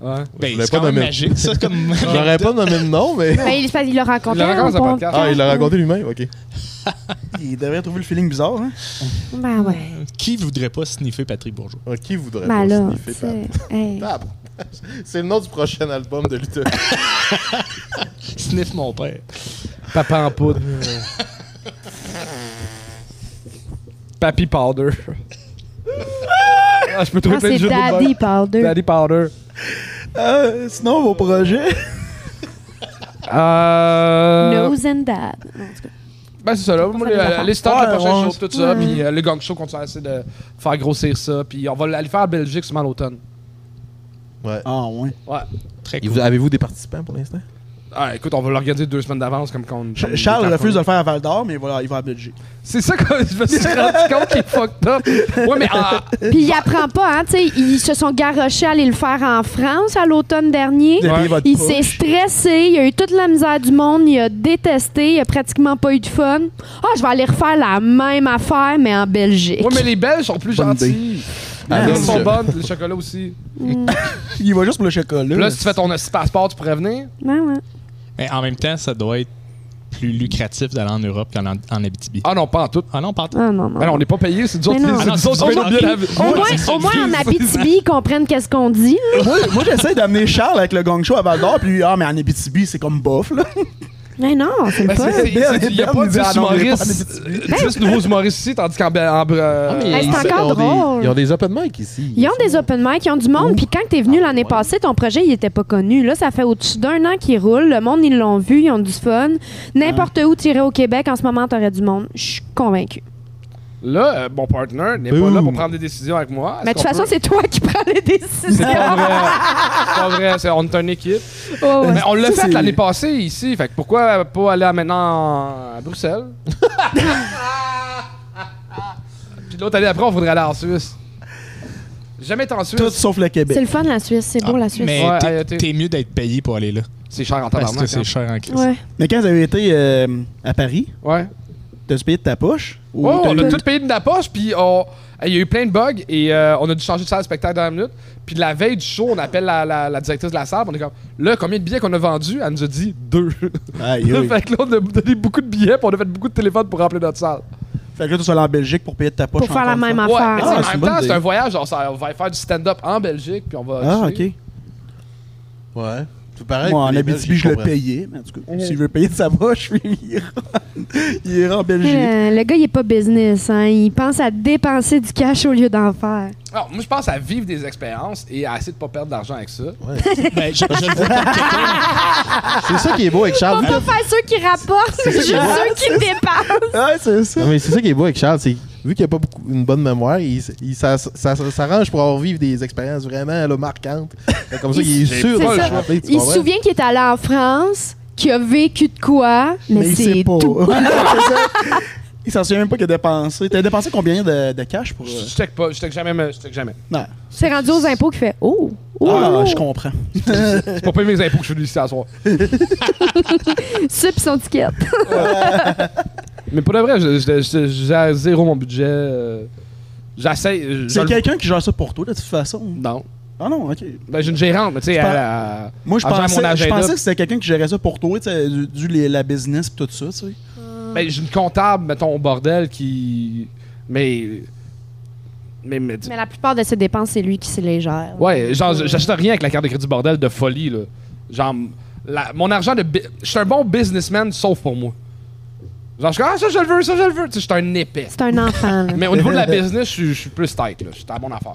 D: Ouais.
E: Ben,
C: voulais
E: c'est
C: pas
E: quand même
C: nommer-
E: magique, ça, comme...
C: J'aurais pas nommé de nom, mais.
B: Ben, il, il l'a
D: Il
B: rencontré.
D: le raconte dans
B: on-
D: un podcast.
C: Ah, il l'a raconté lui-même, ok.
A: Il devrait trouver le feeling bizarre. Hein?
B: Ben ouais.
E: Qui voudrait pas sniffer Patrick Bourgeois?
C: Ah, Qui voudrait
B: Ben
C: pas
B: là,
C: sniffer
B: tu
C: par-
B: sais, hey. Ah,
C: Tab. C'est le nom du prochain album de Luther.
E: Sniff mon père.
D: Papa en poudre. Papi powder. ah, je peux trouver
B: Ah,
D: plein de
B: c'est
D: jeux de mots de
B: Daddy
D: même.
B: Powder.
D: Daddy powder.
A: Euh, sinon, vos projets.
D: Euh...
B: Nose and Dad. Non, en tout cas.
D: Ben, c'est ça, là. Moi,
B: Ça
D: les,
B: nous apprend.
D: les stars,
A: Ouais,
D: le prochain
A: Ah, ouais.
D: show, tout ça.
B: Ouais.
D: Puis euh, le gang show, continue à essayer de faire grossir ça. Puis on va aller faire en Belgique seulement à l'automne.
C: Ouais.
A: Ah, ouais.
D: Ouais.
E: Très
C: Et
E: cool.
C: vous- Avez-vous des participants pour l'instant?
D: Ah, écoute, on va l'organiser deux semaines d'avance comme quand on.
A: Ch- Charles refuse de le faire à Val d'Or, mais voilà, il va à Belgique.
D: C'est ça que je me suis rendu compte qu'il est fucked up. Ouais, mais ah,
B: Puis il apprend pas, hein, tu sais. Ils se sont garochés à aller le faire en France à l'automne dernier.
A: Vous avez
D: Ouais.
A: votre
B: Il
A: poche.
B: s'est stressé, il a eu toute la misère du monde, il a détesté, il a pratiquement pas eu de fun. Ah, je vais aller refaire la même affaire, mais en Belgique.
D: ouais, mais les Belges sont plus
A: Bonne
D: gentils.
C: Ah,
D: Les
C: non,
D: Belges sont
C: je-
D: bonnes, les chocolats aussi.
A: Il va juste pour le chocolat.
D: Puis là, si tu fais ton petit passeport, tu pourrais venir.
B: Ouais, Ben ouais.
E: Mais en même temps, ça doit être plus lucratif d'aller en Europe qu'en en Abitibi.
D: Ah non, pas en tout.
E: Ah non, pardon.
B: Ah non, non.
D: Ben non, on n'est pas payé, c'est nous autres
B: Mais non.
D: c'est nous autres qui payons
E: Ah non,
D: le
E: c'est-
D: billet d'avion.
B: Au
E: Ouais,
B: moins,
E: c'est-
B: au moins en
E: c'est-
B: Abitibi, ils comprennent qu'est-ce qu'on dit. là.
A: moi, moi, j'essaie d'amener Charles avec le gang show à Val d'Or, puis lui, ah, mais en Abitibi, c'est comme bof, là.
B: Mais non, c'est
D: Ben,
B: pas.
D: c'est- c'est-
A: Ben,
D: Il n'y a
A: ben,
D: pas
A: nous dit, ah
D: 10
A: non, on est pas en
D: humoristes. euh, 10 nouveaux humoristes ici, tandis qu'en. Bel- en Bre-
B: mais- c'est
C: ils-
B: encore
C: ils ont des-
B: drôle.
C: ils ont des open mic ici.
B: Ils ont des open mic, ils ont du monde. Puis quand t'es venu l'année passée, ton projet, il était pas connu. Là, ça fait au-dessus d'un an qu'il roule. Le monde, ils l'ont vu, ils ont du fun. N'importe où tirer au Québec, en ce moment, t'aurais du monde. Je suis convaincue.
D: Là, euh, mon partner n'est pas
C: Ouh.
D: là pour prendre des décisions avec moi. Est-ce
B: Mais de toute
D: qu'on
B: façon,
D: peut-
B: c'est toi qui prends les
D: c'est
B: décisions.
D: pas vrai. C'est pas vrai, c'est- on est une équipe.
B: Oh, ouais.
D: Mais on l'a
A: Ça,
D: fait
A: c'est-
D: l'année passée ici, fait que pourquoi pas aller à maintenant à Bruxelles? Puis l'autre année après, on voudrait aller en Suisse. J'ai Jamais été en
A: Tout
D: Suisse.
A: sauf le
B: C'est
A: Québec.
B: le fun, la Suisse. C'est beau, la Suisse.
E: Ah, Mais
D: Ouais,
E: t'es-
D: allez, t'es-
E: t'es mieux d'être payé pour aller là.
D: C'est cher en
E: Parce que
D: tabarnak.
E: c'est
D: hein.
E: cher en crise.
B: Ouais.
A: Mais quand vous avez été euh, à Paris,
D: Ouais.
A: t'as-tu payé de ta poche? Ou
D: Ouais,
A: Oh, t'as
D: Oh, on
A: eu-
D: a tout payé de la poche, puis on- il y a eu plein de bugs et euh, on a dû changer de salle de spectacle dans la minute. Puis la veille du show, on appelle la, la- la directrice de la salle, puis on est comme là, combien de billets qu'on a vendus Elle nous a dit deux.
A: Aïe, aïe.
D: fait que là, on a donné beaucoup de billets, puis on a fait beaucoup de téléphones pour remplir notre salle.
A: Fait que là, tu sois allé en Belgique pour payer de ta poche.
B: Pour faire la
A: encore une
B: même
A: fois.
D: Ouais,
B: affaire.
D: mais tu
A: Ah,
D: sais, en
A: c'est une
D: même
A: bonne
D: temps, c'est
A: idée.
D: un Ah, voyage, genre, ça- on va faire du stand-up en Belgique, puis on va.
A: Ah,
D: chiller.
A: ok.
C: Ouais. Tout pareil.
A: Moi,
C: pour
A: en
C: les
A: Abitibi,
C: Belges,
A: je le
C: comprennent.
A: payais. Mais en tout cas, s'il veut payer de sa poche, lui, il ira, il ira en Belgique.
B: Euh, le gars, il est pas business. hein. Il pense à dépenser du cash au lieu d'en faire.
D: Alors, moi, je pense à vivre des expériences et à essayer de pas perdre d'argent avec ça.
E: Ben, je, je le vois comme quelqu'un-
C: C'est ça qui est beau avec
B: Faut
C: Charles.
B: pas faire ceux qui rapportent, juste ceux qui dépensent.
A: Ouais, c'est ça.
C: Non, mais c'est ça qui est beau avec Charles, c'est que vu qu'il n'a pas beaucoup- une bonne mémoire, il, s- il s'as- s'as- s'as- s'arrange pour avoir vécu des expériences vraiment là, marquantes. Fait Comme ça, il est
D: J'ai
C: sûr de
B: pas
C: le
B: le choix.
C: chanter. tu
B: Il se
C: comprends?
B: souvient qu'il est allé en France, qu'il a vécu de quoi, mais,
A: il
B: c'est
A: sait pas.
B: tout.
A: C'est ça. Il s'en souvient même pas qu'il a dépensé. T'as dépensé combien de, de cash pour. euh,
D: Je, je check pas, je check jamais, mais je check jamais.
A: Non.
B: C'est rendu aux impôts qu'il fait Oh! oh,
A: Ah,
B: oh.
A: je comprends.
D: C'est pas payer mes impôts que je suis venu ici à soir.
B: Ça, pis son ticket.
D: Mais pour de vrai, je- je- je- j'ai à zéro mon budget. euh, J'essaie. je- je
A: C'est
D: le-
A: quelqu'un qui gère ça pour toi, de toute façon.
D: Non.
A: Ah non, ok.
D: Ben, j'ai une gérante, mais tu sais,
A: Je
D: elle.
A: pense-
D: elle-
A: Moi, je
D: elle gère
A: pensais,
D: mon
A: je
D: agenda.
A: pensais que c'était quelqu'un qui gérait ça pour toi, tu sais, du, du- les- la business pis tout ça, tu sais.
D: Ben, j'ai une comptable, mettons, au bordel qui. Mais. Mais. mais-
B: Mais la plupart de ses dépenses, c'est lui qui se les gère.
D: Ouais, genre, j- j'achète rien avec la carte de crédit bordel de folie, là. Genre, la- mon argent de. bi- Je suis un bon businessman, sauf pour moi. Genre, je suis comme, ah, ça, je le veux, ça, je le veux. Tu sais, je suis un épais.
B: C'est un enfant. là.
D: Mais au niveau de la business, je suis- je suis plus tight, là. Je suis à mon affaire.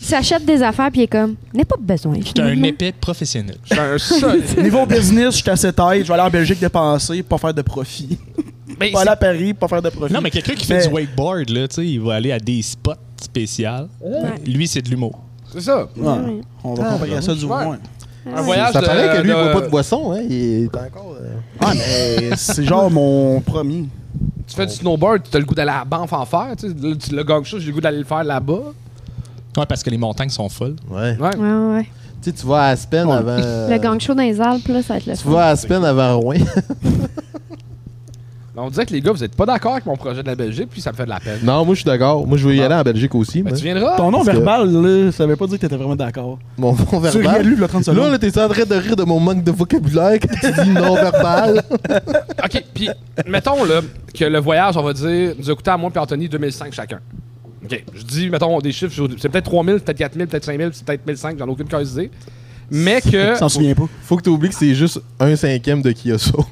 B: Il s'achète des affaires, puis il est comme N'ai pas besoin.
E: T'es un
B: finalement.
E: épais professionnel.
D: Je suis un solide.
A: Niveau business, je suis assez taille, je vais aller en Belgique dépenser, pas faire de profit.
D: Mais
A: pas aller à Paris, pas faire de profit.
E: Non, mais quelqu'un qui fait
A: Mais-
E: du wakeboard, là, tu sais, il va aller à des spots spéciaux.
B: Ouais.
E: Lui, c'est de l'humour.
D: C'est ça.
A: Ouais. On va comparer ça du
D: Ouais.
A: moins.
D: Un voyage.
C: Ça
D: de-
C: paraît que lui, il
D: euh, de-
C: boit pas de boisson. Hein? Il est encore. euh,
A: Ah, mais c'est genre mon premier.
D: Tu fais du snowboard, tu as le goût d'aller à la banque en faire. Tu sais, Là, tu le gagnes ça, j'ai le goût d'aller le faire là-bas.
E: Ouais, parce que les montagnes sont folles.
C: Ouais.
D: Ouais.
B: Ouais, ouais.
C: Tu sais, tu vas à Aspen avant.
B: Le gang show dans les Alpes, là, ça va être le
C: Euh, Tu vas à Aspen avant Rouen.
D: Mais On dirait que les gars, vous êtes pas d'accord avec mon projet de la Belgique, puis ça me fait de la peine.
C: non, moi, je suis d'accord. Moi, je veux y
D: Ah.
C: aller en Belgique aussi.
D: Ben,
C: moi.
D: tu viendras.
A: Ton nom
C: Parce que-
A: verbal, là, ça veut pas dire que t'étais vraiment d'accord.
C: Mon nom
A: Tu l'as
C: verbal.
A: lu, le 30
C: Là,
A: secondes.
C: là, t'es en train de rire de mon manque de vocabulaire quand tu dis non verbal.
D: OK, puis mettons là, que le voyage, on va dire, nous a coûté à moi et Anthony 2005 chacun. OK, je dis, mettons, des chiffres, je- c'est peut-être 3000, peut-être 4000, peut-être 5000, c'est peut-être 1500, j'en ai aucune cause idée. Mais que.
A: Tu t'en souviens pas.
C: Faut que t'oublies que c'est juste un cinquième de Kyoso.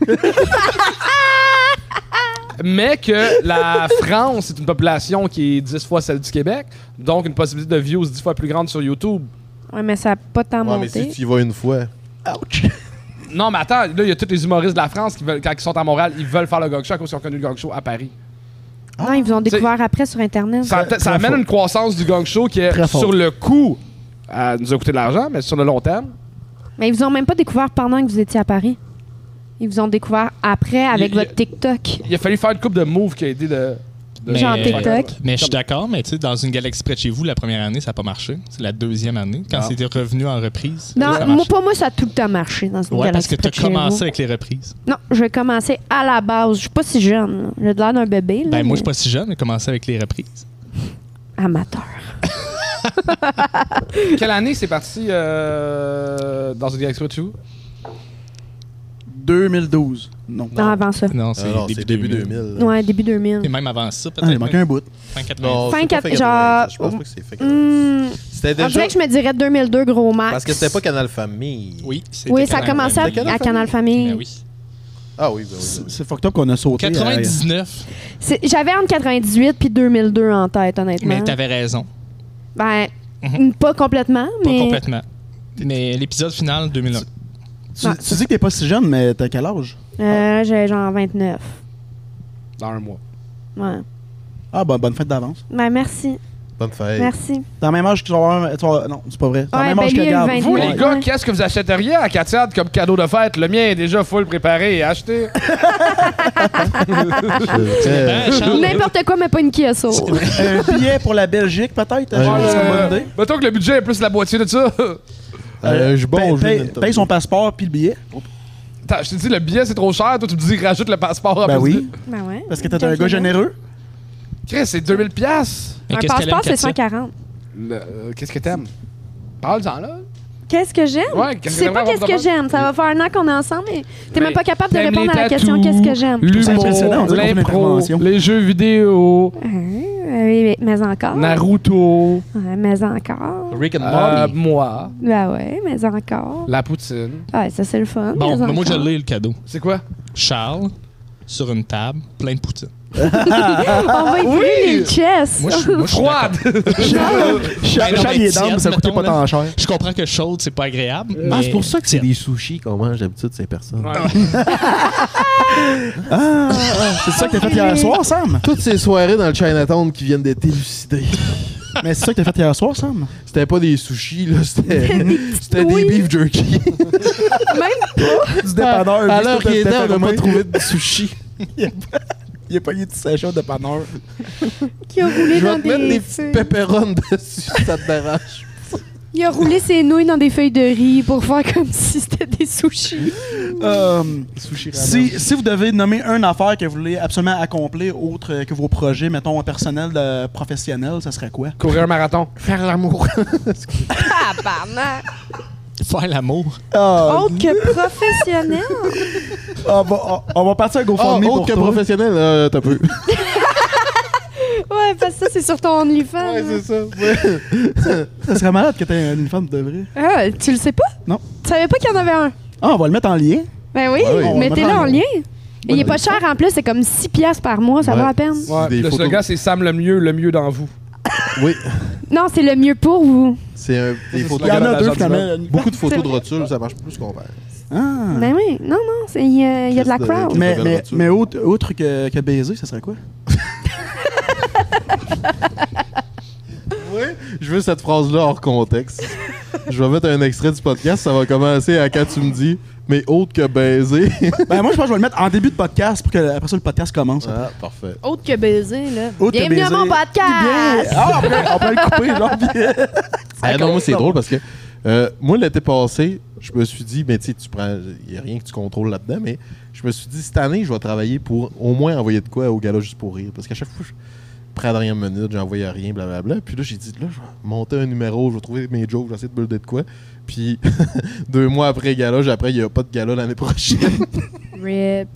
D: Mais que la France est une population qui est 10 fois celle du Québec, donc une possibilité de views 10 fois plus grande sur YouTube.
B: Ouais, mais ça a pas tant
C: Ouais, mais si
B: monté.
C: tu y vas une fois.
A: Ouch.
D: Non, mais attends, là, il y a tous les humoristes de la France qui veulent, quand ils sont à Montréal, ils veulent faire le gog show à cause qu'ils ont connu le gog show à Paris.
B: Non, ils vous ont
D: T'sais-
B: découvert après sur Internet.
D: Ça, ça amène une croissance du gong show qui est,
A: Très fort.
D: sur le coup, euh, nous a coûté de l'argent, mais sur le long terme.
B: Mais ils vous ont même pas découvert pendant que vous étiez à Paris. Ils vous ont découvert après avec
D: Il-
B: votre TikTok.
D: Il a fallu faire une coupe de moves qui a aidé de. de-
B: Genre TikTok.
E: Mais je suis d'accord, mais tu sais, dans une galaxie près de chez vous, la première année, ça n'a pas marché. C'est la deuxième année. Quand
D: Non.
E: c'était revenu en reprise,
B: Non,
E: ça a
B: moi,
E: marché.
B: pour moi, ça a tout le temps marché dans une
E: Ouais, parce
B: galaxie
E: que tu
B: près
E: as
B: de chez
E: commencé
B: vous.
E: avec les reprises.
B: Non, je vais commencer à la base. Je suis pas si jeune. là. J'ai de l'air d'un bébé. Là,
E: Ben, moi, je suis
B: mais-
E: pas si jeune, mais commencé avec les reprises.
B: Amateur.
D: Quelle année c'est parti euh, dans une direction de vous?
A: 2012. Non.
B: Non, avant ça.
E: Non, c'est
C: Alors,
E: début,
C: c'est début
E: 2000.
C: 2000. là.
B: Ouais, début 2000.
E: Et même avant ça,
A: Ah, il
E: peut-être.
A: manque un bout.
E: fin 80.
C: Non,
B: Fin
C: c'est pas
B: quatre-
C: fait 90,
B: genre-
C: Je pense pas que c'est fait. 90.
B: Hmm,
C: C'était
B: on
C: déjà.
B: dirait que je me dirais 2002 gros max.
C: Parce que c'était pas Canal Famille.
E: Oui, c'était
B: Oui, ça a
E: Canal
B: commencé à,
E: Famille.
C: Canal
B: à Canal Famille.
E: Ben oui.
C: Ah oui, ben oui, ben
A: C'est
C: oui.
A: c'est fucked up qu'on a sauté. à-
E: 99,
B: C'est- J'avais entre 98 puis 2002 en tête,
E: mais
B: honnêtement.
E: t'avais raison.
B: ben,
E: Mhm.
B: pas complètement,
E: Pas
B: mais
E: complètement. Mais l'épisode final 2001.
A: Tu, tu dis que t'es pas si jeune, mais t'as quel âge?
B: euh, j'ai genre 29.
D: Dans un mois.
B: Ouais.
A: Ah, ben, bonne fête d'avance.
B: Ben, merci.
C: Bonne fête.
B: Merci.
A: T'as le même âge que tu vas avoir. tu vas avoir- non, c'est pas vrai. T'as le
B: Ouais,
A: même
B: ben,
A: âge
B: lui,
A: que
B: il a eu
A: Gab.
B: 22.
D: Vous,
B: Ouais.
D: les gars,
B: Ouais.
D: qu'est-ce que vous achèteriez à Catiade comme cadeau de fête? Le mien est déjà full préparé et acheté.
A: Euh,
C: Je-
E: Ben, Charles,
B: N'importe quoi, mais pas une Kia Soul.
A: un billet pour la Belgique, peut-être.
C: Ouais,
A: genre,
C: ouais.
A: c'est une bonne
D: Euh,
A: idée.
D: mettons que le budget est plus la moitié de ça.
C: Euh, je bon
A: paye,
C: jeu,
A: paye-
C: Nintendo.
A: paye son passeport puis le billet.
D: Attends, je te dis, le billet c'est trop cher. Toi, tu me dis, rajoute le passeport. en
A: Ben
D: plus.
A: oui,
B: Ben ouais.
A: parce que t'es un gars généreux.
D: Chris, c'est 2000$. piastres.
E: mais
B: Un
E: qu'est-ce qu'elle aime,
B: passeport, c'est
E: Katia?
B: 140.
D: Le- euh, Qu'est-ce que t'aimes? Parle-en là.
B: Qu'est-ce que j'aime?
D: Ouais, qu'est-ce
B: tu
D: que
B: sais pas
D: j'aimerais
B: qu'est-ce que
D: avoir
B: j'aime. Ça va faire un an qu'on est ensemble et t'es
D: Mais
B: même pas capable de
D: t'aimes
B: répondre
D: les
B: à la question
D: tatous,
B: qu'est-ce que j'aime.
A: C'est impressionnant, on dirait
D: L'humour,
A: qu'on fait une
D: l'impro,
A: intervention.
D: les jeux vidéo.
B: Hein, oui, mais, mais encore.
D: Naruto,
B: Ouais, mais encore.
C: Rick and
D: euh,
C: Morty.
D: moi,
B: Ben ouais, mais encore.
D: la poutine.
B: Ouais, ça, c'est le fun.
E: Bon,
B: mais
E: mais moi, je
B: encore.
E: l'ai, le cadeau.
D: C'est quoi?
E: Charles, sur une table, plein de poutine.
B: On va y brûler les chess.
E: Moi, je suis- moi, je suis
D: Froide!
E: Ben non,
A: Charles, il
E: mais
A: est down,
E: tiède,
A: mais ça coûtait
E: mettons,
A: pas tant cher.
E: Je comprends que chaude, c'est pas agréable.
A: Euh,
C: Ah,
E: mais-
C: c'est pour ça que c'est
E: Tiens.
C: des sushis qu'on mange d'habitude, ces personnes.
A: Ah, ah, c'est ça que t'as fait hier soir, Sam?
C: Toutes ces soirées dans le Chinatown qui viennent d'être élucidées.
A: Mais c'est ça que t'as fait hier soir, Sam?
C: C'était pas des sushis, là, c'était c'était des
B: Ah, nouilles.
C: beef jerky.
A: Du dépanneur.
C: à l'heure qu'il
A: est
C: était, on n'a pas trouvé de sushis.
A: Il a pas eu de sachet au dépanneur.
B: Qui a
C: Je
B: roulé
C: vais
B: dans
C: te mettre
B: des...
C: des petites pepperons dessus, si ça te dérange.
B: Il a roulé ses nouilles dans des feuilles de riz pour faire comme si c'était des sushis.
A: Euh,
C: Sushi
A: si, si vous devez nommer une affaire que vous voulez absolument accomplir, autre que vos projets, mettons, personnels, euh, professionnels, ça serait quoi?
D: Courir un marathon.
C: Faire l'amour.
B: Euh, Ah, pardon.
E: Faire l'amour.
C: Oh.
A: Ah,
B: Autre que professionnel.
A: on, va, on va partir à
C: Ah,
A: GoFundMe pour
C: autre que
A: toi.
C: professionnel, euh, t'as peu.
B: Ouais, parce que ça, c'est sur ton OnlyFans.
C: Ouais, c'est ça. Ouais.
A: Ça serait malade que t'aies une femme de vrai.
B: ah, tu le sais pas?
A: Non.
B: Tu savais pas qu'il y en avait un?
A: Ah, on va le mettre en lien.
B: Ben oui,
C: Ouais, oui.
B: mettez-le en lien. Et il est
A: idée.
B: pas cher en plus, c'est comme 6 piastres par mois, ça
C: Ouais.
B: vaut la peine.
D: Ouais,
C: Des
D: le
C: photos.
D: slogan, c'est Sam le mieux, le mieux dans vous.
C: Oui,
B: Non, c'est le mieux pour vous.
C: c'est un- des
D: c'est
A: Il
C: photos.
A: y en
D: Regarde
A: a
D: la
A: deux,
D: jambe
A: finalement.
C: Beaucoup de photos
B: C'est
C: de rotules, ça marche plus qu'on perd.
A: Ah.
B: Ben oui, non, non, c'est- il y, a- il y a de la
C: Christ de-
B: crowd.
A: Mais,
C: Isabelle
A: mais,
C: Rothschild.
A: mais autre, autre que, que baiser, ça serait quoi?
C: Oui, je veux cette phrase-là hors contexte. je vais mettre un extrait du podcast, ça va commencer à quand tu me dis, mais autre que baiser.
A: ben, moi, je pense que je vais le mettre en début de podcast pour que après ça, le podcast commence.
C: ah, parfait.
B: Autre que baiser, là.
A: Autre que
B: Bienvenue à
A: baiser.
B: mon
A: Bien.
B: podcast!
A: Ah, on peut, on peut le couper, genre. puis-
C: Ah, non,
A: commence
C: moi, c'est
A: par-
C: drôle parce que euh, moi, l'été passé, je me suis dit, mais tu sais, tu prends, il n'y a rien que tu contrôles là-dedans, mais je me suis dit, cette année, je vais travailler pour au moins envoyer de quoi au gala juste pour rire. Parce qu'à chaque fois, je prends à la dernière minute, j'envoyais rien, blablabla. Puis là, j'ai dit, là, je vais monter un numéro, je vais trouver mes jokes, j'essaie de builder de quoi. Puis deux mois après gala, j'ai après, il n'y a pas de gala l'année prochaine.
B: RIP.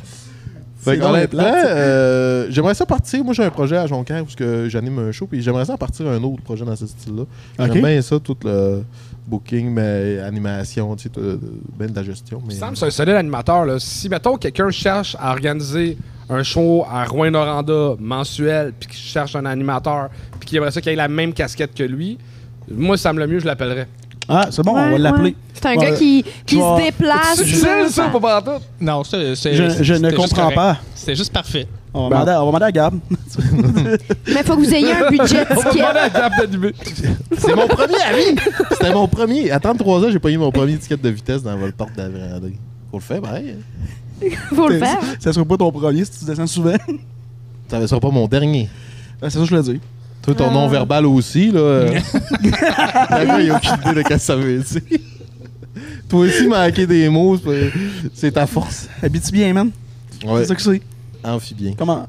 C: Fait que
A: donc
C: honnêtement,
A: plate, ça.
C: euh, j'aimerais ça partir. Moi, j'ai un projet à Jonquière où ce que j'anime un show, puis j'aimerais ça partir un autre projet dans ce style-là. J'aime
A: Ok.
C: bien ça, tout le booking, mais animation, tu sais, tout, euh, ben de la gestion. Mais...
D: Sam, c'est un solide animateur. Là. Si, mettons, quelqu'un cherche à organiser un show à Rouen-Noranda mensuel, puis qu'il cherche un animateur, puis qu'il aimerait ça qu'il ait la même casquette que lui, moi, Sam le mieux, je l'appellerais.
A: Ah, c'est bon, on va
B: Ouais, ouais.
A: l'appeler.
B: C'est un
A: Ouais.
B: gars qui, qui
A: Je
B: se
A: vais-
B: déplace.
D: C'est utile, ça, pas partout.
E: Non, c'est. c'est-
A: Je- je ne
E: c'était juste
A: comprends
E: correct.
A: pas.
E: C'était juste parfait.
A: On va, demander, à- on va demander à Gab.
B: Mais faut que vous ayez un budget de
D: On va
B: ticket.
D: demander à Gab d'animer.
C: C'est mon premier avis! C'était mon premier. À 33 ans, j'ai pas eu mon premier ticket de vitesse dans votre porte d'avrandé. Faut le faire, pareil. hein.
B: Faut le faire.
A: Ça sera pas ton premier si tu descends souvent.
C: Ça ne sera pas mon dernier.
A: Ah, c'est ça que je le dis.
C: Toi, ton
B: Ah.
C: nom verbal aussi, là. euh, Le gars, il a aucune idée de ce que ça veut dire. Toi aussi, manquer des mots, c'est- c'est ta force.
A: Habites-tu bien, man?
C: Ouais.
A: C'est ça que c'est.
C: Amphibien.
A: Comment?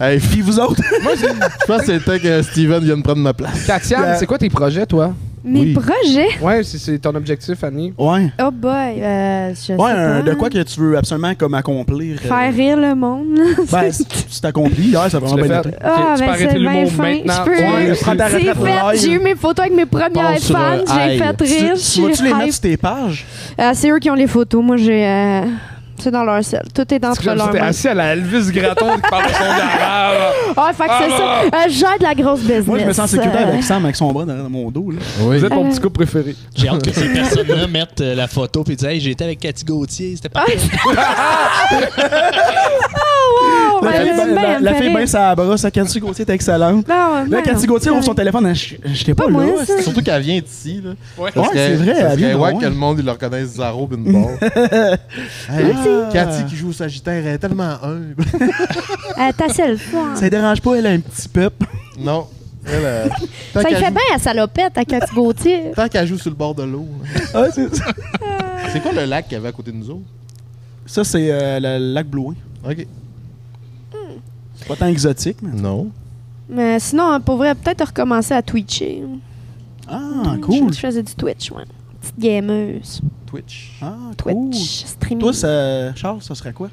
C: Hey, f-
A: Puis vous autres?
C: je pense que c'est le temps que Steven vienne prendre ma place.
D: Katiane,
A: La-
D: c'est quoi tes projets, toi?
B: Mes
C: Oui.
B: projets.
D: Ouais, c'est- c'est ton objectif, Annie.
A: Ouais.
B: Oh boy. Euh, je sais
A: Ouais,
B: pas.
A: un- de quoi que tu veux absolument comme accomplir? euh,
B: Faire rire le monde. là.
A: Ben, si tu t'accomplis. Hier, ça a
D: Tu
A: vraiment
D: l'as
A: bien
D: fait.
A: été.
B: Ah,
D: Ok, tu peux
B: ben
D: arrêter
B: c'est bien
D: l'humour
B: fin.
D: maintenant.
B: Je peux.
D: Ouais,
A: prends ta
B: C'est
A: retraite
B: fait.
A: live.
B: J'ai eu mes photos avec mes premières
C: Pense sur un
B: fans. J'ai
C: aïe.
B: fait
A: Tu-
B: rire.
A: Tu
B: Je
A: vas-tu
B: suis
A: les mettre
B: hype.
A: sur tes pages?
B: Euh, c'est eux qui ont les photos. Moi, j'ai. euh, C'est dans leur selle. Tout est entre
D: Parce que
B: leurs
D: J'étais
B: mains.
D: assis à la Elvis Gratton qui parle de son garage.
B: Ah, fait que c'est ça. Euh, j'ai de la grosse business.
A: Moi, je me sens en sécurité
B: Euh,
A: avec Sam, avec son bras dans mon dos. Là.
C: Oui.
D: Vous êtes mon petit couple préféré.
E: J'ai hâte que ces personnes-là mettent euh, la photo et disent Hey, j'ai été avec Cathy Gauthier, c'était pas.
A: La
B: Oh, Ah, ouais,
A: fille,
B: j'aime bien,
A: ben-
B: elle me
A: la
B: fait
A: fille
B: rire.
A: bien sa brosse, à Cathy Gauthier est excellente.
B: Non,
A: Là,
B: non,
A: Cathy
B: non,
A: Gauthier ouvre son
B: correct.
A: téléphone. hein, je- J'étais pas,
B: Pas
A: là.
B: moi,
A: ouais.
B: ça.
C: Surtout qu'elle vient d'ici. Là.
E: Ouais.
C: Ça
A: Ouais,
C: serait-
A: c'est vrai,
C: Ça
A: elle
C: serait
A: vient de
C: wack
A: loin.
C: que le monde il le reconnaisse Zaro bin Ball. hey, Cathy qui joue au Sagittaire, elle est tellement humble.
B: Euh, ta selfie.
A: Ça ne dérange pas, elle a un petit peuple.
C: non. Elle, euh, tant
B: Ça lui
C: qu'elle
B: fait
C: joue,
B: bien à salopette à Cathy Gauthier.
C: tant qu'elle joue sur le bord de l'eau. là.
A: Ah, c'est ça.
C: c'est quoi le lac qu'il y avait à côté de nous autres?
A: Ça, c'est euh, le lac Blouin.
C: OK.
A: C'est pas tant exotique, mais.
C: Non.
B: Mais sinon, hein, pour vrai, peut-être recommencer à Twitcher.
A: Ah,
B: Je,
A: cool.
B: je faisais du Twitch, ouais. Petite gameuse.
C: Twitch.
A: Ah,
B: Twitch,
A: cool.
B: streaming.
A: Toi, ça- Charles, ça serait quoi?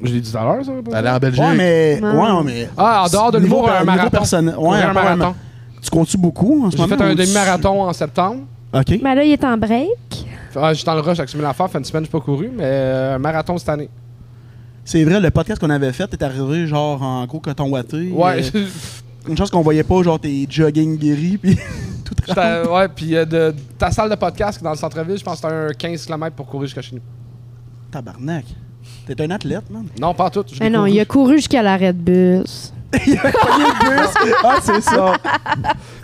D: Je l'ai dit tout à l'heure, ça. pas
C: Aller en Belgique.
A: Ouais, mais.
B: Ouais.
A: Ouais, mais.
D: Ah, en dehors de
A: Niveau
D: l'humour,
A: per-
D: un
A: niveau
D: marathon.
A: personnel. Ouais,
D: Courir un
A: apparemment.
D: marathon.
A: Tu comptes-tu beaucoup en ce
D: J'ai
A: moment?
D: fait un
A: ou tu-
D: demi-marathon en septembre.
A: OK.
B: Mais là, il est en break.
D: Ah, J'étais dans le rush avec Simon Lafare, fin de semaine, j'ai pas couru, mais euh, marathon cette année.
A: C'est vrai, le podcast qu'on avait fait est arrivé genre en gros coton watté.
D: Ouais,
A: Euh, une chose qu'on voyait pas, genre tes jogging guéris, puis tout
D: j'étais- ouais puis euh, de ta salle de podcast qui est dans le centre-ville, je pense que c'était un 15 km pour courir jusqu'à chez nous.
A: Tabarnak. T'es un athlète, man.
D: Non, pas en tout. je
B: Mais
D: l'ai
B: Eh non,
D: couru.
B: il a couru jusqu'à l'arrêt de bus.
A: ah, c'est ça.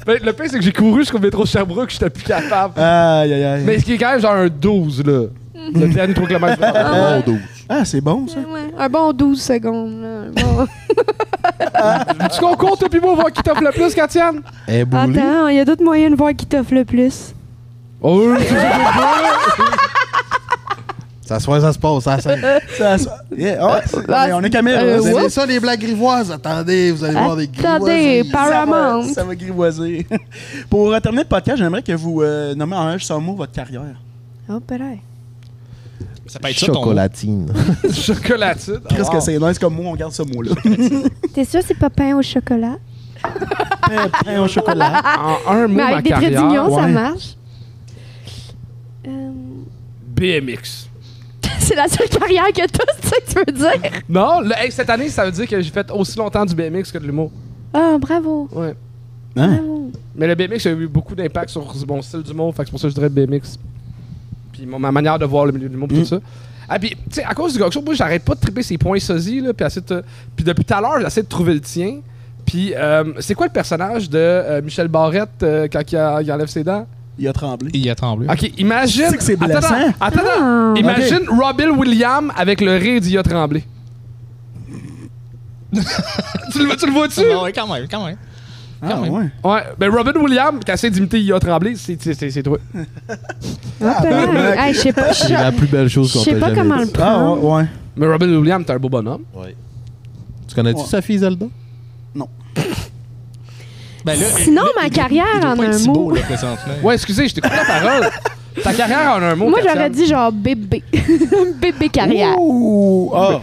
D: Mais le pire, c'est que j'ai couru jusqu'au métro Sherbrooke, j'étais plus capable.
A: Aïe, aïe, aïe.
D: Mais ce qui est quand même genre un 12, là. Le
B: Mm.
D: dernier 3 km.
C: Bon, 12.
A: Ah, c'est bon, ça.
B: Ouais, un bon 12 secondes. là, un bon-
D: Tu qu'on compte, toi, puis moi, voir qui t'offre le plus, Katiane?
C: Eh, Bouli.
B: Attends, il y a d'autres moyens de voir qui t'offre le plus.
D: Oh, oui, c'est ça.
C: Ça se voit, ça se passe, ça scène.
A: ça, ça- Yeah, Ah, ouais, c'est- mais on est caméra.
B: Euh,
A: ça,
C: Vous
A: va-
C: aimez ça, les blagues grivoises? Attendez, vous allez voir des
B: Attendez,
C: grivoises.
B: par- Paramount.
A: Ça va grivoiser. Pour euh, terminer le podcast, j'aimerais que vous euh, nommez en un seul mot votre carrière.
B: Oh, peut-être.
E: Ça peut être Ben, ça, ton mot.
C: Chocolatine.
D: Chocolatine. Ah,
A: Qu'est-ce
D: Wow.
A: que c'est nice comme mot, on garde ce mot-là.
B: T'es sûr c'est pas pain au chocolat?
A: Pain- Pain au chocolat.
D: En un mot,
B: Mais
D: ma
B: avec des traits
D: carrière,
B: d'union, ça
A: ouais.
B: marche. Euh,
D: BMX.
B: c'est la seule carrière que t'as, c'est ça que tu veux dire?
D: Non, là, hey, cette année, ça veut dire que j'ai fait aussi longtemps du BMX que de l'humour.
B: Ah, bravo,
D: Ouais.
A: Hein?
B: bravo.
D: Mais le BMX a eu beaucoup d'impact sur mon style d'humour, fait que c'est pour ça que je dirais BMX. Puis mon- ma manière de voir le milieu
A: Mm.
D: de l'humour, pis tout ça. Ah, puis, tu sais, à cause du gog show, moi, j'arrête pas de triper ces points sosies, là, puis essayer de te- puis depuis tout à l'heure, j'essaie de trouver le tien. Puis, euh, c'est quoi le personnage de euh, Michel Barrette euh, quand il, a- il enlève ses dents?
A: Il a tremblé.
E: Il a tremblé.
C: Ah,
D: Ok, imagine.
A: Tu sais que Mm. c'est
D: Attends,
A: blessant.
D: Attends, attends.
B: Ah.
D: Imagine Robin Williams avec le rire d'Ia Tremblay. tu le, tu le vois-tu?
E: Ah, ouais, quand même, quand même.
A: Ah,
E: même.
A: ouais.
D: Ouais, ben Robin Williams qui essaie d'imiter Ia Tremblay, c'est- c'est c'est- c'est toi.
A: Ah,
B: Peut-être.
A: ben,
B: Hey, je sais pas,
C: C'est la
B: je
C: plus belle chose
B: je
C: qu'on
B: sais
C: t'a
B: pas
C: jamais
B: comment le
C: dit.
A: ah,
B: prendre.
A: ouais.
D: Mais Robin Williams, t'es un beau bonhomme.
C: Ouais. Tu connais-tu
A: Ouais.
C: sa fille Zelda?
E: Ben là,
B: Sinon,
E: là,
B: ma
E: il doit-
B: carrière
E: il doit
B: Ah, en
E: pas être
B: un
E: si beau,
B: mot.
E: là, présentement.
D: Ouais, excusez, je t'ai coupé la parole. Ta carrière en un mot.
B: Moi,
D: Katiane.
B: j'aurais dit genre bébé. bébé carrière.
A: Ouh, ah.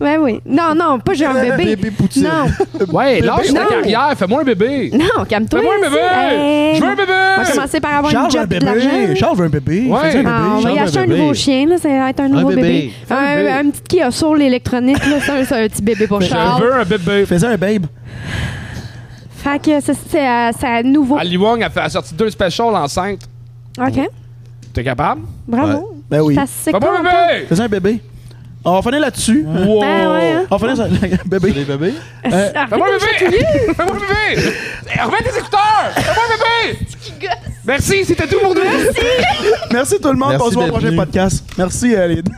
B: Ouais, oui. Non, non, pas j'ai un bébé.
C: Bébé Poutine.
B: Non,
D: Ouais, lâche ta
B: Non.
D: carrière, fais-moi un bébé.
B: non, calme-toi.
D: Fais-moi un
B: ici.
D: bébé.
B: Hey.
D: Je veux un
B: On va
D: bébé.
B: commencer par avoir
A: Charles
B: une
A: veut un
B: job et de l'argent.
A: bébé. Charles veut un bébé.
D: Ouais.
A: Fais-tu un bébé.
B: Ah, on va
C: Charles
B: y
C: veut un
B: acheter un
C: bébé.
B: nouveau chien, là, ça va être un nouveau
C: bébé.
B: bébé.
C: Fais
B: Un,
C: un bébé.
B: un petit qui a sur l'électronique, là, c'est un, c'est un petit bébé pour
D: Je
B: Charles.
D: veux un bébé.
A: Fais-tu un babe.
B: Fait que ça, c'est euh, c'est à nouveau.
D: Ali Wong a, fait, a sorti deux specials enceinte.
B: OK,
D: T'es capable?
B: bravo.
A: Ben oui.
B: T'as assez
D: Fais-moi un
B: content.
D: bébé!
A: Fais-tu un bébé. On va finir là-dessus.
D: Wow.
B: Ben ouais, hein.
A: On va finir sur...
C: C'est
A: bébé.
C: des bébés?
A: Euh,
B: Ah,
D: Fais-moi un
B: arrête de me
D: bébé! Fais-moi un bébé! Eh, Remets tes écouteurs! Fais-moi un bébé! Merci, c'était tout pour nous!
A: Merci tout le monde.
C: Merci
A: On se voit au
C: d'être
A: prochain
C: venu.
A: podcast. Merci, euh, les deux.